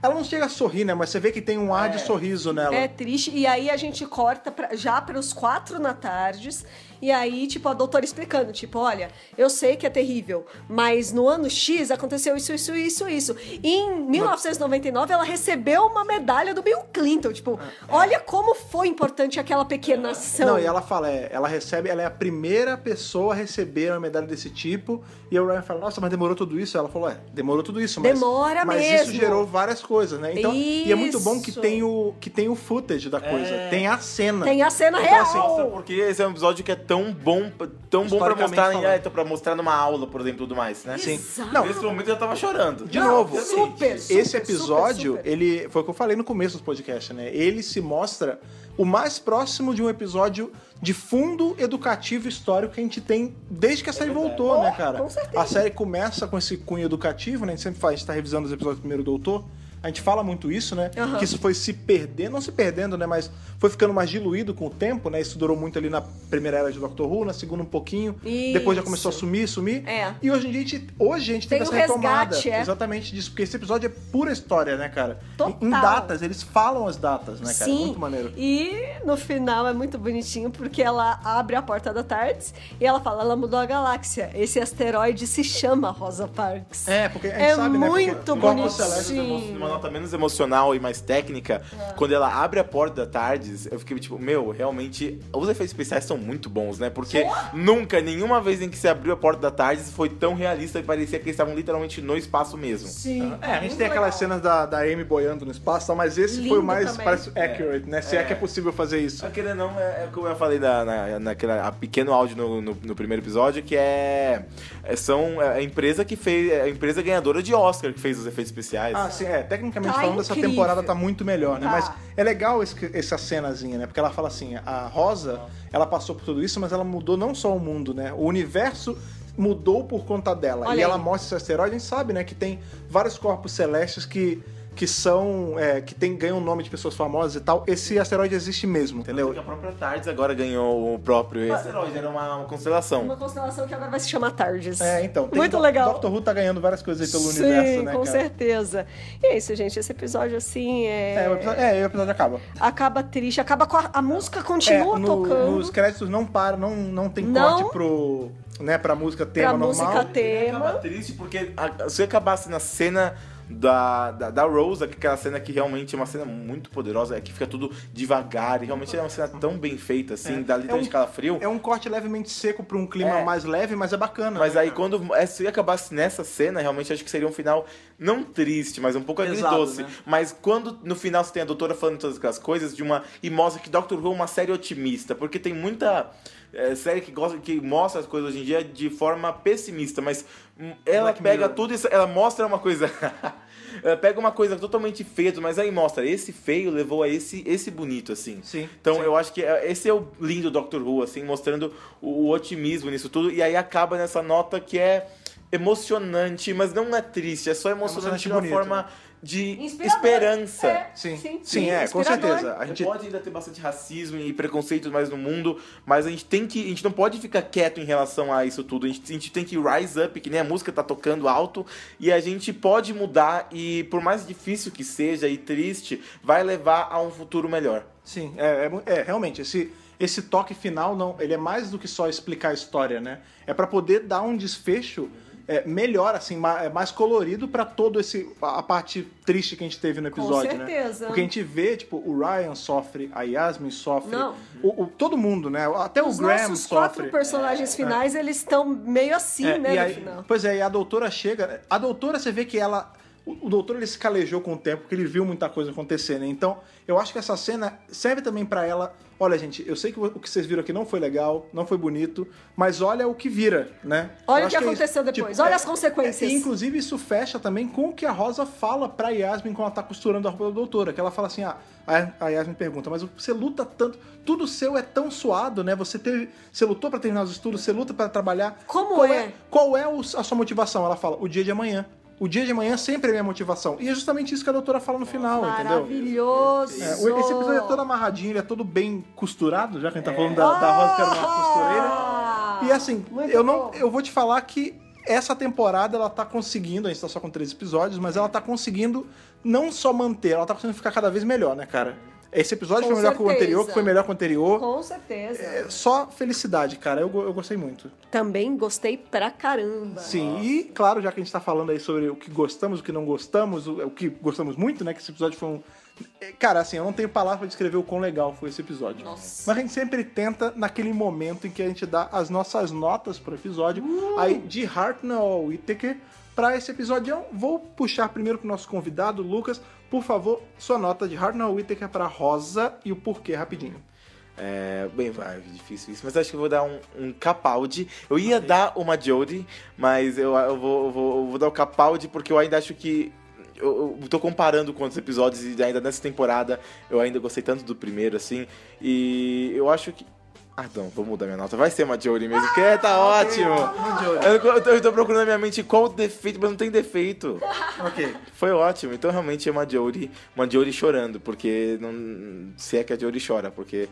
S1: Ela não chega a sorrir, né? Mas você vê que tem um ar de sorriso nela.
S2: é triste. E aí a gente corta pra- já para os quatro na tardes. E aí, tipo, a doutora explicando, tipo, olha, eu sei que é terrível, mas no ano X aconteceu isso, isso, isso, isso. E em 1999 ela recebeu uma medalha do Bill Clinton, tipo, olha como foi importante aquela pequena ação.
S1: Ah, é. Não, e ela fala, é, ela recebe, ela é a primeira pessoa a receber uma medalha desse tipo. E o Ryan fala, nossa, mas demorou tudo isso? Ela falou, é, demorou tudo isso, mas.
S2: Demora
S1: mas isso
S2: mesmo.
S1: gerou várias coisas, né? Então, e é muito bom que
S2: Isso.
S1: tem o, que tem o footage da coisa, tem a cena.
S2: Tem a cena
S1: Então,
S2: real.
S1: assim,
S3: Nossa, porque esse é um episódio que é tão bom, tão bom pra
S1: Historicamente
S3: mostrar,
S1: falando.
S3: é, então, pra mostrar numa aula, por exemplo, tudo mais, né?
S1: Sim.
S2: Exato.
S1: Não,
S3: Nesse momento eu tava chorando.
S1: De
S2: Não,
S1: novo,
S2: super, super,
S1: esse episódio,
S2: super, super.
S1: ele foi o que eu falei no começo do podcast, né? Ele se mostra o mais próximo de um episódio de fundo educativo histórico que a gente tem desde que a série voltou, né, cara?
S2: É Oh, com certeza.
S1: A série começa com esse cunho educativo, né? A gente sempre faz, a gente tá revisando os episódios do Primeiro Doutor. A gente fala muito isso, né?
S2: Aham.
S1: Que isso foi se perdendo, não se perdendo, né? Mas foi ficando mais diluído com o tempo, né? Isso durou muito ali na primeira era de Doctor Who, na segunda um pouquinho. Depois já
S2: Isso.
S1: começou a sumir, sumir.
S2: É.
S1: E hoje a gente, hoje a gente
S2: Tem
S1: teve
S2: um
S1: essa retomada.
S2: resgate, é.
S1: Exatamente disso, porque esse episódio é pura história, né, cara?
S2: Total.
S1: Em datas, eles falam as datas, né, cara?
S2: Sim.
S1: Muito maneiro.
S2: E no final é muito bonitinho porque ela abre a porta da Tardes e ela fala: ela mudou a galáxia. Esse asteroide se chama Rosa Parks.
S1: É, porque a gente
S2: É
S1: sabe, né? porque
S2: muito
S1: o Corpo
S2: bonitinho.
S1: Celeste-
S2: Sim.
S3: é Uma nota menos emocional e mais técnica,
S1: É.
S3: quando ela abre a porta da Tardes, eu fiquei tipo, meu, realmente, os efeitos especiais são muito bons, né? Porque nunca, nenhuma vez em que se abriu a porta da Tardes foi tão realista e parecia que eles estavam literalmente no espaço mesmo.
S2: Sim.
S1: É, a gente
S2: muito
S1: tem aquelas cenas
S2: legal.
S1: da, da Amy boiando no espaço, e tal, mas esse
S2: Lindo
S1: foi o mais,
S2: também.
S1: parece, accurate, né? Se é. que é possível fazer fazer isso.
S3: Só querendo ou não, é, é como eu falei na, na, naquela a pequeno áudio no, no, no primeiro episódio, que é, é são é a empresa que fez, é a empresa ganhadora de Oscar que fez os efeitos especiais.
S1: Ah, sim, é. Tecnicamente
S2: Tá
S1: falando, essa
S2: incrível.
S1: temporada tá muito melhor, né?
S2: Tá.
S1: Mas é legal esse- essa cenazinha, né? Porque ela fala assim: a Rosa, ela passou por tudo isso, mas ela mudou não só o mundo, né? O universo mudou por conta dela.
S2: Olha
S1: e ela
S2: aí.
S1: mostra esse asteroide, a gente sabe, né? Que tem vários corpos celestes que. Que são. é, que tem, ganham nome de pessoas famosas e tal. Esse asteroide existe mesmo, entendeu?
S3: Tanto que A própria Tardes agora ganhou o próprio asteroide, era uma, uma constelação.
S2: Uma constelação que agora vai se chamar Tardes.
S1: É, então. tem
S2: Muito
S1: Do-
S2: legal.
S1: Doctor Who tá ganhando várias coisas aí pelo
S2: Sim,
S1: universo, né,
S2: com
S1: cara?
S2: certeza. E é isso, gente. Esse episódio, assim, é...
S1: É, o episódio, é, o episódio acaba.
S2: acaba triste. Acaba com a, a música
S1: É,
S2: continua
S1: no-
S2: tocando.
S1: Nos créditos não para, não, não tem
S2: Não.
S1: corte pro, né, pra música tema
S2: Pra
S1: normal.
S2: música
S3: Acaba
S2: tema.
S3: triste porque a- se acabasse na cena da, da, da Rosa, que é aquela cena que realmente é uma cena muito poderosa, é que fica tudo devagar, e realmente é uma cena tão bem feita, assim, dá literalmente
S1: É um-
S3: calafrio.
S1: É um corte levemente seco pra um clima
S3: É.
S1: mais leve, mas é bacana.
S3: Mas
S1: né,
S3: aí
S1: cara?
S3: quando é, se acabasse nessa cena, realmente acho que seria um final não triste, mas um pouco
S1: Pesado,
S3: agridoce.
S1: né?
S3: Mas quando no final você tem a doutora falando todas aquelas coisas de uma e mostra que Doctor Who é uma série otimista, porque tem muita é, série que gosta que mostra as coisas hoje em dia de forma pessimista, mas hum, ela
S1: Black
S3: pega
S1: Mirror.
S3: tudo isso, ela mostra uma coisa <laughs> ela pega uma coisa totalmente feia, mas aí mostra esse feio levou a esse esse bonito assim.
S1: Sim.
S3: Então
S1: sim.
S3: eu acho que é- esse é o lindo Doctor Who, assim, mostrando o, o otimismo nisso tudo. E aí acaba nessa nota que é emocionante, mas não é triste, é só emocionante,
S1: emocionante
S3: de uma
S1: bonito.
S3: forma de
S2: Inspirador.
S3: esperança.
S2: É,
S1: Sim, sim,
S2: sim,
S1: é, com
S2: inspirador.
S1: certeza. A gente
S3: Pode ainda ter bastante racismo e preconceito mais no mundo, mas a gente tem que. A gente não pode ficar quieto em relação a isso tudo. A gente, a gente tem que rise up, que nem a música tá tocando alto, e a gente pode mudar, e por mais difícil que seja e triste, vai levar a um futuro melhor.
S1: Sim, é, é mu- é, realmente, esse, esse toque final, não, ele é mais do que só explicar a história, né? É pra poder dar um desfecho é, melhor, assim, ma- é, mais colorido pra todo esse a a parte triste que a gente teve no
S2: Com
S1: episódio,
S2: certeza.
S1: né? Porque a gente vê, tipo, o Ryan sofre, a Yasmin sofre,
S2: Não.
S1: o, o- todo mundo, né? Até
S2: Os
S1: o Graham
S2: nossos
S1: sofre.
S2: quatro personagens finais, eles estão meio assim,
S1: É,
S2: né,
S1: e
S2: no
S1: aí-
S2: final.
S1: Pois é, e a doutora chega. A doutora, você vê que ela. O o doutor ele se calejou com o tempo, porque ele viu muita coisa acontecer, né? Então, eu acho que essa cena serve também pra ela. Olha, gente, eu sei que o que vocês viram aqui não foi legal, não foi bonito, mas olha o que vira, né?
S2: Olha
S1: Eu
S2: o que
S1: acho é isso.
S2: aconteceu depois, olha as consequências.
S1: e, inclusive, isso fecha também com o que a Rosa fala pra Yasmin quando ela tá costurando a roupa da doutora, que ela fala assim, ah, a- a Yasmin pergunta, mas você luta tanto, tudo seu é tão suado, né? Você teve, você lutou pra terminar os estudos, você luta pra trabalhar.
S2: Como
S1: qual
S2: é?
S1: Qual é o- a sua motivação? Ela fala, o dia de amanhã. O dia de amanhã sempre é minha motivação. E é justamente isso que a doutora fala no final, entendeu?
S2: Maravilhoso!
S1: É, o- esse episódio é todo amarradinho, ele é todo bem costurado, já que a gente tá falando da, da Rosa que era uma costureira.
S2: Ah!
S1: E assim,
S2: Muito
S1: eu não,
S2: bom.
S1: eu vou te falar que essa temporada ela tá conseguindo, a gente tá só com três episódios, mas ela tá conseguindo não só manter, ela tá conseguindo ficar cada vez melhor, né, cara? Esse episódio
S2: Com
S1: foi melhor que o
S2: certeza.
S1: anterior, que foi melhor que o anterior.
S2: Com certeza.
S1: É só felicidade, cara. Eu, go- eu gostei muito.
S2: Também gostei pra caramba.
S1: Sim, e claro, já que a gente tá falando aí sobre o que gostamos, o que não gostamos, o, o que gostamos muito, né? Que esse episódio foi um. É, Cara, assim, eu não tenho palavra pra descrever o quão legal foi esse episódio.
S2: Nossa.
S1: Mas a gente sempre tenta naquele momento em que a gente dá as nossas notas pro episódio, aí de Hartnell ao Whittaker. Pra esse episódio, vou puxar primeiro pro nosso convidado, Lucas. Por favor, sua nota de Hartnell Whittaker pra Rosa e o porquê rapidinho.
S3: É, bem, vai, difícil isso. Mas acho que eu vou dar um, um Capaldi. Eu ia dar uma Jodie, mas eu, eu, vou, eu vou- eu vou dar o Capaldi porque eu ainda acho que. Eu, eu tô comparando com outros episódios e ainda nessa temporada eu ainda gostei tanto do primeiro, assim. E eu acho que. Ah, não, vou mudar minha nota. Vai ser uma Jodie mesmo, porque é, tá ótimo. Eu, não- eu tô- eu tô procurando na minha mente qual o defeito, mas não tem defeito.
S1: Ok.
S3: Foi ótimo. Então realmente é uma Jodie, uma Jodie chorando, porque não, se é que a Jodie chora, porque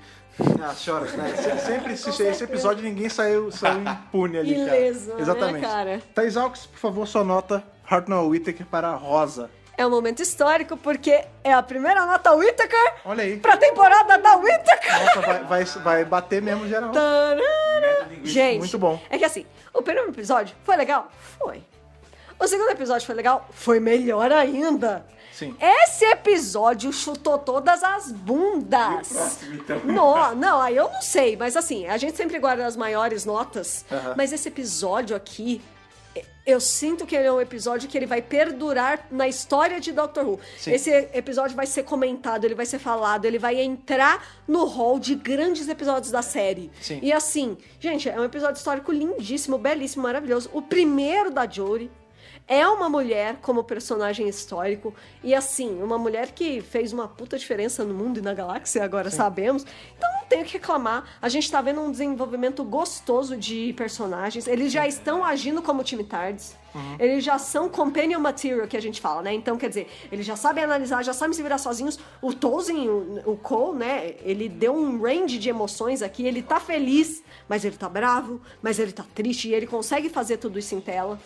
S1: Ah, chora. né? Se- Sempre se esse episódio ninguém saiu, saiu impune ali, cara.
S2: Ilesa, né,
S1: Exatamente.
S2: cara?
S1: Thaís Alves, por favor, sua nota Hartnell Whittaker para a Rosa.
S2: É um momento histórico porque é a primeira nota Whittaker
S1: Olha aí.
S2: pra temporada da Whittaker.
S1: Nossa, vai, vai, vai bater mesmo geral.
S2: Tarã! Gente,
S1: Muito bom.
S2: É que assim, o primeiro episódio foi legal? Foi. O segundo episódio foi legal? Foi melhor ainda.
S1: Sim.
S2: Esse episódio chutou todas as bundas.
S1: então.
S2: Não, não, aí eu não sei, mas assim, a gente sempre guarda as maiores notas,
S1: Aham.
S2: mas esse episódio aqui, eu sinto que ele é um episódio que ele vai perdurar na história de Doctor Who.
S1: Sim.
S2: Esse episódio vai ser comentado, ele vai ser falado, ele vai entrar no hall de grandes episódios da série.
S1: Sim.
S2: E assim, gente, é um episódio histórico lindíssimo, belíssimo, maravilhoso. O primeiro da Jory. É uma mulher como personagem histórico e assim, uma mulher que fez uma puta diferença no mundo e na galáxia, agora sabemos. Então não tenho o que reclamar. A gente tá vendo um desenvolvimento gostoso de personagens. Eles já estão agindo como time tardes. Eles já são companion material que a gente fala, né? Então, quer dizer, eles já sabem analisar, já sabem se virar sozinhos. O Tozin, o, o Cole, né? Ele deu um range de emoções aqui. Ele tá feliz, mas ele tá bravo, mas ele tá triste e ele consegue fazer tudo isso em tela.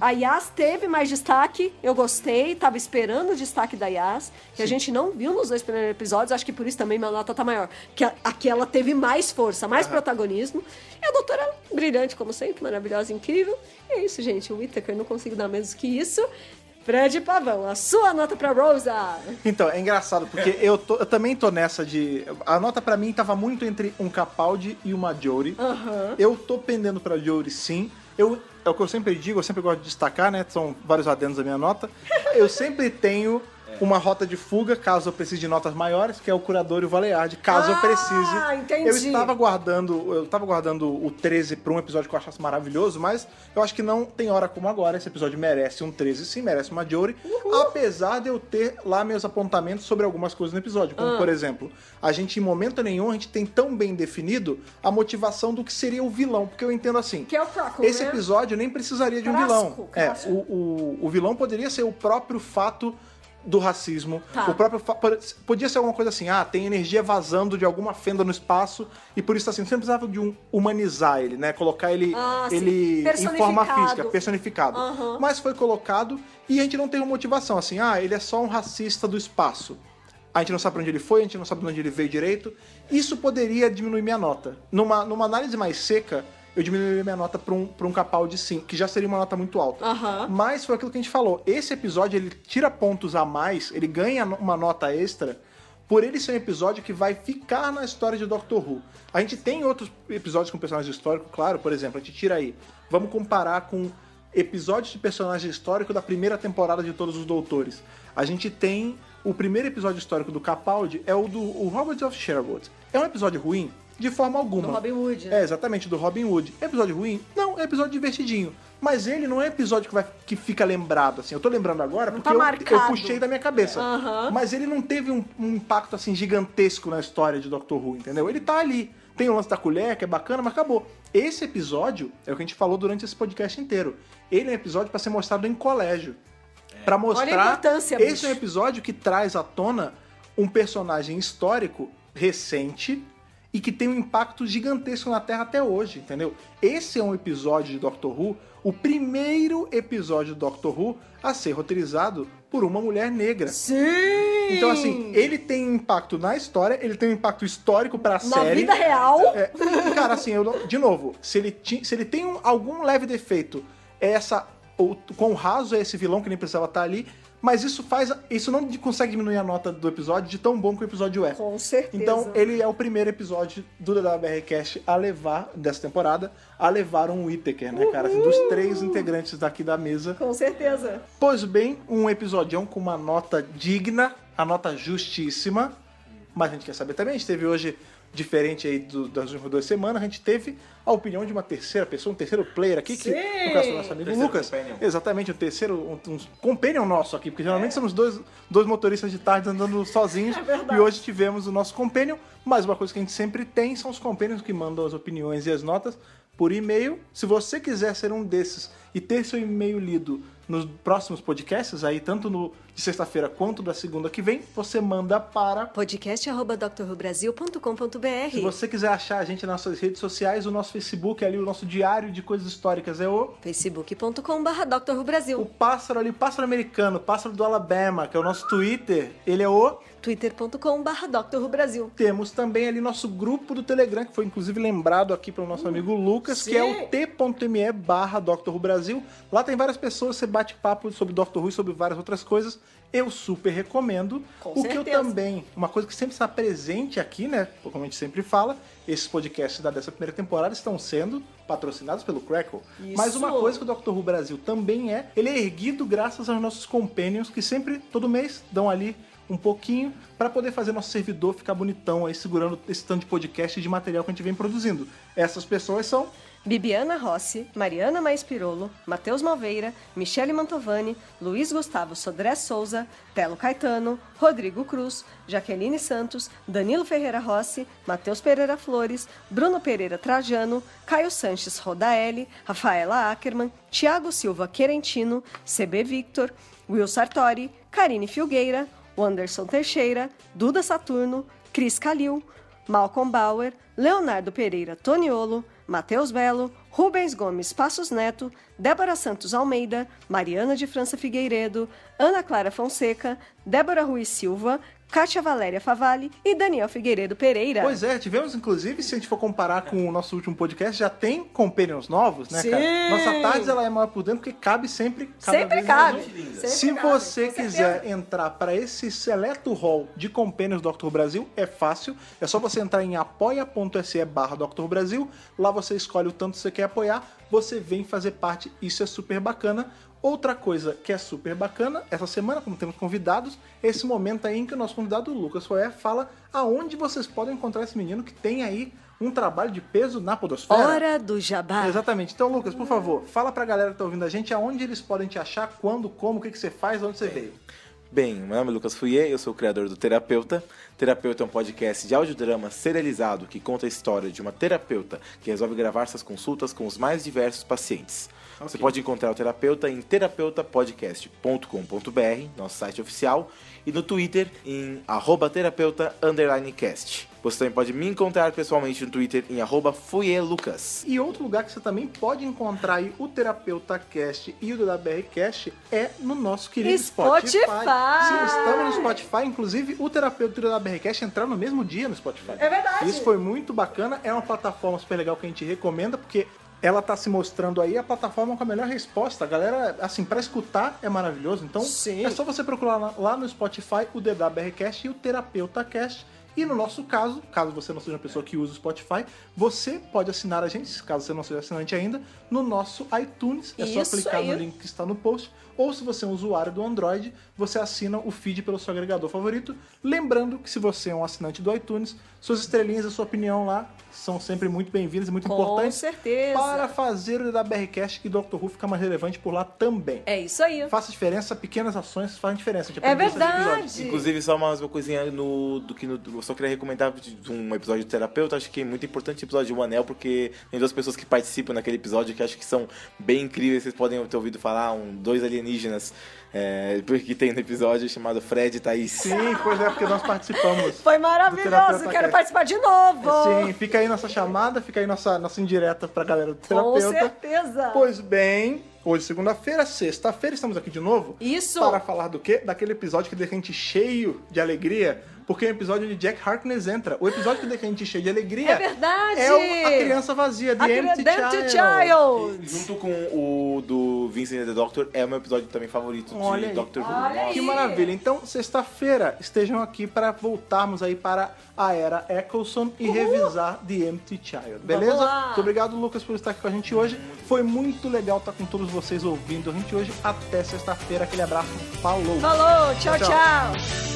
S2: A Yas teve mais destaque, eu gostei, tava esperando o destaque da Yas, que a gente não viu nos dois primeiros episódios, acho que por isso também minha nota tá maior. Que a- aqui ela teve mais força, mais protagonismo. E a doutora, brilhante como sempre, maravilhosa, incrível. E é isso, gente, o Whittaker não consigo dar menos que isso. Fred Pavão, a sua nota pra Rosa.
S1: Então, é engraçado, porque eu, tô- eu também tô nessa de. A nota pra mim tava muito entre um Capaldi e uma Jory.
S2: Ah. Aham.
S1: Eu tô pendendo pra Jory sim. Eu, é o que eu sempre digo, eu sempre gosto de destacar, né? São vários adendos da minha nota. Eu sempre tenho uma rota de fuga, caso eu precise de notas maiores, que é o curador e o Valearde, caso
S2: Ah,
S1: eu precise.
S2: entendi.
S1: Eu estava guardando, eu estava guardando o 13 pra um episódio que eu achasse maravilhoso, mas eu acho que não tem hora como agora. Esse episódio merece um 13, sim, merece uma Jory. Apesar de eu ter lá meus apontamentos sobre algumas coisas no episódio. Como, por exemplo, a gente em momento nenhum a gente tem tão bem definido a motivação do que seria o vilão. Porque eu entendo assim.
S2: Que é o Croco,
S1: Esse
S2: né?
S1: episódio nem precisaria de um
S2: Crasco,
S1: vilão.
S2: crasco.
S1: É, o, o, o vilão poderia ser o próprio fato do racismo.
S2: Tá.
S1: O próprio fa- por- podia ser alguma coisa assim, ah, tem energia vazando de alguma fenda no espaço e por isso assim, você não precisava de um humanizar ele, né? Colocar ele
S2: Ah, sim.
S1: ele em forma
S2: Personificado.
S1: física, personificado.
S2: Aham.
S1: Mas foi colocado e a gente não teve uma motivação assim, ah, ele é só um racista do espaço. A gente não sabe pra onde ele foi, a gente não sabe de onde ele veio direito. Isso poderia diminuir minha nota. Numa, numa análise mais seca, eu diminuiria minha nota pra um, pra um Capaldi 5, que já seria uma nota muito alta.
S2: Aham.
S1: Mas foi aquilo que a gente falou. Esse episódio ele tira pontos a mais, ele ganha no- uma nota extra por ele ser um episódio que vai ficar na história de Doctor Who. A gente tem outros episódios com personagem histórico, claro, por exemplo, a gente tira aí. Vamos comparar com episódios de personagem histórico da primeira temporada de Todos os Doutores. A gente tem o primeiro episódio histórico do Capaldi é o do o Robert of Sherwood. É um episódio ruim de forma alguma.
S2: Do Robin Hood, né?
S1: É, exatamente, do Robin Hood. É episódio ruim? Não, é episódio divertidinho. Mas ele não é episódio que, vai, que fica lembrado, assim. Eu tô lembrando agora porque
S2: tá
S1: eu- eu,
S2: marcado.
S1: puxei da minha cabeça.
S2: Aham.
S1: Mas ele não teve um, um impacto, assim, gigantesco na história de Doctor Who, entendeu? Ele tá ali. Tem o lance da colher, que é bacana, mas acabou. Esse episódio é o que a gente falou durante esse podcast inteiro. Ele é um episódio pra ser mostrado em colégio. Pra mostrar.
S2: importância,
S1: Esse
S2: bicho.
S1: é um episódio que traz à tona um personagem histórico recente e que tem um impacto gigantesco na Terra até hoje, entendeu? Esse é um episódio de Doctor Who, o primeiro episódio de Doctor Who a ser roteirizado por uma mulher negra.
S2: Sim!
S1: Então assim, ele tem impacto na história, ele tem um impacto histórico pra
S2: Na
S1: série.
S2: vida real,
S1: É, cara, assim, eu não- de novo, se ele, ti- se ele tem um- algum leve defeito, é essa. Ou, quão raso é esse vilão que nem precisava estar ali. Mas isso faz. Isso não consegue diminuir a nota do episódio de tão bom que o episódio é.
S2: com certeza.
S1: Então, ele é o primeiro episódio do DWRcast a levar, dessa temporada, a levar um Whittaker, né, cara? Assim, dos três integrantes daqui da mesa.
S2: Com certeza.
S1: Pois bem, um episódião com uma nota digna, a nota justíssima. Mas a gente quer saber também, a gente teve hoje, diferente aí do- das últimas duas semanas, a gente teve a opinião de uma terceira pessoa, um terceiro player aqui, que
S2: Sim!
S1: no caso foi o nosso amigo
S4: Terceiro
S1: Lucas.
S4: companion.
S1: Exatamente, um terceiro, um, um companion nosso aqui, porque geralmente somos dois, dois motoristas de tarde andando sozinhos.
S2: verdade.
S1: e hoje tivemos o nosso companion, mas uma coisa que a gente sempre tem são os companions que mandam as opiniões e as notas por e-mail. Se você quiser ser um desses e ter seu e-mail lido nos próximos podcasts, aí tanto no de sexta-feira quanto da segunda que vem, você manda para se
S2: podcast.drrubrasil.com.br
S1: você quiser achar a gente nas suas redes sociais, o nosso Facebook ali, o nosso diário de coisas históricas é o
S2: facebook.com.br
S1: o
S2: drrubrasil
S1: pássaro ali, o pássaro americano, o pássaro do Alabama, que é o nosso Twitter, ele é o
S2: twitter.com.br drrubrasil
S1: Temos também ali nosso grupo do Telegram, que foi inclusive lembrado aqui pelo nosso amigo Lucas,
S2: Hum, sim.
S1: que é o t.me barra Doctor Who Brasil. Lá tem várias pessoas, você bate papo sobre Doctor Who e sobre várias outras coisas. Eu super recomendo.
S2: Com
S1: o que eu
S2: certeza.
S1: também, uma coisa que sempre está presente aqui, né? Como a gente sempre fala, esses podcasts da dessa primeira temporada estão sendo patrocinados pelo Crackle.
S5: Isso.
S1: Mas uma coisa que o Doctor Who Brasil também é, ele é erguido graças aos nossos companions que sempre, todo mês, dão ali um pouquinho para poder fazer nosso servidor ficar bonitão aí segurando esse tanto de podcast e de material que a gente vem produzindo. Essas pessoas são
S2: Bibiana Rossi, Mariana Mais Pirolo, Matheus Malveira, Michele Mantovani, Luiz Gustavo Sodré Souza, Telo Caetano, Rodrigo Cruz, Jaqueline Santos, Danilo Ferreira Rossi, Matheus Pereira Flores, Bruno Pereira Trajano, Caio Sanches Rodaelli, Rafaela Ackerman, Tiago Silva Querentino, CB Victor, Will Sartori, Karine Filgueira, Wanderson Teixeira, Duda Saturno, Cris Calil, Malcolm Bauer, Leonardo Pereira Toniolo, Matheus Belo, Rubens Gomes Passos Neto, Débora Santos Almeida, Mariana de França Figueiredo, Ana Clara Fonseca, Débora Ruiz Silva, Kátia Valéria Favalli e Daniel Figueiredo Pereira.
S1: Pois é, tivemos inclusive, se a gente for comparar com o nosso último podcast, já tem companions novos, né,
S5: Sim!
S1: cara? Nossa tarde ela é maior por dentro porque cabe sempre. Cada
S2: Sempre
S1: vez mais
S2: cabe.
S1: gente.
S2: Sempre
S1: se
S2: cabe,
S1: você
S2: com
S1: quiser
S2: certeza.
S1: entrar para esse seleto hall de companions do Dr. Brasil, é fácil. É só você entrar em apoia.se barra Dr. Brasil. Lá você escolhe o tanto que você quer apoiar. Você vem fazer parte. Isso é super bacana. Outra coisa que é super bacana, essa semana, como temos convidados, é esse momento aí em que o nosso convidado Lucas Foé fala aonde vocês podem encontrar esse menino que tem aí um trabalho de peso na podosfera.
S2: Hora do Jabá.
S1: Exatamente. Então, Lucas, por favor, fala pra galera que tá ouvindo a gente aonde eles podem te achar, quando, como, o que, que você faz, onde você veio.
S3: Bem, meu nome é Lucas Fouier, eu sou o criador do Terapeuta. Terapeuta é um podcast de audiodrama serializado que conta a história de uma terapeuta que resolve gravar suas consultas com os mais diversos pacientes. Você pode encontrar o Terapeuta em terapeutapodcast.com.br, nosso site oficial, e no Twitter em arroba terapeuta underline cast. Você também pode me encontrar pessoalmente no Twitter em arroba Lucas.
S1: E outro lugar que você também pode encontrar aí o Terapeuta Cast e o DWR Cast é no nosso querido Spotify.
S2: Spotify!
S1: Sim, estamos no Spotify, inclusive o Terapeuta e o DWR Cast entraram no mesmo dia no Spotify.
S2: É verdade.
S1: Isso foi muito bacana, é uma plataforma super legal que a gente recomenda, porque ela tá se mostrando aí a plataforma com a melhor resposta. A galera, assim, pra escutar é maravilhoso. Então,
S5: Sim.
S1: é só você procurar lá- lá no Spotify o DWRcast e o TerapeutaCast. E no nosso caso, caso você não seja uma pessoa que usa o Spotify, você pode assinar a gente, caso você não seja assinante ainda, no nosso iTunes. É só
S5: Isso
S1: clicar no
S5: aí.
S1: link que está no post. Ou se você é um usuário do Android, você assina o feed pelo seu agregador favorito. Lembrando que se você é um assinante do iTunes, suas estrelinhas e a sua opinião lá são sempre muito bem-vindas e muito
S5: Com
S1: importantes
S5: certeza.
S1: para fazer o DWRcast e Doctor Who ficar mais relevante por lá também.
S2: É isso aí.
S1: Faça diferença, pequenas ações fazem diferença. A gente
S2: É
S1: aprendeu isso nesse episódio.
S2: verdade.
S3: Inclusive, só mais uma coisinha no, do que no, eu só queria recomendar de de um episódio do terapeuta. Acho que é muito importante o episódio de O Anel, porque tem duas pessoas que participam naquele episódio que acho que são bem incríveis. Vocês podem ter ouvido falar, um, dois alienígenas é, <laughs> que tem no episódio chamado Fred e Thaís.
S1: Sim, pois é, porque nós participamos.
S2: Foi
S1: Do terapeuta
S2: maravilhoso.
S1: cast.
S2: Quero participar de novo.
S1: Sim, fica aí nossa chamada, fica aí nossa, nossa indireta pra galera do
S2: Com
S1: terapeuta.
S2: certeza.
S1: Pois bem, hoje segunda-feira, sexta-feira estamos aqui de novo.
S2: Isso.
S1: Para falar do quê? Daquele episódio que deixa a gente cheio de alegria, porque é o episódio onde Jack Harkness entra. O episódio que deixa a gente cheio de alegria
S2: É verdade.
S1: é o- a criança vazia, The
S2: A
S1: Empty
S2: criança- Empty
S1: Child.
S2: Child.
S3: Junto com o do Vincent and the Doctor, é o meu episódio também favorito
S1: Olha aí.
S3: de Doctor Who.
S2: Olha aí.
S1: Que maravilha. Então, sexta-feira, estejam aqui para voltarmos aí para a era Eccleston e revisar The Empty Child. Beleza?
S2: lá.
S1: Muito obrigado, Lucas, por estar aqui com a gente hoje. Foi muito legal estar com todos vocês ouvindo a gente hoje. Até sexta-feira. Aquele abraço. Falou.
S2: Falou.
S1: Tchau,
S2: tchau.
S1: tchau.
S2: tchau.